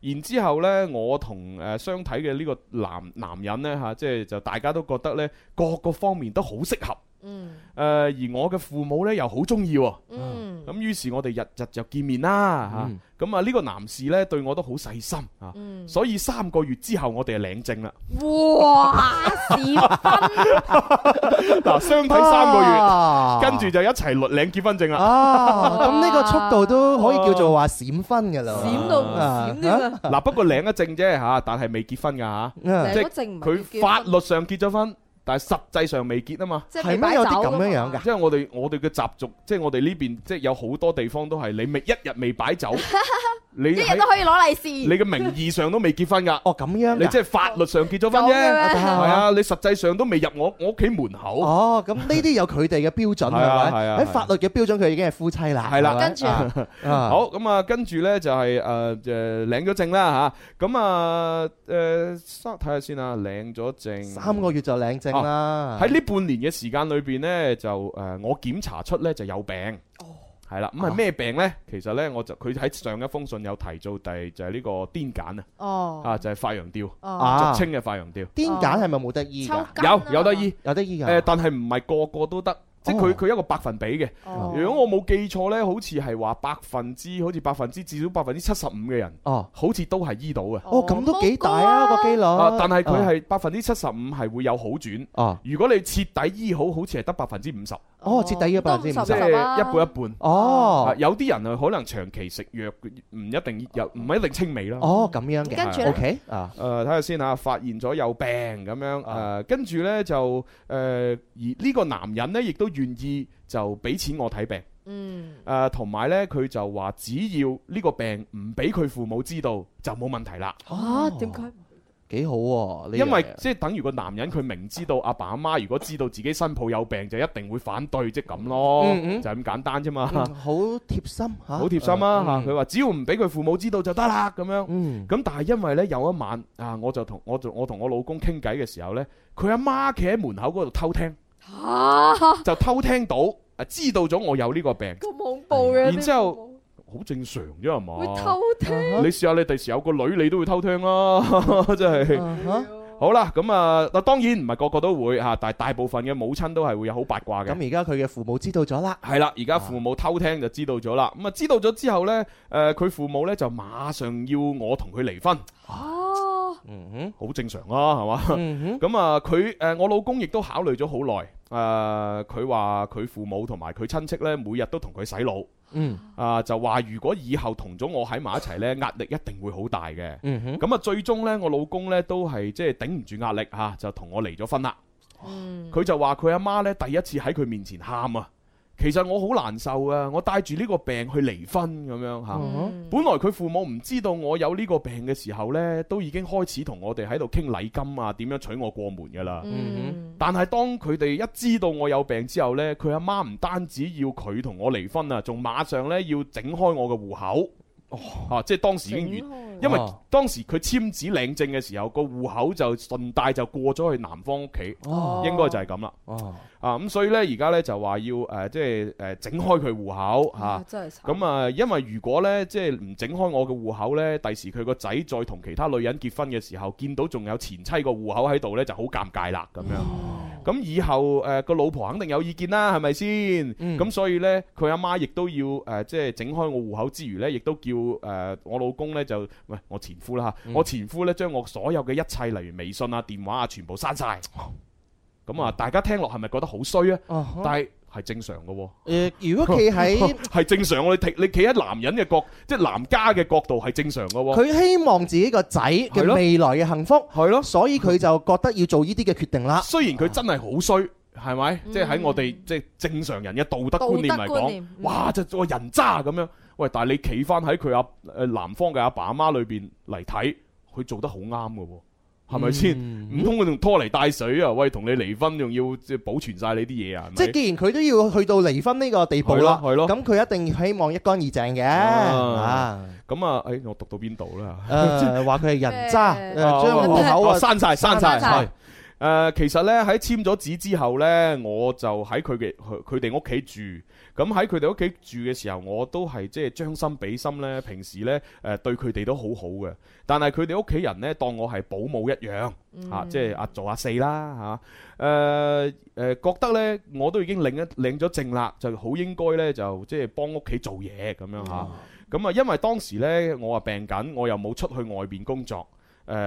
Speaker 3: 然之後呢，我同誒、呃相睇嘅呢個男男人呢，嚇、即係就大家都覺得呢各個方面都好適合。
Speaker 5: 嗯
Speaker 3: 誒、而我嘅父母呢，又好中意喎。
Speaker 5: 嗯
Speaker 3: 咁於是我哋日日就見面啦
Speaker 6: 嗯
Speaker 3: 嚇。咁啊，呢個男士呢，對我都好細心啊。
Speaker 5: 嗯，
Speaker 3: 所以三個月之後，我哋就領證啦。
Speaker 5: 哇！屎
Speaker 3: 嗱，相睇三個月，
Speaker 6: 啊
Speaker 3: 跟住就一齊領結婚證啦。
Speaker 6: 啊，
Speaker 5: *laughs*
Speaker 6: 咁呢個速度都可以叫做話閃婚㗎啦，
Speaker 5: 閃到唔閃添啊！
Speaker 3: 嗱，不過領一證啫嚇，但係未結婚㗎嚇。
Speaker 6: 啊
Speaker 3: 即
Speaker 5: 成
Speaker 3: 係
Speaker 5: 個證唔係
Speaker 3: 佢
Speaker 5: 嗯結
Speaker 3: 法
Speaker 5: 婚
Speaker 3: 律上結咗婚，但係實際上未結啊嘛。
Speaker 5: 即係
Speaker 6: 係咩有啲咁樣樣㗎？
Speaker 3: 即係我哋我哋嘅習俗，即係我哋呢邊，即係有好多地方都係你未一日未擺酒，你
Speaker 4: 一日
Speaker 3: 喺
Speaker 4: 都可以攞利是。
Speaker 3: 你嘅名義上都未結婚㗎，
Speaker 6: 哦，咁樣
Speaker 3: 你
Speaker 6: 㗎
Speaker 3: 即係法律上結咗婚
Speaker 5: 咁嘅
Speaker 3: 啫，
Speaker 5: 咩
Speaker 3: 係啊，你實際上都未入我我屋企門口，
Speaker 6: 哦，咁呢啲有佢哋嘅標準係
Speaker 3: 係啊
Speaker 6: 咪？
Speaker 3: 係啊係啊
Speaker 6: 喺法律嘅標準，佢已經係夫妻啦。
Speaker 3: 係啦
Speaker 6: 係咪
Speaker 5: 跟住啊
Speaker 3: *laughs*
Speaker 6: 啊
Speaker 3: 好咁啊，跟住呢就係誒誒領咗證啦吓，咁啊誒三睇下先啊，領咗證
Speaker 6: 三個月就領證啦。
Speaker 3: 哦喺呢半年嘅時間裏邊呢，就誒、呃我檢查出呢就有病。
Speaker 6: 哦
Speaker 3: 係啦，咁
Speaker 6: 啊
Speaker 3: 係咩病呢？其實呢，我就佢喺上一封信有提到第就係呢個癲癇啊，
Speaker 5: 哦
Speaker 3: 啊就係發羊吊，
Speaker 5: 哦，
Speaker 6: 啊
Speaker 3: 俗稱嘅發羊吊，
Speaker 6: 癲癇係咪冇得醫㗎？
Speaker 5: 抽筋啊
Speaker 3: 有有得醫，
Speaker 6: 有得醫
Speaker 3: 誒
Speaker 6: 㗎。
Speaker 3: 但係唔係個個都得，即係佢佢一個百分比嘅。
Speaker 5: 哦
Speaker 3: 如果我冇記錯呢，好似係話百分之好似百分之至少百分之七十五嘅人，
Speaker 6: 哦
Speaker 3: 好似都係醫到嘅。
Speaker 6: 哦，咁都幾大啊個機率。
Speaker 3: 啊，但係佢
Speaker 6: 啊
Speaker 3: 係百分之七十五係會有好轉。
Speaker 6: 哦
Speaker 3: 如果你徹底醫好，好似係得百分之五十，
Speaker 6: 哦徹底嘅百分之五十
Speaker 3: 即係一半一半。啊
Speaker 6: 哦
Speaker 3: 有啲人啊，可能長期食藥，唔一定有，唔一定清味啦。
Speaker 6: 哦咁樣嘅。
Speaker 3: 跟住呢
Speaker 6: O K 啊
Speaker 3: 誒睇下先嚇，發現咗有病咁樣誒，
Speaker 6: 啊
Speaker 3: 呃跟住呢，就誒、呃而呢個男人呢，亦都願意就俾錢我睇病
Speaker 5: 嗯
Speaker 3: 誒，啊同埋呢，佢就話只要呢個病唔俾佢父母知道就冇問題啦，
Speaker 5: 啊點解？
Speaker 6: 幾好喎？呢樣
Speaker 3: 因為
Speaker 6: 嘢
Speaker 3: 即係等於個男人佢明知道阿啊爸阿媽如果知道自己新抱有病就一定會反對，即係咁咯，
Speaker 6: 嗯嗯
Speaker 3: 就係咁簡單啫嘛，
Speaker 6: 嗯好貼心嚇，
Speaker 3: 好貼心啊
Speaker 6: 嗯
Speaker 3: 嚇！佢話只要唔俾佢父母知道就得啦咁樣。
Speaker 6: 嗯
Speaker 3: 咁但係因為呢，有一晚啊，我就同我就我同我老公傾偈嘅時候呢，佢阿媽企喺門口嗰度偷聽，
Speaker 6: 啊
Speaker 5: 嚇
Speaker 3: 就偷聽到啊，知道咗我有呢個病，
Speaker 5: 咁恐怖嘅，
Speaker 3: 然之後好正常啫係
Speaker 5: 會
Speaker 3: 嘛？
Speaker 5: 偷聽
Speaker 6: 啊
Speaker 3: 你試下你第時有個女，你都會偷聽啦， *laughs* 真係。
Speaker 6: 啊哈
Speaker 3: 好啦，咁啊，嗱當然唔係個個都會嚇，但係大部分嘅母親都係會有好八卦嘅。
Speaker 6: 咁而家啊佢嘅父母知道咗啦，
Speaker 3: 係啦，而家父母偷聽就知道咗啦。咁啊，知道咗之後呢，誒、佢父母呢就馬上要我同佢離婚，
Speaker 5: 哦，
Speaker 6: 嗯
Speaker 3: 好正常啦、係嘛？
Speaker 6: 哼，嗯
Speaker 3: 咁啊，佢誒、我老公亦都考慮咗好耐。誒、佢話佢父母同埋佢親戚呢，每日都同佢洗腦。
Speaker 6: 哼，嗯
Speaker 3: 啊、就話如果以後同咗我喺埋一齊呢，壓力一定會好大嘅。
Speaker 6: 嗯哼。
Speaker 3: 咁啊，最終呢，我老公呢都係即係頂唔住壓力嚇、就同我離咗婚啦。
Speaker 5: 嗯
Speaker 3: 佢就話佢阿媽呢，第一次喺佢面前喊啊，其實我好難受啊，我帶住呢個病去離婚咁樣嚇。
Speaker 5: 嗯
Speaker 3: 本來佢父母唔知道我有呢個病嘅時候呢，都已經開始同我哋喺度傾禮金啊，點樣娶我過門噶啦。
Speaker 5: 嗯
Speaker 3: 但係當佢哋一知道我有病之後呢，佢阿媽唔單止要佢同我離婚啊，仲馬上呢要整開我嘅戶口。
Speaker 5: 哦
Speaker 3: 啊，即係當時已經完，因為
Speaker 6: 哦
Speaker 3: 當時佢簽紙領證嘅時候，個戶口就順帶就過咗去男方屋企，
Speaker 6: 哦
Speaker 3: 應該就係咁啦。
Speaker 6: 哦，
Speaker 3: 啊，咁所以呢，而家呢就話要誒、呃即係誒、呃整開佢戶
Speaker 6: 嗯
Speaker 3: 口嚇。
Speaker 5: 啊真係慘
Speaker 3: 咁啊，因為如果呢，即係唔整開我嘅戶口呢，第時佢個仔再同其他女人結婚嘅時候，見到仲有前妻個戶口喺度呢，就好尷尬啦咁
Speaker 6: 哦
Speaker 3: 樣。咁以後誒個老婆肯定有意見啦，係咪先？
Speaker 6: 嗯
Speaker 3: 咁所以呢，佢阿媽亦都要誒，即係整開我戶口之餘呢，亦都叫誒我老公呢，就喂我前夫啦嚇，我前夫呢，將我所有嘅一切，例如微信啊、電話啊，全部刪晒。咁啊，大家聽落係咪覺得好衰啊？
Speaker 6: 哦，
Speaker 3: 但係係正常嘅喎。
Speaker 6: 誒，如果企喺
Speaker 3: *laughs* 係正常喎，你企你企喺男人嘅角，即係男家嘅角度係正常嘅喎。
Speaker 6: 佢希望自己個仔
Speaker 3: 係
Speaker 6: 嘅
Speaker 3: 咯
Speaker 6: 未來嘅幸福，
Speaker 3: 係咯，
Speaker 6: 所以佢就覺得要做呢啲嘅決定啦。
Speaker 3: 雖然佢真係好衰，係咪？
Speaker 5: 嗯
Speaker 3: 即係喺我哋即係正常人嘅道德觀念嚟
Speaker 5: 道德觀念
Speaker 3: 講，
Speaker 5: 嗯
Speaker 3: 哇！就做人渣咁樣。喂，但係你呃企翻喺佢阿誒男方嘅阿爸阿媽裏邊嚟睇，佢做得好啱嘅喎。係咪先？
Speaker 6: 嗯
Speaker 3: 唔通佢仲拖泥帶水啊？喂，同你離婚仲要即係保存晒你啲嘢啊？係咪
Speaker 6: 即係既然佢都要去到離婚呢個地步啦，
Speaker 3: 係咯係咯
Speaker 6: 咁佢一定希望一乾二淨嘅
Speaker 3: 啊
Speaker 6: 啊！
Speaker 3: 咁啊，誒，我讀到邊度啦？
Speaker 6: 誒話佢係人渣，誒
Speaker 5: 咩
Speaker 6: 將户口
Speaker 3: 哦
Speaker 6: 啊
Speaker 3: 刪晒，刪晒，
Speaker 5: 刪晒
Speaker 3: 係。誒、其實呢，喺簽咗紙之後呢，我就喺佢嘅佢佢哋屋企住。咁喺佢哋屋企住嘅時候，我都係即係將心比心呢。平時呢，誒、對佢哋都好好嘅，但係佢哋屋企人呢，當我係保姆一樣，啊，即係啊做阿四啦嚇。誒、誒、覺得呢，我都已經領一領咗證啦，就好應該呢，就即係幫屋企做嘢咁樣嚇。咁啊，因為當時呢，我啊病緊，我又冇出去外邊工作，誒、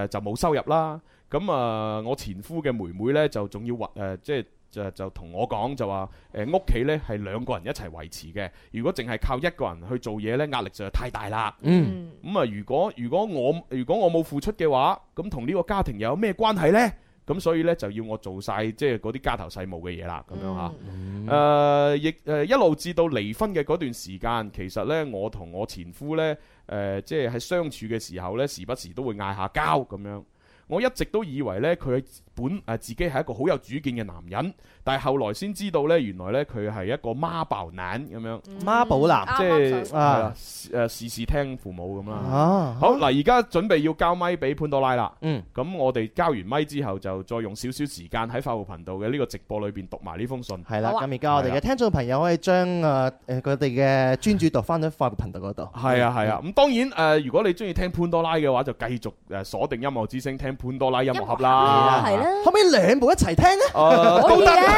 Speaker 3: 就冇收入啦。咁啊，我前夫嘅妹妹呢，就仲要話誒、即係就就同我講就話誒屋企呢係兩個人一齊維持嘅，如果淨係靠一個人去做嘢呢，壓力實在太大啦。
Speaker 6: 嗯，
Speaker 5: 嗯，
Speaker 3: 咁啊，如果如果我如果我冇付出嘅話，咁同呢個家庭又有咩關係呢？咁所以呢，就要我做晒即係嗰啲家頭細務嘅嘢啦，咁樣嚇。
Speaker 5: 嗯
Speaker 3: 誒、亦誒、呃一路至到離婚嘅嗰段時間，其實呢，我同我前夫呢，誒、呃即係喺相處嘅時候呢，時不時都會嗌下交咁樣。我一直都以為呢，佢本誒、呃自己係一個好有主見嘅男人，但係後來先知道呢，原來呢，佢係一個媽爆男咁樣，
Speaker 6: 媽寶男
Speaker 5: 嗯啱啱
Speaker 3: 即係
Speaker 5: 想
Speaker 3: 係啊誒事事聽父母咁啦。
Speaker 6: 啊，
Speaker 3: 好嗱，而家準備要交咪俾潘多拉啦。
Speaker 6: 嗯，
Speaker 3: 咁我哋交完咪之後，就再用少少時間喺快活頻道嘅呢個直播裏邊讀埋呢封信。
Speaker 6: 係啦，
Speaker 5: 好啊
Speaker 6: 咁而家我哋
Speaker 3: 係
Speaker 6: 嘅
Speaker 3: 啦
Speaker 6: 聽眾朋友可以將誒誒佢哋嘅專注度翻到快活頻道嗰度。
Speaker 3: 係啊係啊，咁當然誒，如果你中意聽潘多拉嘅話，就繼續誒鎖定音樂之聲聽潘多拉音樂盒啦。啊
Speaker 5: 係啦，
Speaker 6: 嗯可唔可以兩部一齊聽咧？
Speaker 3: 誒
Speaker 5: 可以嘅，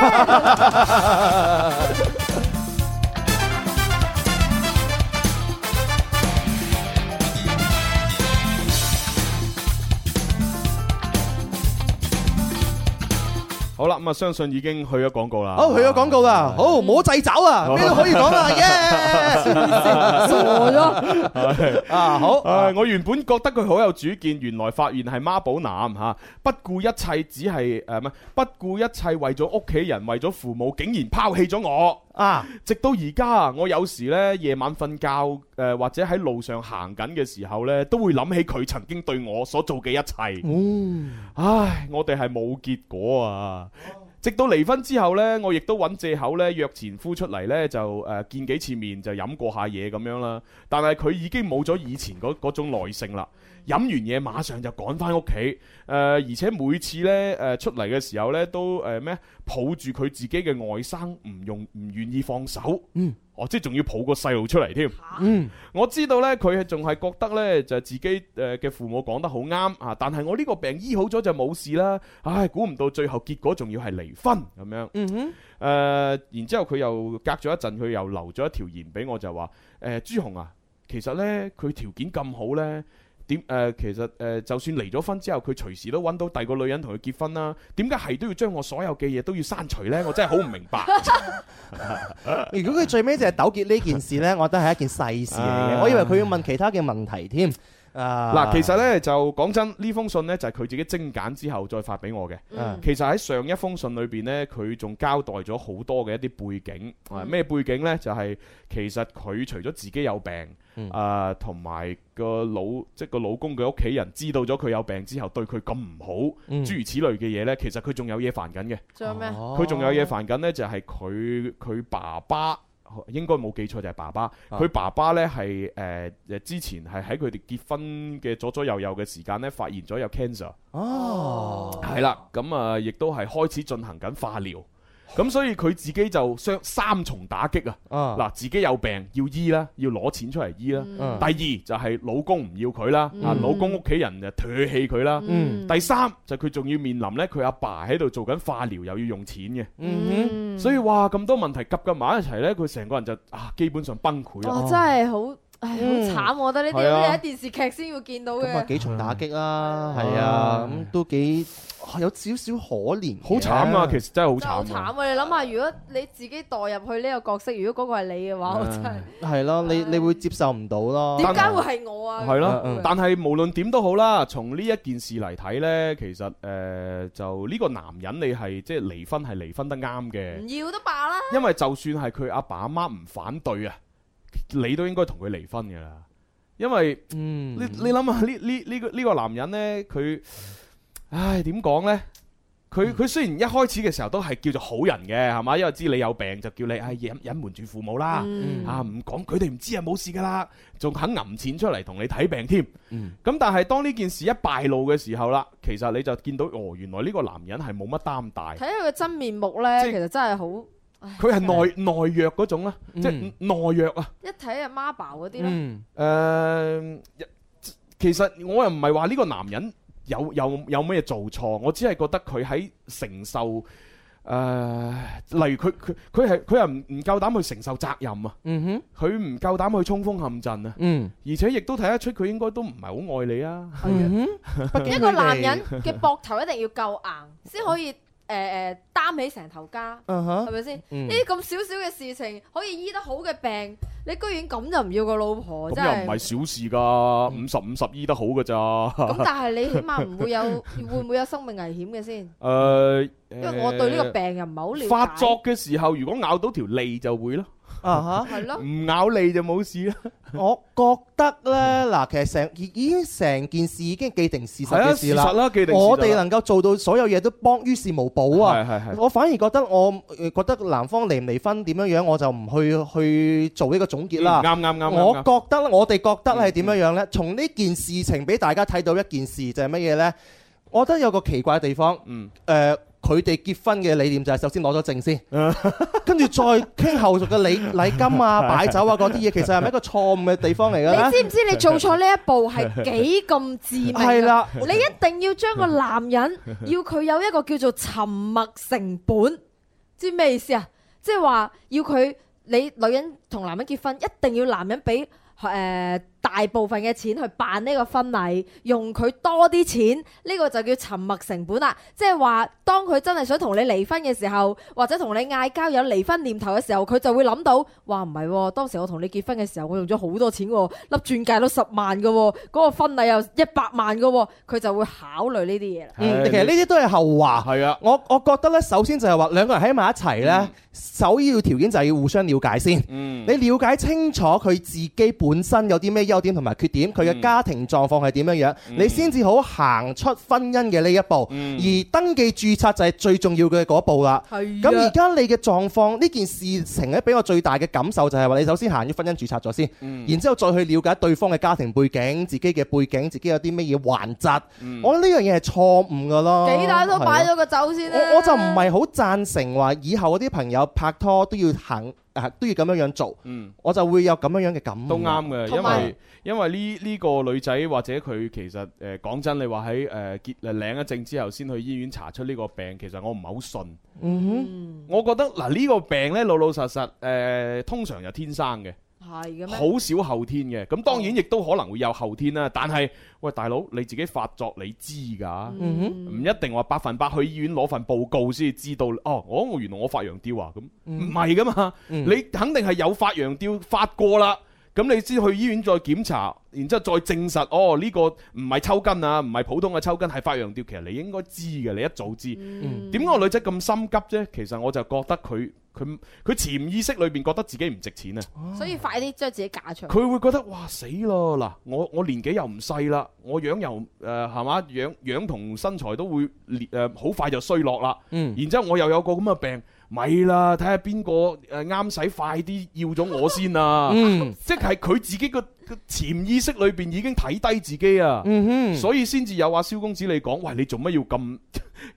Speaker 3: 好啦，咁啊，相信已經去咗廣告啦。
Speaker 6: 哦好，
Speaker 3: *laughs*
Speaker 6: 去咗廣告啦，好冇掣肘啊，咩都可以講啦，耶！
Speaker 5: 傻咗，
Speaker 3: *laughs*
Speaker 6: 啊，好，
Speaker 3: 誒，我原本覺得佢好有主見，原來發現係媽寶男嚇，不顧一切只係呃誒唔係，不顧一切為咗屋企人，為咗父母，竟然拋棄咗我。
Speaker 6: 啊，
Speaker 3: 直到而家啊，我有時呢，夜晚瞓覺誒、呃或者喺路上行緊嘅時候呢，都會諗起佢曾經對我所做嘅一切。唉，我哋係冇結果啊！直到離婚之後呢，我亦都揾借口呢，約前夫出嚟呢，就誒、呃、見幾次面，就飲過下嘢咁樣啦。但係佢已經冇咗以前嗰嗰種耐性啦。飲完嘢馬上就趕翻屋企，誒、而且每次呢，誒、出嚟嘅時候呢，都誒咩、抱住佢自己嘅外甥，唔用唔願意放手。嗯，哦，即係仲要抱個細路出嚟添。
Speaker 6: 嗯，
Speaker 3: 我知道呢，佢係仲係覺得呢，就係自己誒嘅父母講得好啱啊，但係我呢個病醫好咗就冇事啦。唉，估唔到最後結果仲要係離婚咁樣。
Speaker 6: 嗯哼，
Speaker 3: 誒、然之後佢又隔咗一陣，佢又留咗一條言俾我，就話：誒、朱紅啊，其實呢，佢條件咁好呢，點誒、其實誒、呃就算離咗婚之後，佢隨時都揾到第二個女人同佢結婚啦，點解係都要將我所有嘅嘢都要刪除呢？我真係好唔明
Speaker 6: *laughs*
Speaker 3: 白。
Speaker 6: 如果佢最尾就係糾結呢件
Speaker 3: *laughs*
Speaker 6: 事咧，我覺得係一件細事嚟嘅，我以為佢要問其他嘅問題添。啊，
Speaker 3: 啊嗱，其實呢，就講真，呢封信呢，就係佢自己精簡之後再發俾我嘅。
Speaker 6: 嗯
Speaker 3: 其實喺上一封信裏邊呢，佢仲交代咗好多嘅一啲背景。
Speaker 6: 嗯
Speaker 3: 啊咩、背景呢？就係、其實佢除咗自己有病，
Speaker 6: 嗯
Speaker 3: 啊同埋個老即係個老公嘅屋企人知道咗佢有病之後，對佢咁唔好，
Speaker 6: 嗯哦
Speaker 3: 諸如此類嘅嘢呢，其實佢仲有嘢煩緊嘅。
Speaker 5: 仲有咩？
Speaker 3: 佢仲有嘢煩緊呢，就係佢佢爸爸。應該冇記錯就係爸爸，
Speaker 6: 啊
Speaker 3: 佢爸爸呢係誒誒之前係喺佢哋結婚嘅左左右右嘅時間呢，發現咗有 cancer，
Speaker 6: 哦，
Speaker 3: 係啦，咁啊，亦都係開始進行緊化療。咁所以佢自己就雙三重打擊啊！
Speaker 6: 啊
Speaker 3: 嗱，自己有病要醫啦，要攞錢出嚟醫啦。
Speaker 6: 嗯
Speaker 3: 第二就係老公唔要佢啦，啊
Speaker 5: 嗯
Speaker 3: 老公屋企人就唾棄佢啦。
Speaker 6: 嗯
Speaker 3: 第三就佢仲要面臨呢，佢阿爸喺度做緊化療，又要用錢嘅。
Speaker 6: 嗯哼，
Speaker 3: 所以哇，咁多問題夾夾埋一齊呢，佢成個人就啊，基本上崩潰啦。
Speaker 5: 哇，真係好，唉，
Speaker 6: 嗯
Speaker 5: 好慘！我覺得呢啲
Speaker 3: 係啊
Speaker 5: 都係喺電視劇先會見到
Speaker 6: 咁啊
Speaker 5: 嘅，
Speaker 6: 幾
Speaker 3: 嗯
Speaker 6: 重打擊啦，係啊，咁都幾啊有少少可憐嘅，
Speaker 3: 好慘啊，其實真
Speaker 5: 真係
Speaker 3: 係
Speaker 5: 好
Speaker 3: 好
Speaker 5: 慘
Speaker 3: 慘啊。
Speaker 5: 啊！你諗下，如果你自己代入去呢個角色，如果嗰個係你嘅啊話，我真係
Speaker 6: 係咯，你你會接受唔到咯，
Speaker 5: 點解會係我啊？
Speaker 3: 哦係咯
Speaker 6: 嗯嗯，
Speaker 3: 但係無論點都好啦，從呢一件事嚟睇呢，其實誒、呃就呢個男人你係即係離婚係離婚得啱嘅，
Speaker 5: 唔要都罷啦。
Speaker 3: 因為就算係佢阿爸阿媽唔反對啊，你都應該同佢離婚㗎啦，因為
Speaker 6: 嗯
Speaker 3: 你你諗下呢呢呢個呢個男人呢，佢唉，點講呢？
Speaker 6: 嗯
Speaker 3: 佢佢雖然一開始嘅時候都係叫做好人嘅，係嘛？因為知你有病就叫你唉隱隱瞞住父母啦，
Speaker 5: 嗯
Speaker 3: 啊唔講佢哋唔知啊冇事噶啦，仲肯揞錢出嚟同你睇病添。咁、但係當呢件事一敗露嘅時候啦，其實你就見到哦，原來呢個男人係冇乜擔大
Speaker 5: 睇，下佢真面目咧，
Speaker 3: 即係
Speaker 5: 其實真係好，唉
Speaker 3: 佢係內內弱嗰種啦，即係內弱啊。
Speaker 5: 一睇係媽寶嗰啲咧，
Speaker 6: 嗯，
Speaker 3: 誒、其實我又唔係話呢個男人有有有咩做錯，我只係覺得佢喺承受誒、例如佢佢佢係佢係唔唔夠膽去承受責任啊，
Speaker 6: 嗯哼，
Speaker 3: 佢唔夠膽去衝鋒陷陣啊，
Speaker 6: 嗯，
Speaker 3: 而且亦都睇得出佢應該都唔係好愛你啊。
Speaker 6: 嗯哼，
Speaker 5: 一個男人嘅膊頭一定要夠硬，
Speaker 3: *laughs*
Speaker 5: 先可以誒誒擔起成頭家，
Speaker 6: 嗯哼
Speaker 5: 係，咪先？
Speaker 6: 嗯
Speaker 5: 呢啲咁少少嘅事情可以醫得好嘅病，你居然咁就唔要個老婆，
Speaker 3: 咁
Speaker 5: 真
Speaker 3: 又唔係
Speaker 5: 係。
Speaker 3: 小事㗎，五十五十 E 醫得好㗎
Speaker 5: *laughs*
Speaker 3: 咋？
Speaker 5: 咁但係你起碼唔會有
Speaker 3: *laughs*
Speaker 5: 會唔會有生命危險嘅先？
Speaker 3: 誒，
Speaker 5: 因為我對呢個病又唔係好了
Speaker 3: *laughs*
Speaker 5: 解。
Speaker 3: 發作嘅時候，如果咬到條脷就會咯，
Speaker 6: 啊
Speaker 5: 係咯，
Speaker 3: 唔咬脷就冇事啦。
Speaker 6: 吓，我覺得咧，嗱，其實成已已經成件事已經既定事實
Speaker 3: 係啊
Speaker 6: 嘅事啦
Speaker 3: 事實。啦既定事實啦
Speaker 6: 我哋能夠做到所有嘢都幫於事無補啊！
Speaker 3: 係係係
Speaker 6: 我反而覺得我呃覺得男方離唔離婚點樣樣，我就唔去去做呢個總結啦。
Speaker 3: 啱啱啱，
Speaker 6: 我
Speaker 3: 啱
Speaker 6: 覺得我哋覺得係點樣樣呢？從呢件事情俾大家睇到一件事就係乜嘢呢？我覺得有個奇怪嘅地方，誒、呃
Speaker 3: 嗯
Speaker 6: 佢哋結婚嘅理念就係首先攞咗證先，跟住再傾後續嘅禮禮金啊、擺酒啊嗰啲嘢，其實係咪一個錯誤嘅地方嚟嘅呢
Speaker 5: 你？知唔知你做錯呢一步
Speaker 3: *laughs*
Speaker 5: 係幾咁致命？啊
Speaker 6: 係，啦，
Speaker 5: *laughs* 你一定要將個男人要佢有一個叫做沉默成本，知咩意思啊？即係話要佢你女人同男人結婚，一定要男人俾。誒、大部分嘅錢去辦呢個婚禮，用佢多啲錢，呢、個就叫沉默成本啦。即係話，當佢真係想同你離婚嘅時候，或者同你嗌交有離婚念頭嘅時候，佢就會諗到，哇唔係、喎，當時我同你結婚嘅時候，我用咗好多錢、喎，粒鑽戒都十萬嘅、喎，嗰、個婚禮又一百萬嘅、喎，佢就會考慮呢啲嘢啦。
Speaker 6: 嗯其實呢啲都係後話。
Speaker 3: 係啊，
Speaker 6: 我我覺得呢，首先就係話兩個人喺埋一齊呢，首要條件就係要互相了解先。
Speaker 3: 嗯，
Speaker 6: 你了解清楚佢自己本身有啲咩優點同埋缺點，佢
Speaker 3: 嗯
Speaker 6: 嘅家庭狀況係點樣樣，你先至好行出婚姻嘅呢一步。
Speaker 3: 嗯
Speaker 6: 而登記註冊就係最重要嘅嗰步啦。
Speaker 5: 係
Speaker 6: 咁而家你嘅狀況呢件事情咧，俾我最大嘅感受就係話，你首先行咗婚姻註冊咗先，
Speaker 3: 嗯
Speaker 6: 然之後再去了解對方嘅家庭背景、自己嘅背景、自己有啲乜嘢患疾。
Speaker 3: 嗯
Speaker 6: 我覺得呢樣嘢係錯誤噶咯。
Speaker 5: 幾大都擺
Speaker 6: 係咯
Speaker 5: 咗個酒先啦
Speaker 6: 我我就唔係好贊成話以後嗰啲朋友拍拖都要行啊都要咁樣樣做，
Speaker 3: 嗯
Speaker 6: 我就會有咁樣樣嘅感悟
Speaker 3: 都啱嘅，因
Speaker 5: 同埋
Speaker 3: 為因為呢呢個女仔或者佢其實誒講真，你話喺誒結呃領咗證之後先去醫院查出呢個病，其實我唔係好信。
Speaker 5: 嗯，
Speaker 3: 我覺得嗱呢個病呢，老老實實誒通常就天生嘅，
Speaker 5: 係嘅咩？
Speaker 3: 好少後天嘅。咁當
Speaker 5: 哦
Speaker 3: 然亦都可能會有後天啦，但係喂大佬你自己發作你知㗎。
Speaker 6: 嗯
Speaker 3: 唔一定話百分百去醫院攞份報告先知道哦，我原來我發羊吊啊，咁唔係噶嘛，
Speaker 6: 嗯
Speaker 3: 你肯定係有發羊吊發過啦，咁你先去醫院再檢查，然之後再證實哦呢、個唔係抽筋啊，唔係普通嘅抽筋，係發羊吊，其實你應該知嘅，你一早知。
Speaker 6: 嗯
Speaker 3: 點解個女仔咁心急啫？其實我就覺得佢佢佢潛意識裏邊覺得自己唔值錢啊。
Speaker 5: 所以快啲將自己嫁
Speaker 3: *laughs*
Speaker 6: *laughs*
Speaker 5: 出去。
Speaker 3: 佢會覺得哇死咯嗱，我我年紀又唔細啦，我樣又誒係嘛樣樣同身材都會誒好、快就衰落啦。
Speaker 6: 嗯
Speaker 3: 然之後我又有個咁嘅病，咪啦睇下邊個誒啱使快啲要咗我先啊！ *laughs*
Speaker 6: 嗯
Speaker 3: 即係佢自己個個潛意識裏邊已經睇低自己啊，
Speaker 6: 嗯哼，
Speaker 3: 所以先至有阿蕭公子你講，喂你做乜要咁 *laughs*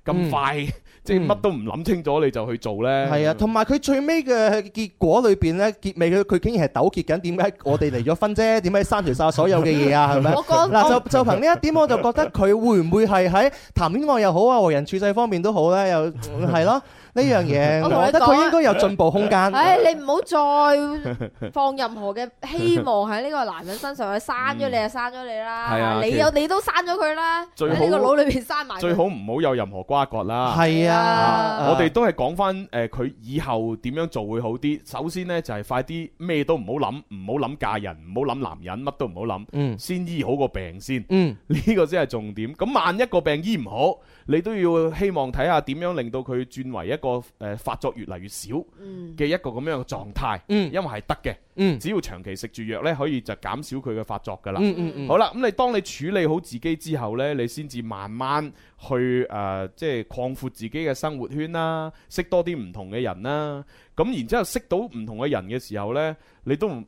Speaker 3: 咁
Speaker 6: 嗯
Speaker 3: 快，即係乜都唔諗清楚你就去做呢？
Speaker 6: 係啊，同埋佢最尾嘅結果裏邊咧，結尾佢佢竟然係糾結緊點解我哋離咗婚啫，點解刪除晒所有嘅嘢啊，係咪？
Speaker 3: *laughs*
Speaker 5: 我講
Speaker 6: 嗱，就就憑呢一點，我就覺得佢會唔會係喺談戀愛又好啊，為人處世方面都好咧，又係咯呢樣嘢，
Speaker 5: 我同你
Speaker 6: 我覺得
Speaker 5: 講啊
Speaker 6: 佢應該有進步空間。
Speaker 5: 唉，你唔好再放任何嘅希望喺呢個男人身上，佢刪咗你就刪咗你
Speaker 3: 嗯係啊
Speaker 5: 啦，
Speaker 3: 其
Speaker 5: 你
Speaker 3: 實
Speaker 5: 有你都刪咗佢啦，
Speaker 3: 最
Speaker 5: 喺
Speaker 3: 好
Speaker 5: 呢個腦裏邊刪埋佢。
Speaker 3: 最好唔好有任何瓜葛啦。
Speaker 6: 係啊
Speaker 5: 啊，
Speaker 3: 我哋都係講翻誒，佢、以後點樣做會好啲。首先呢，就係、快啲咩都唔好諗，唔好諗嫁人，唔好諗男人，乜都唔好諗，
Speaker 6: 嗯
Speaker 3: 先醫好個病先。 *laughs*
Speaker 6: 嗯
Speaker 3: 呢、個先係重點。咁萬一個病醫唔好，你都要希望睇下點樣令到佢轉為一個誒個誒發作越嚟越少
Speaker 5: 嗯
Speaker 3: 嘅一個咁樣嘅狀態，
Speaker 6: 嗯
Speaker 3: 因為係得嘅，
Speaker 6: 嗯
Speaker 3: 只要長期食住藥呢，可以就減少佢嘅發作㗎啦。
Speaker 6: 嗯嗯嗯，
Speaker 3: 好啦，咁你當你處理好自己之後呢，你先至慢慢去誒、呃即係擴闊自己嘅生活圈啦，識多啲唔同嘅人啦。咁然之後識到唔同嘅人嘅時候呢，你都唔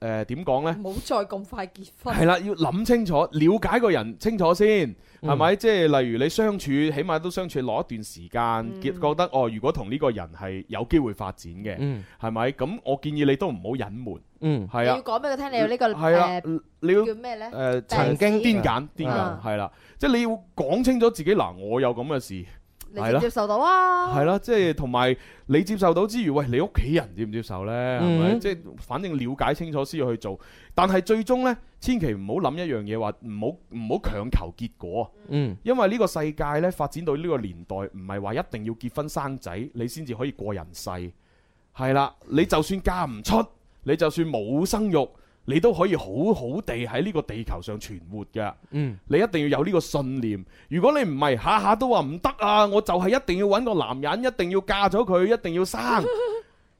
Speaker 3: 誒點講呢？
Speaker 5: 唔好再咁快結婚。
Speaker 3: 係啦，要諗清楚，了解個人清楚先，
Speaker 5: 嗯
Speaker 3: 係咪？即係例如你相處，起碼都相處攞一段時
Speaker 5: 嗯
Speaker 3: 間，結覺得哦，如果同呢個人係有機會發展嘅，
Speaker 6: 嗯
Speaker 3: 係咪？咁我建議你都唔好隱瞞，
Speaker 6: 嗯，
Speaker 3: 係
Speaker 5: 你
Speaker 3: 啊
Speaker 5: 要，講俾佢聽，你有呢個
Speaker 3: 係啊
Speaker 5: 誒，
Speaker 3: 你要呃
Speaker 5: 叫呃咩咧？
Speaker 3: 誒
Speaker 6: 曾經
Speaker 3: 癲簡癲
Speaker 5: 啊
Speaker 3: 簡係啦，即係你要講清楚自己嗱，我有咁嘅事
Speaker 5: 你
Speaker 3: 係
Speaker 5: 接唔
Speaker 3: 啦
Speaker 5: 接受到啊？
Speaker 3: 係啦，即係同埋你接受到之餘，喂你屋企人接唔接受呢？係咪？
Speaker 6: 嗯
Speaker 3: 即係反正了解清楚先要去做，但係最終呢，千祈唔好諗一樣嘢話唔好唔好強求結果，
Speaker 6: 嗯
Speaker 3: 因為呢個世界呢，發展到呢個年代，唔係話一定要結婚生仔你先至可以過人世，係啦，你就算嫁唔出，你就算冇生育，你都可以好好地喺呢個地球上存活㗎。
Speaker 6: 嗯
Speaker 3: 你一定要有呢個信念。如果你唔係下下都話唔得啊，我就係一定要揾個男人，一定要嫁咗佢，一定要
Speaker 6: *laughs*
Speaker 3: 生，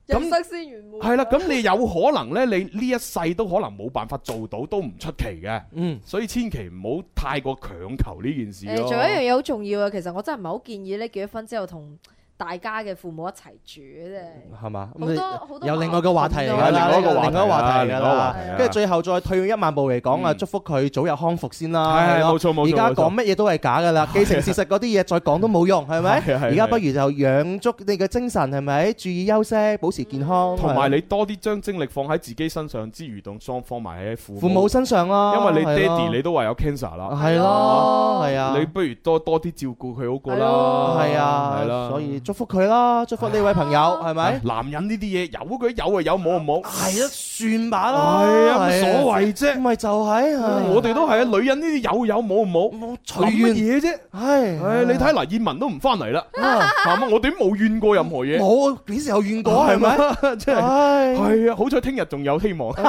Speaker 5: 人生先圓滿。
Speaker 3: 係啦。咁你有可能呢，你呢一世都可能冇辦法做到，都唔出奇嘅。
Speaker 6: 嗯
Speaker 3: 所以千祈唔好太過強求呢件事
Speaker 5: 誒，
Speaker 3: 咯。
Speaker 5: 仲有一樣嘢好重要啊！其實我真係唔係好建議咧，結咗婚之後同大家嘅父母一齊住嘅啫。
Speaker 6: 係嘛？
Speaker 5: 好多好多
Speaker 6: 有另外一個話題嚟㗎
Speaker 3: 係啊另
Speaker 6: 啦，
Speaker 3: 外一個話題
Speaker 6: 另外一個話題
Speaker 3: 另外一
Speaker 6: 㗎
Speaker 3: 個話
Speaker 6: 啦
Speaker 3: 題啊。
Speaker 6: 跟住最後再退一萬步嚟講啊，
Speaker 3: 嗯
Speaker 6: 祝福佢早日康復先
Speaker 3: 係
Speaker 6: 啦。
Speaker 3: 係
Speaker 6: 係
Speaker 3: 冇
Speaker 6: 咯
Speaker 3: 錯冇錯
Speaker 6: 啊而家
Speaker 3: 冇錯
Speaker 6: 講乜嘢都係假
Speaker 3: *laughs*
Speaker 6: 㗎啦，既成事實嗰啲嘢再講都冇用，係咪
Speaker 3: 係係？係
Speaker 6: 而家不如就養足你嘅精神，係咪？注意休息，保持健康。
Speaker 3: 同埋你多啲將精力放喺自己身上之餘，仲放放埋喺父母
Speaker 6: 父母身上啦，
Speaker 3: 因為你爹
Speaker 6: 係咯
Speaker 3: 哋你都話有 cancer 啦，
Speaker 6: 係咯，係啊，
Speaker 3: 你不如多多啲照顧佢好過啦。
Speaker 5: 係
Speaker 6: 係啊，
Speaker 3: 係啦，
Speaker 6: 所以祝福佢啦，祝福呢位朋友，係咪？
Speaker 3: 男人呢啲嘢有佢有啊有冇啊冇。
Speaker 6: 係啊，算吧啦，
Speaker 3: 係啊，冇所謂啫。
Speaker 6: 咪就係啊
Speaker 3: 我哋都係啊，女人呢啲有有冇冇，
Speaker 6: 我
Speaker 3: 諗
Speaker 6: 隨
Speaker 3: 乜
Speaker 6: 緣，
Speaker 3: 嘢啫？
Speaker 6: 係
Speaker 3: 唉，你睇嗱，燕文都唔翻嚟啦，
Speaker 6: 啊
Speaker 3: 係嘛？我哋都冇怨過任何嘢，
Speaker 6: 我幾時有怨過係咪？
Speaker 3: 咪？真哦係
Speaker 6: 唉，
Speaker 3: 係啊，好彩聽日仲有希望，
Speaker 6: 就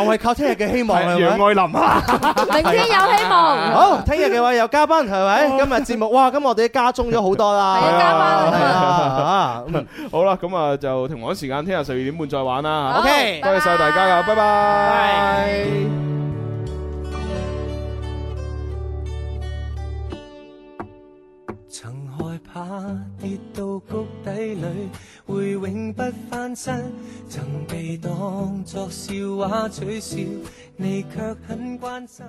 Speaker 6: 係靠聽日嘅希望係
Speaker 3: 楊
Speaker 6: 咪？
Speaker 3: 愛琳啊，
Speaker 5: 明天有希望。
Speaker 6: 好，聽日嘅話有嘉賓係咪？今日節目哇，咁我哋加鐘咗好多啦，
Speaker 5: 係啊加班
Speaker 3: *laughs*
Speaker 5: 啦
Speaker 6: 係啊嗯
Speaker 3: 好啦，咁啊就同我時間，聽日十二點半再玩啦。
Speaker 5: 好
Speaker 6: OK，
Speaker 3: 多謝晒大家噶，拜拜。
Speaker 11: 曾害怕跌到谷底裏會永不翻身，曾被當作笑話取笑，你卻很關心。